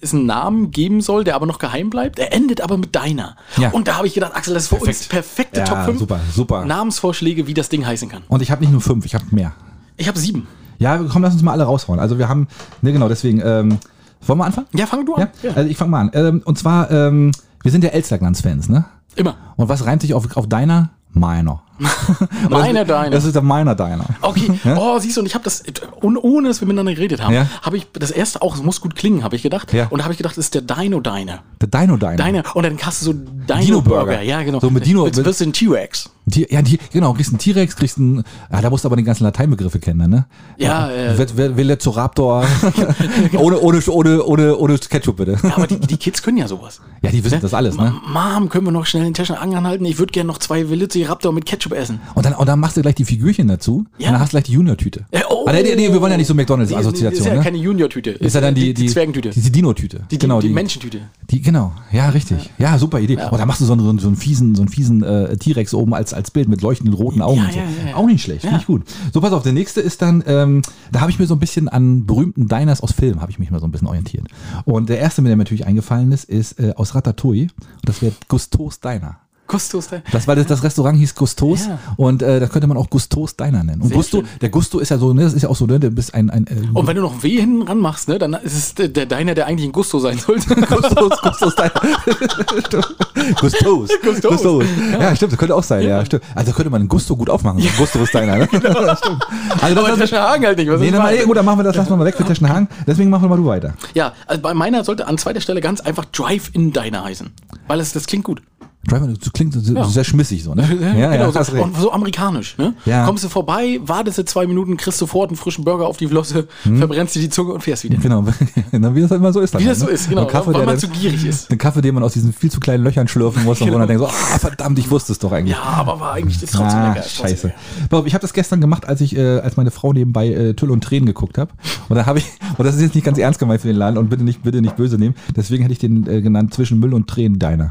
es einen Namen geben soll, der aber noch geheim bleibt. Er endet aber mit deiner.
Ja.
Und da habe ich gedacht, Axel, das ist für uns perfekte
Ja,
Top 5
super, super.
Namensvorschläge, wie das Ding heißen kann.
Und ich habe nicht nur fünf, ich habe mehr.
Ich habe sieben.
Ja, komm, lass uns mal alle raushauen. Also wir haben, ne genau, deswegen, ähm, wollen wir anfangen?
Ja, fang du
Ja,
an. Ja.
also ich fange mal an. Ähm, und zwar, ähm, wir sind ja Elsterglanz-Fans, ne?
Immer.
Und was reimt sich auf, auf deiner? Meiner.
Meiner,
das,
deiner.
Das ist der Meiner, deiner.
Okay, oh, siehst du, und ich habe das, und ohne dass wir miteinander geredet haben,
Ja.
habe ich das erste auch, es muss gut klingen, habe ich gedacht.
Ja.
Und da habe ich gedacht, das ist der Dino Diner.
Der Dino, deiner.
Diner. Und dann hast du so Dino,
Dino-Burger.
Burger. Ja, genau.
So mit Dino-
Jetzt wirst du ein T-Rex.
Die, ja, die, genau, kriegst einen T-Rex, kriegst einen, ah, da musst du aber den ganzen Lateinbegriffe kennen, dann, ne?
Ja, äh.
Ve- Ve- Velociraptor. ohne, ohne, ohne, ohne, ohne Ketchup, bitte.
Ja, aber die, die Kids können ja sowas.
Ja, die wissen das alles, ne?
Mom, können wir noch schnell den Taschen anhalten? Ich würde gerne noch zwei Velociraptor mit Ketchup essen.
Und dann, und dann machst du gleich die Figürchen dazu.
Ja.
Und dann hast du gleich die Junior-Tüte.
Äh, oh.
Ah, nee, nee, nee, wir wollen ja nicht so McDonalds-Assoziation,
Ist ja
ne?
keine Junior-Tüte.
ist ja dann die,
die, Zwergentüte.
Die,
Die,
die Dino-Tüte.
die,
genau,
die, Menschentüte.
Die, genau, ja, richtig. Ja, super Idee. Und da machst du so einen, so einen- so einen fiesen, so einen fiesen äh, T-Rex oben als, als Bild mit leuchtenden roten Augen
Ja,
und so.
ja, ja, ja.
Auch nicht schlecht, finde ich gut. So, pass auf, der nächste ist dann, ähm, da habe ich mir so ein bisschen an berühmten Diners aus Filmen, habe ich mich mal so ein bisschen orientiert. Und der erste, mir der mir natürlich eingefallen ist, ist äh, aus Ratatouille. Und das wäre Gustos Diner.
Kustos. da-
Das war das, das Restaurant hieß Gustos
Ja.
und äh, das könnte man auch Gustos Diner nennen. Und
Sehr
Gusto,
schön. Oh,
der Gusto ist ja so, ne, das ist ja auch so, ne, du bist ein, ein äh,
Und wenn du noch ein W hinten ran machst, ne, dann ist es der, der Diner, der eigentlich ein Gusto sein sollte.
Gustos, Gustos, dein- Stimmt. Gustos.
Gustos.
Ja. stimmt, das könnte auch sein, ja, stimmt. Also könnte man einen Gusto gut aufmachen. Ja. Gusto ist deiner, ne? Stimmt. Also
Genau, Aber
das
der Hagen halt nicht. Was
Nee,
ist
dann mal,
das?
nee, gut, dann machen wir das, lassen wir mal weg für Taschenhagen. Deswegen machen wir mal du weiter.
Ja, also bei meiner sollte an zweiter Stelle ganz einfach Drive-In-Diner heißen. Weil es, das klingt gut. genau,
Driver, das klingt so, so sehr schmissig so, ne? hast
so,
recht.
und so amerikanisch. Ne?
Ja.
Kommst du vorbei, wartest du zwei Minuten, kriegst sofort einen frischen Burger auf die Flosse,
Hm?
verbrennst dir die Zunge und fährst wieder.
Genau, Na, wie das halt immer so ist. dann
Wie
halt,
das so
ne?
ist, genau.
Und Kaffee,
weil
der
man
dann-
zu gierig ist.
Den Kaffee, den man aus diesen viel zu kleinen Löchern schlürfen muss und wo man
Genau.
dann denkt so, ah, verdammt, ich wusste es doch eigentlich.
Ja, aber war eigentlich das trotzdem
Ah,
lecker. ist trotzdem
scheiße.
lecker.
Pass auf, Ich habe das gestern gemacht, als ich, äh, als meine Frau nebenbei äh, Tüll und Tränen geguckt habe. Und da habe ich, und das ist jetzt nicht ganz ernst gemeint für den Laden und bitte nicht, bitte nicht böse nehmen. Deswegen hätte ich den äh, genannt zwischen Müll und Tränen deiner.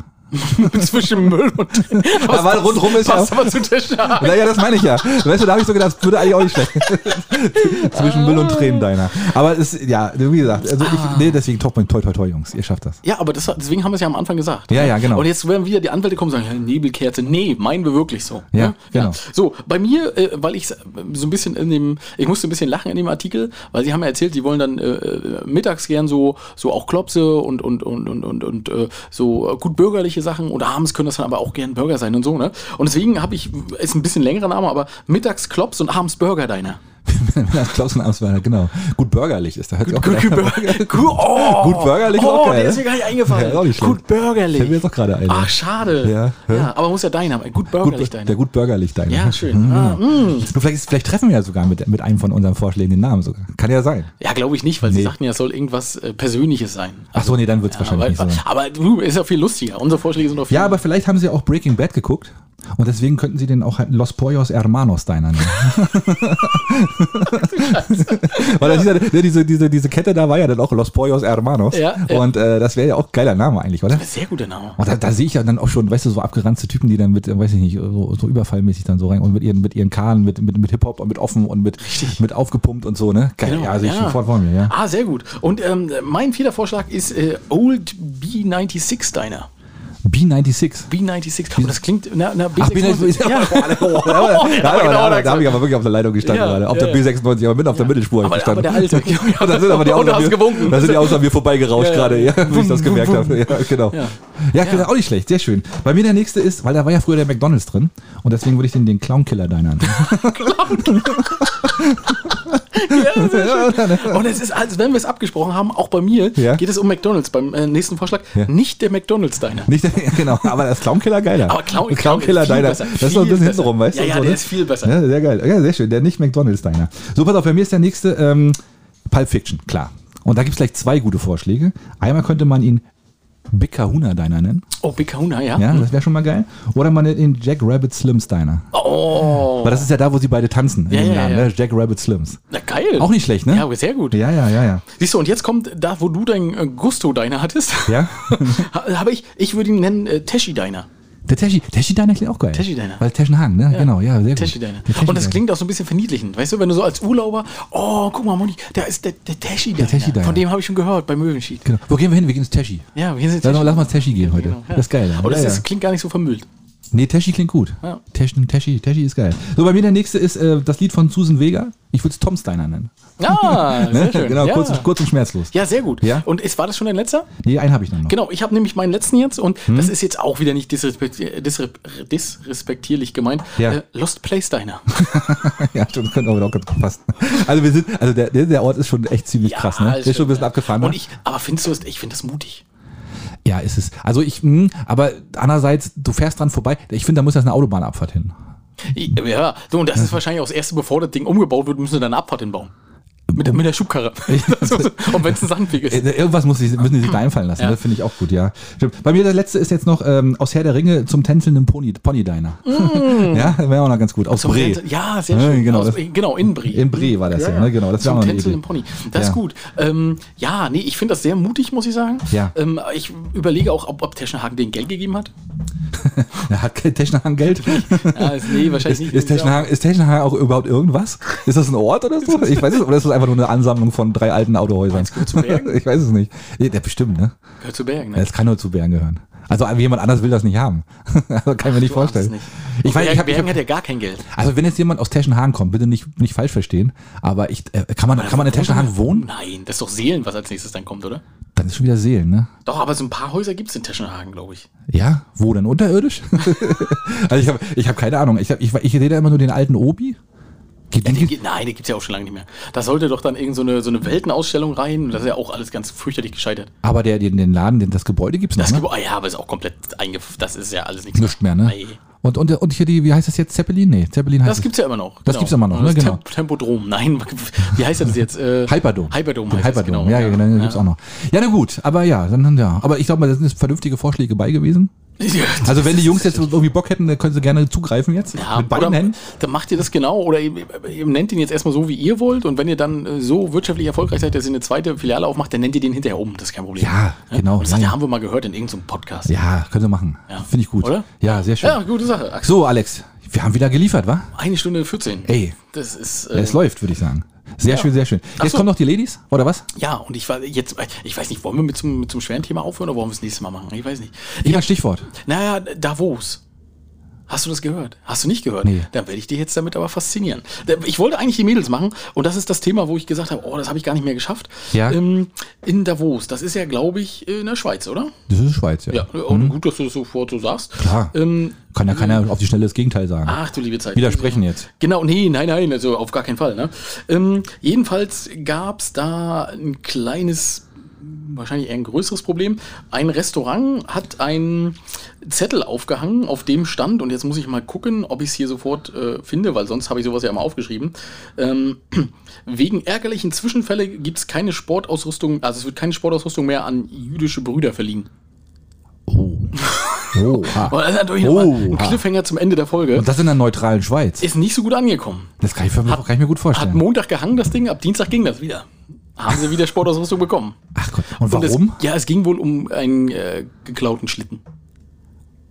Zwischen Müll und.
Aber rundrum ist ja
passt
auch-
aber zu Tisch.
Naja, das meine ich ja. Weißt du, da habe ich so gedacht, das würde eigentlich auch nicht schlecht. zwischen Müll und Tränen deiner. Aber es, ja, wie gesagt, also ich, nee, deswegen top, toi, toi, toi, Jungs, ihr schafft das.
Ja, aber das, deswegen haben wir es ja am Anfang gesagt.
Ja, ja, genau.
Und jetzt werden wieder die Anwälte kommen und sagen, ja, Nebelkerze, nee, meinen wir wirklich so.
Ja,
Ne?
genau.
So, bei mir, äh, weil ich so ein bisschen in dem, ich musste ein bisschen lachen in dem Artikel, weil sie haben ja erzählt, sie wollen dann äh, äh, mittags gern so, so auch Klopse und, und, und, und, und, und äh, so gut bürgerliche Sachen und abends können das dann aber auch gern Burger sein und so, ne? Und deswegen habe ich, ist ein bisschen längerer Name, aber mittags Klops und abends Burger deiner.
Klaus und Amsweiler, genau. Gut bürgerlich ist, da hört sich auch
Gut,
gut an.
Burger- Gut- oh,
Gut bürgerlich ist
Oh,
auch geil,
der
ne?
ist mir gar nicht eingefallen.
Ja, ist auch nicht schlecht.
gut bürgerlich.
Fällt mir jetzt auch gerade ein, ja.
Ach, Ah, schade.
Ja, hä?
ja. aber muss ja deiner. Gut bürgerlich deiner.
Gut, der Hm, genau. gut bürgerlich deiner.
ja, schön. Ah, mm.
Du, vielleicht, vielleicht treffen wir ja sogar mit, mit einem von unseren Vorschlägen den Namen sogar. Kann ja sein.
Ja, glaube ich nicht, weil
Nee.
sie sagten ja, es soll irgendwas äh, Persönliches sein.
Ach so, nee, dann wird's
Aber,
wahrscheinlich nicht so. sein.
aber du, ist ja viel lustiger. Unsere Vorschläge sind doch viel.
Ja, aber vielleicht haben sie ja auch Breaking Bad geguckt und deswegen könnten sie den auch halt Los Pollos Hermanos deiner nennen. Weil dieser, ne, diese, diese, diese Kette da war ja dann auch Los Pollos Hermanos.
Ja, ja.
Und äh, das wäre ja auch ein geiler Name eigentlich, oder?
Sehr guter Name.
Und da, da sehe ich ja dann auch schon, weißt du, so abgeranzte Typen, die dann mit, äh, weiß ich nicht, so, so überfallmäßig dann so rein und mit ihren, mit ihren Kahn, mit, mit, mit Hip-Hop und mit offen und mit, mit aufgepumpt und so, ne? Geil,
Genau,
ja, sehe ich sofort vor mir, ja.
Ah, sehr gut. Und ähm, mein vierter Vorschlag ist äh, Old B96 Diner.
B96.
B96. Und das klingt. Na, na,
Ach, B96 ist
ja.
ja. Boah, da- boah, da- da-
ja,
da-
genau,
da- da-
da-
Da habe ich aber wirklich auf der Leitung gestanden
Ja,
gerade. Auf
ja,
der B96, aber mitten auf der Mittelspur habe
Aber-
ich
aber
gestanden.
der alte.
Und da sind aber die
Und du
Autos,
hast
an mir-
gewunken.
Da sind die Autos an mir vorbeigerauscht
Ja, ja.
gerade, ja, wie ich das gemerkt habe. Ja, genau. Ja, genau, auch nicht schlecht, sehr schön. Bei mir der nächste ist, weil da war ja früher der McDonalds drin und deswegen würde ich den, den Clownkiller deiner nennen.
Und es ist, als wenn wir es abgesprochen haben, auch bei mir
Ja.
geht es um McDonalds beim äh, nächsten Vorschlag.
Ja.
Nicht der McDonalds deiner.
Nicht der, genau, aber das Clownkiller geiler.
Aber Clown-
Und
Clown
Clownkiller
ist viel
deiner.
besser,
das ist so ein
viel
bisschen
besser.
hintenrum, weißt
Ja,
du?
ja,
so,
der
ne?
ist viel besser.
Ja, sehr geil. Ja, sehr schön. Der nicht McDonalds deiner. So, pass auf, bei mir ist der nächste ähm, Pulp Fiction, klar. Und da gibt es gleich zwei gute Vorschläge. Einmal könnte man ihn Big Kahuna deiner nennen.
Oh, Big Kahuna, ja.
Ja, das wäre schon mal geil. Oder man nennt ihn Jack Rabbit Slims deiner.
Oh,
Weil das ist ja da, wo sie beide tanzen. In
Ja, ja, ja.
Ne? Jack Rabbit Slims.
na geil.
Auch nicht schlecht, ne?
Ja, aber sehr gut.
Ja, ja, ja, ja.
Siehst du, und jetzt kommt da, wo du dein äh, Gusto deiner hattest.
Ja?
ha- Habe ich, ich würde ihn nennen äh, Teshi deiner.
Der Teshi, Teshi Diner klingt auch geil.
Teshi Diner.
Weil Teschenhagen, ne? Genau, ja, sehr gut.
Teshi deiner.
Der Teshi
Und das
Diner.
klingt auch so ein bisschen verniedlichend. Weißt du, wenn du so als Urlauber, oh, guck mal, Moni, da ist der, der Teshi deiner.
Teshi deiner.
Von dem habe ich schon gehört beim Möwenschied.
Genau. Wo gehen wir hin? Wir gehen ins Teschi.
Ja, wir sind
Lass,
Teshi.
lass mal ins Teschi gehen heute. Das ist geil.
Aber das
ja,
ist,
ja.
klingt gar nicht so vermüllt.
Nee, Tashi klingt gut.
Ja.
Tashi, Tashi, Tashi ist geil. So, bei mir der nächste ist äh, das Lied von Susan Vega. Ich würde es Tom Steiner nennen.
Ja,
Ne?
Ah, sehr schön.
Genau,
ja.
kurz, und, kurz und schmerzlos.
ja, sehr gut.
Ja.
Und ist, war das schon dein letzter?
Nee, einen habe ich dann noch.
Genau, ich habe nämlich meinen letzten jetzt und
Hm?
das ist jetzt auch wieder nicht disrespekti- disre- disrespektierlich gemeint.
Ja.
Äh, Lost Place Diner.
Ja, stimmt, könnte aber auch ganz gut passen. Also wir sind, also der, der- der Ort ist schon echt ziemlich
Ja,
krass, ne?
ist
Ist schon
schön,
ein bisschen
ja.
abgefahren.
Und
Ne?
ich, aber findest du es, ich finde das mutig.
Ja, ist es. Also ich, mh, aber andererseits, du fährst dran vorbei. Ich finde, da muss das eine Autobahnabfahrt hin.
Ich, ja, so, und das ist wahrscheinlich auch das erste, bevor das Ding umgebaut wird, müssen sie dann eine Abfahrt hinbauen. Mit, der- mit der Schubkarre. und wenn es ein Sandweg ist.
Äh, Irgendwas muss ich, müssen die sich da einfallen lassen,
Ja.
das finde ich auch gut, ja. Stimmt. Bei mir der letzte ist jetzt noch ähm, aus Herr der Ringe zum tänzelnden Pony, Pony Diner. ja, wäre auch noch ganz gut. Aus
Zum
Bree.
Tänzeln- Ja, sehr
Ja,
schön.
genau,
Aus,
das-
genau in Brie.
In Bree war das ja, ne? Genau, das
Zum
wäre auch noch eine
Tänzeln
Idee.
im Pony. Das
Ja.
ist gut. Ähm, ja, nee, ich finde das sehr mutig, muss ich sagen.
Ja.
Ähm, ich überlege auch, ob, ob Teschenhagen den Geld gegeben hat.
Ja, Hat Technahang Geld?
Ja, ist, nee, wahrscheinlich nicht. genau.
Ist Technahang, ist Technahang auch überhaupt irgendwas? Ist das ein Ort oder so? Ich weiß es, oder ist das einfach nur eine Ansammlung von drei alten Autohäusern?
Meinst du, zu Bergen?
Ich weiß es nicht. Nee, Der bestimmt, ne?
Gehört zu Bergen, ne?
Das kann nur zu Bären gehören. Also jemand anders will das nicht haben. Also kann ich mir nicht
Du ahnst
vorstellen.
nicht.
Ich weiß, ich hab, ich
Bergen
hab,
hat ja gar kein Geld.
also wenn jetzt jemand aus Teschenhagen kommt, bitte nicht, nicht falsch verstehen, aber ich, äh, kann, man, kann man in Teschenhagen wohnen?
Nein, das ist doch Seelen, was als nächstes dann kommt, oder?
Dann ist schon wieder Seelen, ne?
Doch, aber so ein paar Häuser gibt es in Teschenhagen, glaube ich.
Ja, wo denn? Unterirdisch? also ich habe ich hab keine Ahnung. Ich, hab, ich, ich sehe da immer nur den alten Obi. Gibt,
Den
den,
gibt- Nein, die gibt es ja auch schon lange nicht mehr. Da sollte doch dann irgend so eine, so eine Weltenausstellung rein. Das ist ja auch alles ganz fürchterlich gescheitert.
aber der, den, den Laden, den, das Gebäude gibt's
Das
noch, ne?
Gebäude, ja, aber ist auch komplett eingef. Das ist ja alles nichts.
Nichts mehr, ne?
Nee.
Und, und, und hier die, wie heißt das jetzt? Zeppelin? Nee, Zeppelin heißt
Das
es.
gibt's ja immer noch.
Das gibt's immer noch, ne?
Das
Genau.
Temp Tempodrom. Nein, wie heißt das jetzt? Äh,
Hyperdome.
Hyperdome
Den
heißt es,
Hyperdome,
genau.
ja, ja, genau, den
Ja.
gibt's auch noch. Ja, na gut, aber ja, dann, ja. Aber ich glaube, da sind jetzt vernünftige Vorschläge bei gewesen.
Ja,
Also wenn die Jungs jetzt irgendwie Bock hätten, dann können sie gerne zugreifen jetzt.
Ja,
mit beiden
oder,
Händen.
Dann macht ihr das genau oder ihr, ihr nennt ihn jetzt erstmal so, wie ihr wollt und wenn ihr dann äh, so wirtschaftlich erfolgreich seid, dass ihr eine zweite Filiale aufmacht, dann nennt ihr den hinterher um, das ist kein Problem.
Ja, genau,
Und das hat,
ja.
ja, haben wir mal gehört in irgendeinem Podcast.
Ja, können sie machen.
Ja.
Finde ich gut.
Oder?
Ja, sehr schön.
Ja, gute Sache. Axel.
So, Alex, wir haben wieder geliefert, wa?
Eine Stunde 14.
Ey.
Das ist, äh,
Es läuft, würde ich sagen. Sehr schön, sehr schön.
Ach
Jetzt
so.
kommen noch die Ladies, oder was?
ja, und ich war jetzt, ich weiß nicht, wollen wir mit zum, mit zum schweren Thema aufhören oder wollen wir es nächstes Mal machen? Ich weiß nicht.
Immer ein Stichwort.
Naja, Davos. Hast du das gehört? Hast du nicht gehört?
Nee.
Dann werde ich dir jetzt damit aber faszinieren. Ich wollte eigentlich die Mädels machen und das ist das Thema, wo ich gesagt habe, oh, das habe ich gar nicht mehr geschafft.
Ja.
Ähm, in Davos, das ist ja, glaube ich, in der Schweiz, oder?
Das ist Schweiz, ja. Mhm.
Ja, oh, gut, dass du das sofort so sagst.
Klar.
Ähm,
Kann ja keiner auf die Schnelle das Gegenteil sagen.
ach du liebe Zeit.
Widersprechen jetzt.
Genau, nee, nein, nein, also auf gar keinen Fall. Ne? Ähm, jedenfalls gab es da ein kleines, wahrscheinlich eher ein größeres Problem. Ein Restaurant hat einen Zettel aufgehangen, auf dem stand, und jetzt muss ich mal gucken, ob ich es hier sofort äh, finde, weil sonst habe ich sowas ja immer aufgeschrieben. Ähm, wegen ärgerlichen Zwischenfälle gibt es keine Sportausrüstung, also es wird keine Sportausrüstung mehr an jüdische Brüder verliehen.
Oh. Oh.
Aber
ah.
das ist natürlich
Oh,
nochmal ein
ah.
Cliffhanger zum Ende der Folge.
Und das in der neutralen Schweiz.
Ist nicht so gut angekommen.
Das kann ich, mir- kann ich mir gut
Hat
vorstellen.
Montag gehangen, das Ding, ab Dienstag ging das wieder. Haben sie wieder Sportausrüstung bekommen.
Ach Gott. Und
Und
warum?
Es, ja, es ging wohl um einen äh, geklauten Schlitten.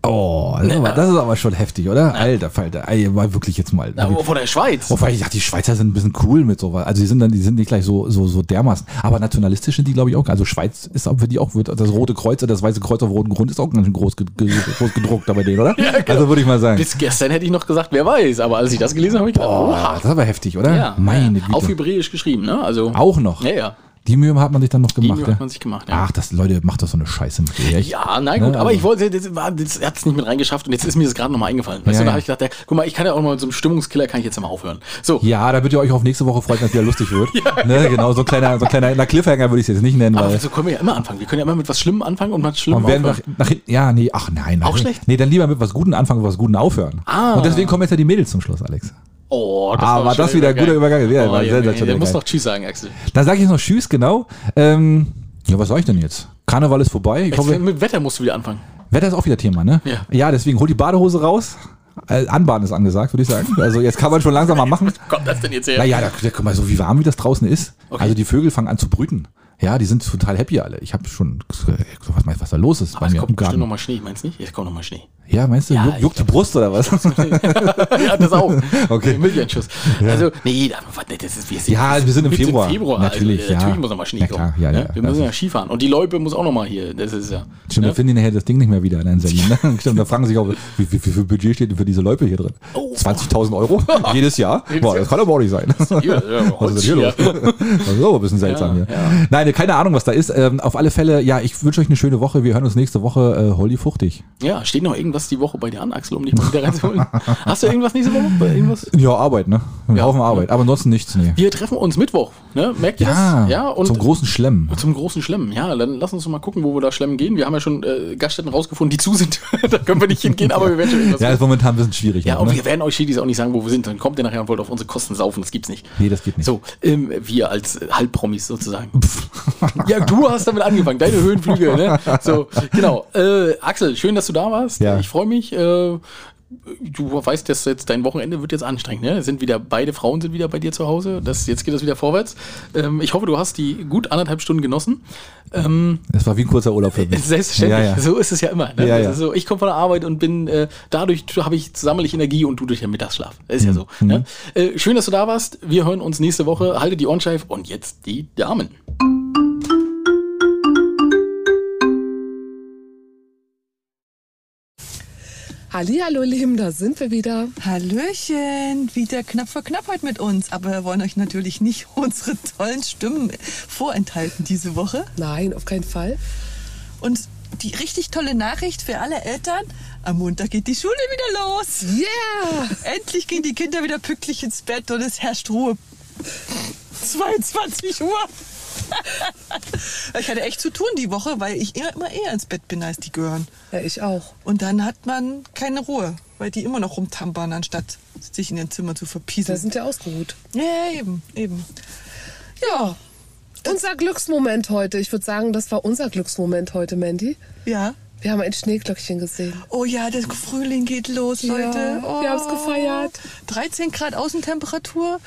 Oh, das ist aber- das ist aber schon heftig, oder? Alter Falter, ey, war wirklich jetzt mal.
Aber von der Schweiz.
Wobei ich dachte, die Schweizer sind ein bisschen cool mit sowas. Also die sind dann, die sind nicht gleich so, so, so dermaßen. Aber nationalistisch sind die, glaube ich, auch. Also Schweiz ist auch für die auch, wird das Rote Kreuz, das Weiße Kreuz auf rotem Grund ist auch ganz schön groß, ge- ge- groß gedruckt da bei denen, oder?
genau.
Also würde ich mal sagen.
Bis gestern hätte ich noch gesagt, wer weiß. Aber als ich das gelesen habe, habe ich gedacht,
Oh,
oha.
das ist aber heftig, oder?
Ja,
Meine
ja. Auf
Güte.
Hebräisch geschrieben, ne? Also,
Auch noch.
Ja, ja.
Die Mühe hat man sich dann noch
Die
gemacht.
hat man sich gemacht, ja.
Ach, das, Leute, macht doch so eine Scheiße mit dir. echt.
Ja, na gut,
Ne,
aber
also-
ich wollte, das, war- das hat es nicht mit reingeschafft und jetzt ist mir das gerade nochmal eingefallen. Weißt du,
Ja,
da
ja.
habe ich gedacht, ja, guck mal, ich kann ja auch mal mit so einem Stimmungskiller, kann ich jetzt mal aufhören. So,
Ja, da würdet ihr euch auf nächste Woche freuen, wenn es wieder lustig wird. ne, genau, so ein kleiner, so ein kleiner na, Cliffhanger würde ich es jetzt nicht nennen,
aber
weil.
so können wir ja immer anfangen. Wir können ja immer mit was Schlimmem anfangen und was Schlimmem
Und werden
aufhören.
nach, nach hinten, ja, nee, ach nein. nach
Auch
hinten-
schlecht?
Nee, dann lieber mit was Gutem anfangen und was Gutem aufhören.
Ah.
Und deswegen kommen jetzt ja die Mädels zum Schluss, Alex.
Oh, das
Ah, war
aber
das wieder ein guter Übergang. Ja, war
Oh, ja,
sensationell
der muss
geil.
noch Tschüss sagen, Axel.
Dann sage ich jetzt noch Tschüss, genau. Ähm, ja, was soll ich denn jetzt? Karneval ist vorbei. Ich
Jetzt,
hoffe,
mit Wetter musst du wieder anfangen.
Wetter ist auch wieder Thema, ne?
Ja.
ja deswegen hol die Badehose raus. Äh, Anbahn ist angesagt, würde ich sagen. Also jetzt kann man schon langsam mal machen.
Kommt das denn jetzt her?
Naja, da, da, guck mal, so wie warm wie das draußen ist.
Okay.
Also die Vögel fangen an zu brüten. Ja, die sind total happy alle. Ich habe schon, was meinst du, was da los ist
Aber es kommt
im Garten.
bestimmt nochmal Schnee, meinst du nicht? Es kommt nochmal Schnee.
Ja, meinst du,
Ja,
juckt
ich
juckt die Brust oder was?
ja, das auch.
Okay.
Milcheinschuss. Also, nee, da- warte, das ist, wir sind,
Ja, wir sind im
mitten
Februar.
Natürlich,
Natürlich,
also,
ja.
natürlich muss nochmal Schnee ne?
Ja, klar, ja, ja,
Wir
das
müssen ja Skifahren. Und die Loipe muss auch nochmal hier. Das ist ja.
Stimmt, da finden die nachher das Ding nicht mehr wieder in einem Sendung. Ne? Stimmt, da fragen sich auch, wie, wie, wie viel Budget steht denn für diese Loipe hier drin?
Oh.
20.000 Euro jedes Jahr? Boah, das kann aber auch nicht sein.
Ja, ja,
Was ist denn hier los? Das ist aber ein bisschen seltsam
Ja,
hier. Nein, äh, keine Ahnung, was da ist. Ähm, auf alle Fälle, ja, ich wünsche euch eine schöne Woche. Wir hören uns nächste Woche. Äh, Holly Fuchtig.
Ja, steht noch irgendwas die Woche bei dir an, Axel, um dich mal wieder reinzuholen? Hast du irgendwas nächste Woche? Bei Irgendwas?
Ja, Arbeit, ne? Ein
Ja.
Haufen Arbeit. Aber ansonsten nichts, nee.
Wir treffen uns Mittwoch, ne? Merkt ihr
Ja,
das? Ja, und
zum großen Schlemm.
Zum großen Schlemmen, ja. Dann lass uns mal gucken, wo wir da Schlemmen gehen. Wir haben ja schon äh, Gaststätten rausgefunden, die zu sind. da können wir nicht hingehen, aber wir werden schon irgendwas
Ja,
finden.
ist momentan ein bisschen schwierig.
Ja,
noch,
und
ne?
wir werden euch Schiedis auch nicht sagen, wo wir sind. Dann kommt ihr nachher und wollt auf unsere Kosten saufen. Das gibt's nicht.
Nee, das geht nicht.
So, ähm, wir als äh, Halbpromis sozusagen. ja, du hast damit angefangen. Deine Höhenflüge, ne? So, genau. Äh, Axel, schön, dass du da warst.
Ja.
Ich freue mich. Äh, du weißt, dass jetzt dein Wochenende wird jetzt anstrengend, ne? Es Sind wieder, beide Frauen sind wieder bei dir zu Hause. Das, jetzt geht das wieder vorwärts. Ähm, ich hoffe, du hast die gut anderthalb Stunden genossen.
Das war wie ein kurzer Urlaub für mich.
Selbstverständlich.
Ja, ja.
So ist es ja immer. Ne?
Ja,
das
ja.
Ist so, ich komme von der Arbeit und bin äh, dadurch habe ich sammle ich Energie und du durch den Mittagsschlaf. Ist
Mhm.
ja so. Ne? Äh, schön, dass du da warst. Wir hören uns nächste Woche. Halte die Ohren steif und jetzt die Damen.
Hallihallo, Lieben, da sind wir wieder.
Hallöchen, wieder knapp für knapp heute mit uns. Aber wir wollen euch natürlich nicht unsere tollen Stimmen vorenthalten diese Woche.
Nein, auf keinen Fall.
Und die richtig tolle Nachricht für alle Eltern, am Montag geht die Schule wieder los.
Yeah!
Endlich gehen die Kinder wieder pünktlich ins Bett und es herrscht Ruhe. 22 Uhr. Ich hatte echt zu tun die Woche, weil ich eher- immer eher ins Bett bin, als die gehören.
Ja, ich auch.
Und dann hat man keine Ruhe, weil die immer noch rumtampern, anstatt sich in ihren Zimmer zu
Da
verpieseln.
sind wir ausgeruht.
Ja, eben, eben.
Ja. Unser Glücksmoment heute. Ich würde sagen, das war unser Glücksmoment heute, Mandy.
Ja.
Wir haben ein Schneeglöckchen gesehen.
Oh ja, der Frühling geht los,
Ja,
Leute. oh.
wir haben's gefeiert.
13 Grad Außentemperatur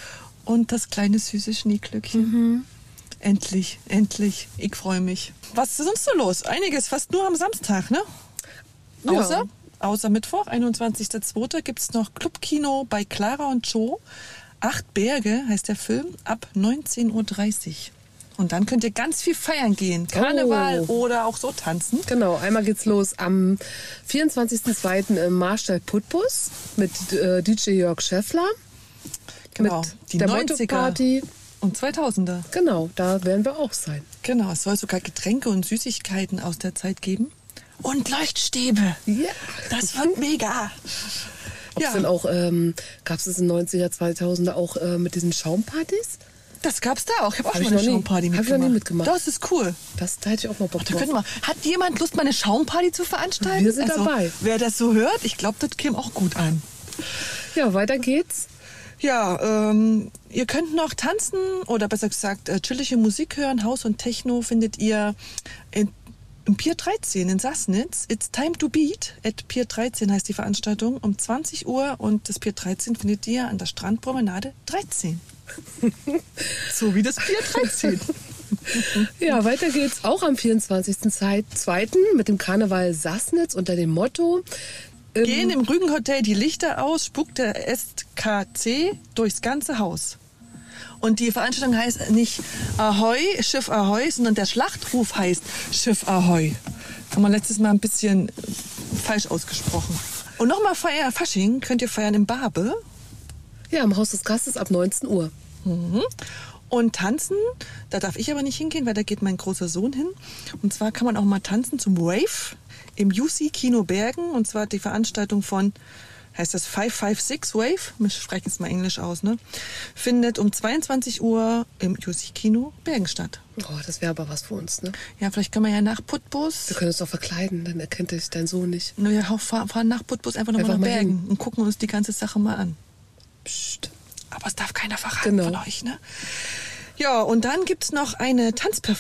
und das kleine süße Schneeglöckchen.
Mhm.
Endlich, endlich. Ich freue mich. Was ist sonst so los? Einiges, fast nur am Samstag, ne?
Ja.
Außer, außer Mittwoch, 21.02. gibt es noch Clubkino bei Clara und Joe. Acht Berge heißt der Film, ab 19.30 Uhr. Und dann könnt ihr ganz viel feiern gehen.
Oh.
Karneval oder auch so tanzen.
Genau, einmal geht's los am 24.02. im Marstall Putbus mit äh, DJ Jörg Schäffler.
Genau,
Mit
die
der
90er.
Motto-Party.
Und 2000er.
Genau, da werden wir auch sein.
Genau, es soll sogar Getränke und Süßigkeiten aus der Zeit geben. Und Leuchtstäbe.
Ja.
Das wird mega.
Ja.
Ja,
Dann auch, ähm, gab es in den 90er, 2000er auch äh, mit diesen Schaumpartys?
das gab's da auch. Ich habe auch
Hab
schon
ich
mal eine
noch nie-
Schaumparty
hab ich
mitgemacht.
noch nie mitgemacht.
Das ist cool.
Das da hätte ich auch mal Bock
Da
drauf.
könnte man. Hat jemand Lust, mal eine Schaumparty zu veranstalten? Also,
Wir sind dabei.
Wer das so hört, ich glaube, das käme auch gut an.
Ja, weiter geht's.
Ja, ähm, ihr könnt noch tanzen oder besser gesagt äh, chillige Musik hören. Haus und Techno findet ihr in, im Pier 13 in Sassnitz. It's time to beat at Pier 13 heißt die Veranstaltung um 20 Uhr und das Pier 13 findet ihr an der Strandpromenade 13. so wie das Pier 13.
Ja, weiter geht's auch am 24.02. mit dem Karneval Sassnitz unter dem Motto ähm,
Gehen im Rügenhotel die Lichter aus, spuckt der SKC durchs ganze Haus. Und die Veranstaltung heißt nicht Ahoi, Schiff Ahoi, sondern der Schlachtruf heißt Schiff Ahoi. Haben wir letztes Mal ein bisschen äh, falsch ausgesprochen. Und nochmal Feier Fasching könnt ihr feiern im Barbe.
ja, im Haus des Gastes ab 19 Uhr.
Mhm. Und tanzen, da darf ich aber nicht hingehen, weil da geht mein großer Sohn hin. Und zwar kann man auch mal tanzen zum Wave im UC Kino Bergen. Und zwar die Veranstaltung von, heißt das 556 Wave? Wir sprechen es mal Englisch aus, ne? Findet um 22 Uhr im UC Kino Bergen statt.
Oh, das wäre aber was für uns, ne?
Ja, vielleicht können wir ja nach Putbus.
Wir können uns doch verkleiden, dann erkennt dich dein Sohn nicht.
Na ja, hau- fahr- fahren nach Putbus einfach nochmal
Einfach
nach
mal hin.
Bergen und gucken uns die ganze Sache mal an.
Psst.
Aber es darf keiner verraten
Genau.
von euch, ne? Ja, und dann gibt es noch eine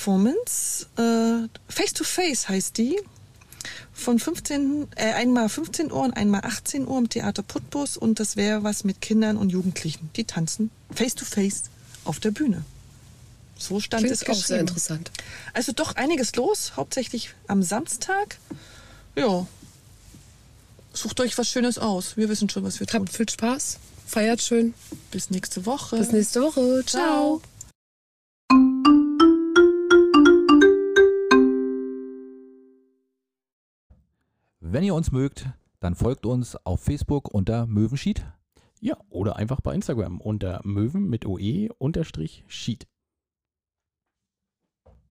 Tanzperformance. Äh, Face to Face heißt die. Von 15, äh, einmal 15 Uhr und einmal 18 Uhr im Theater Putbus. Und das wäre was mit Kindern und Jugendlichen. Die tanzen face to face auf der Bühne. So stand
Klingt
es
auch sehr
geschrieben.
interessant.
Also doch einiges los, hauptsächlich am Samstag. Ja. Sucht euch was Schönes aus. Wir wissen schon, was wir tun.
Habt viel Spaß, feiert schön.
Bis nächste Woche.
Bis nächste Woche. Ciao.
Wenn ihr uns mögt, dann folgt uns auf Facebook unter Möwenschied.
Ja, oder einfach bei Instagram unter Möwen mit OE E unterstrich Sheet.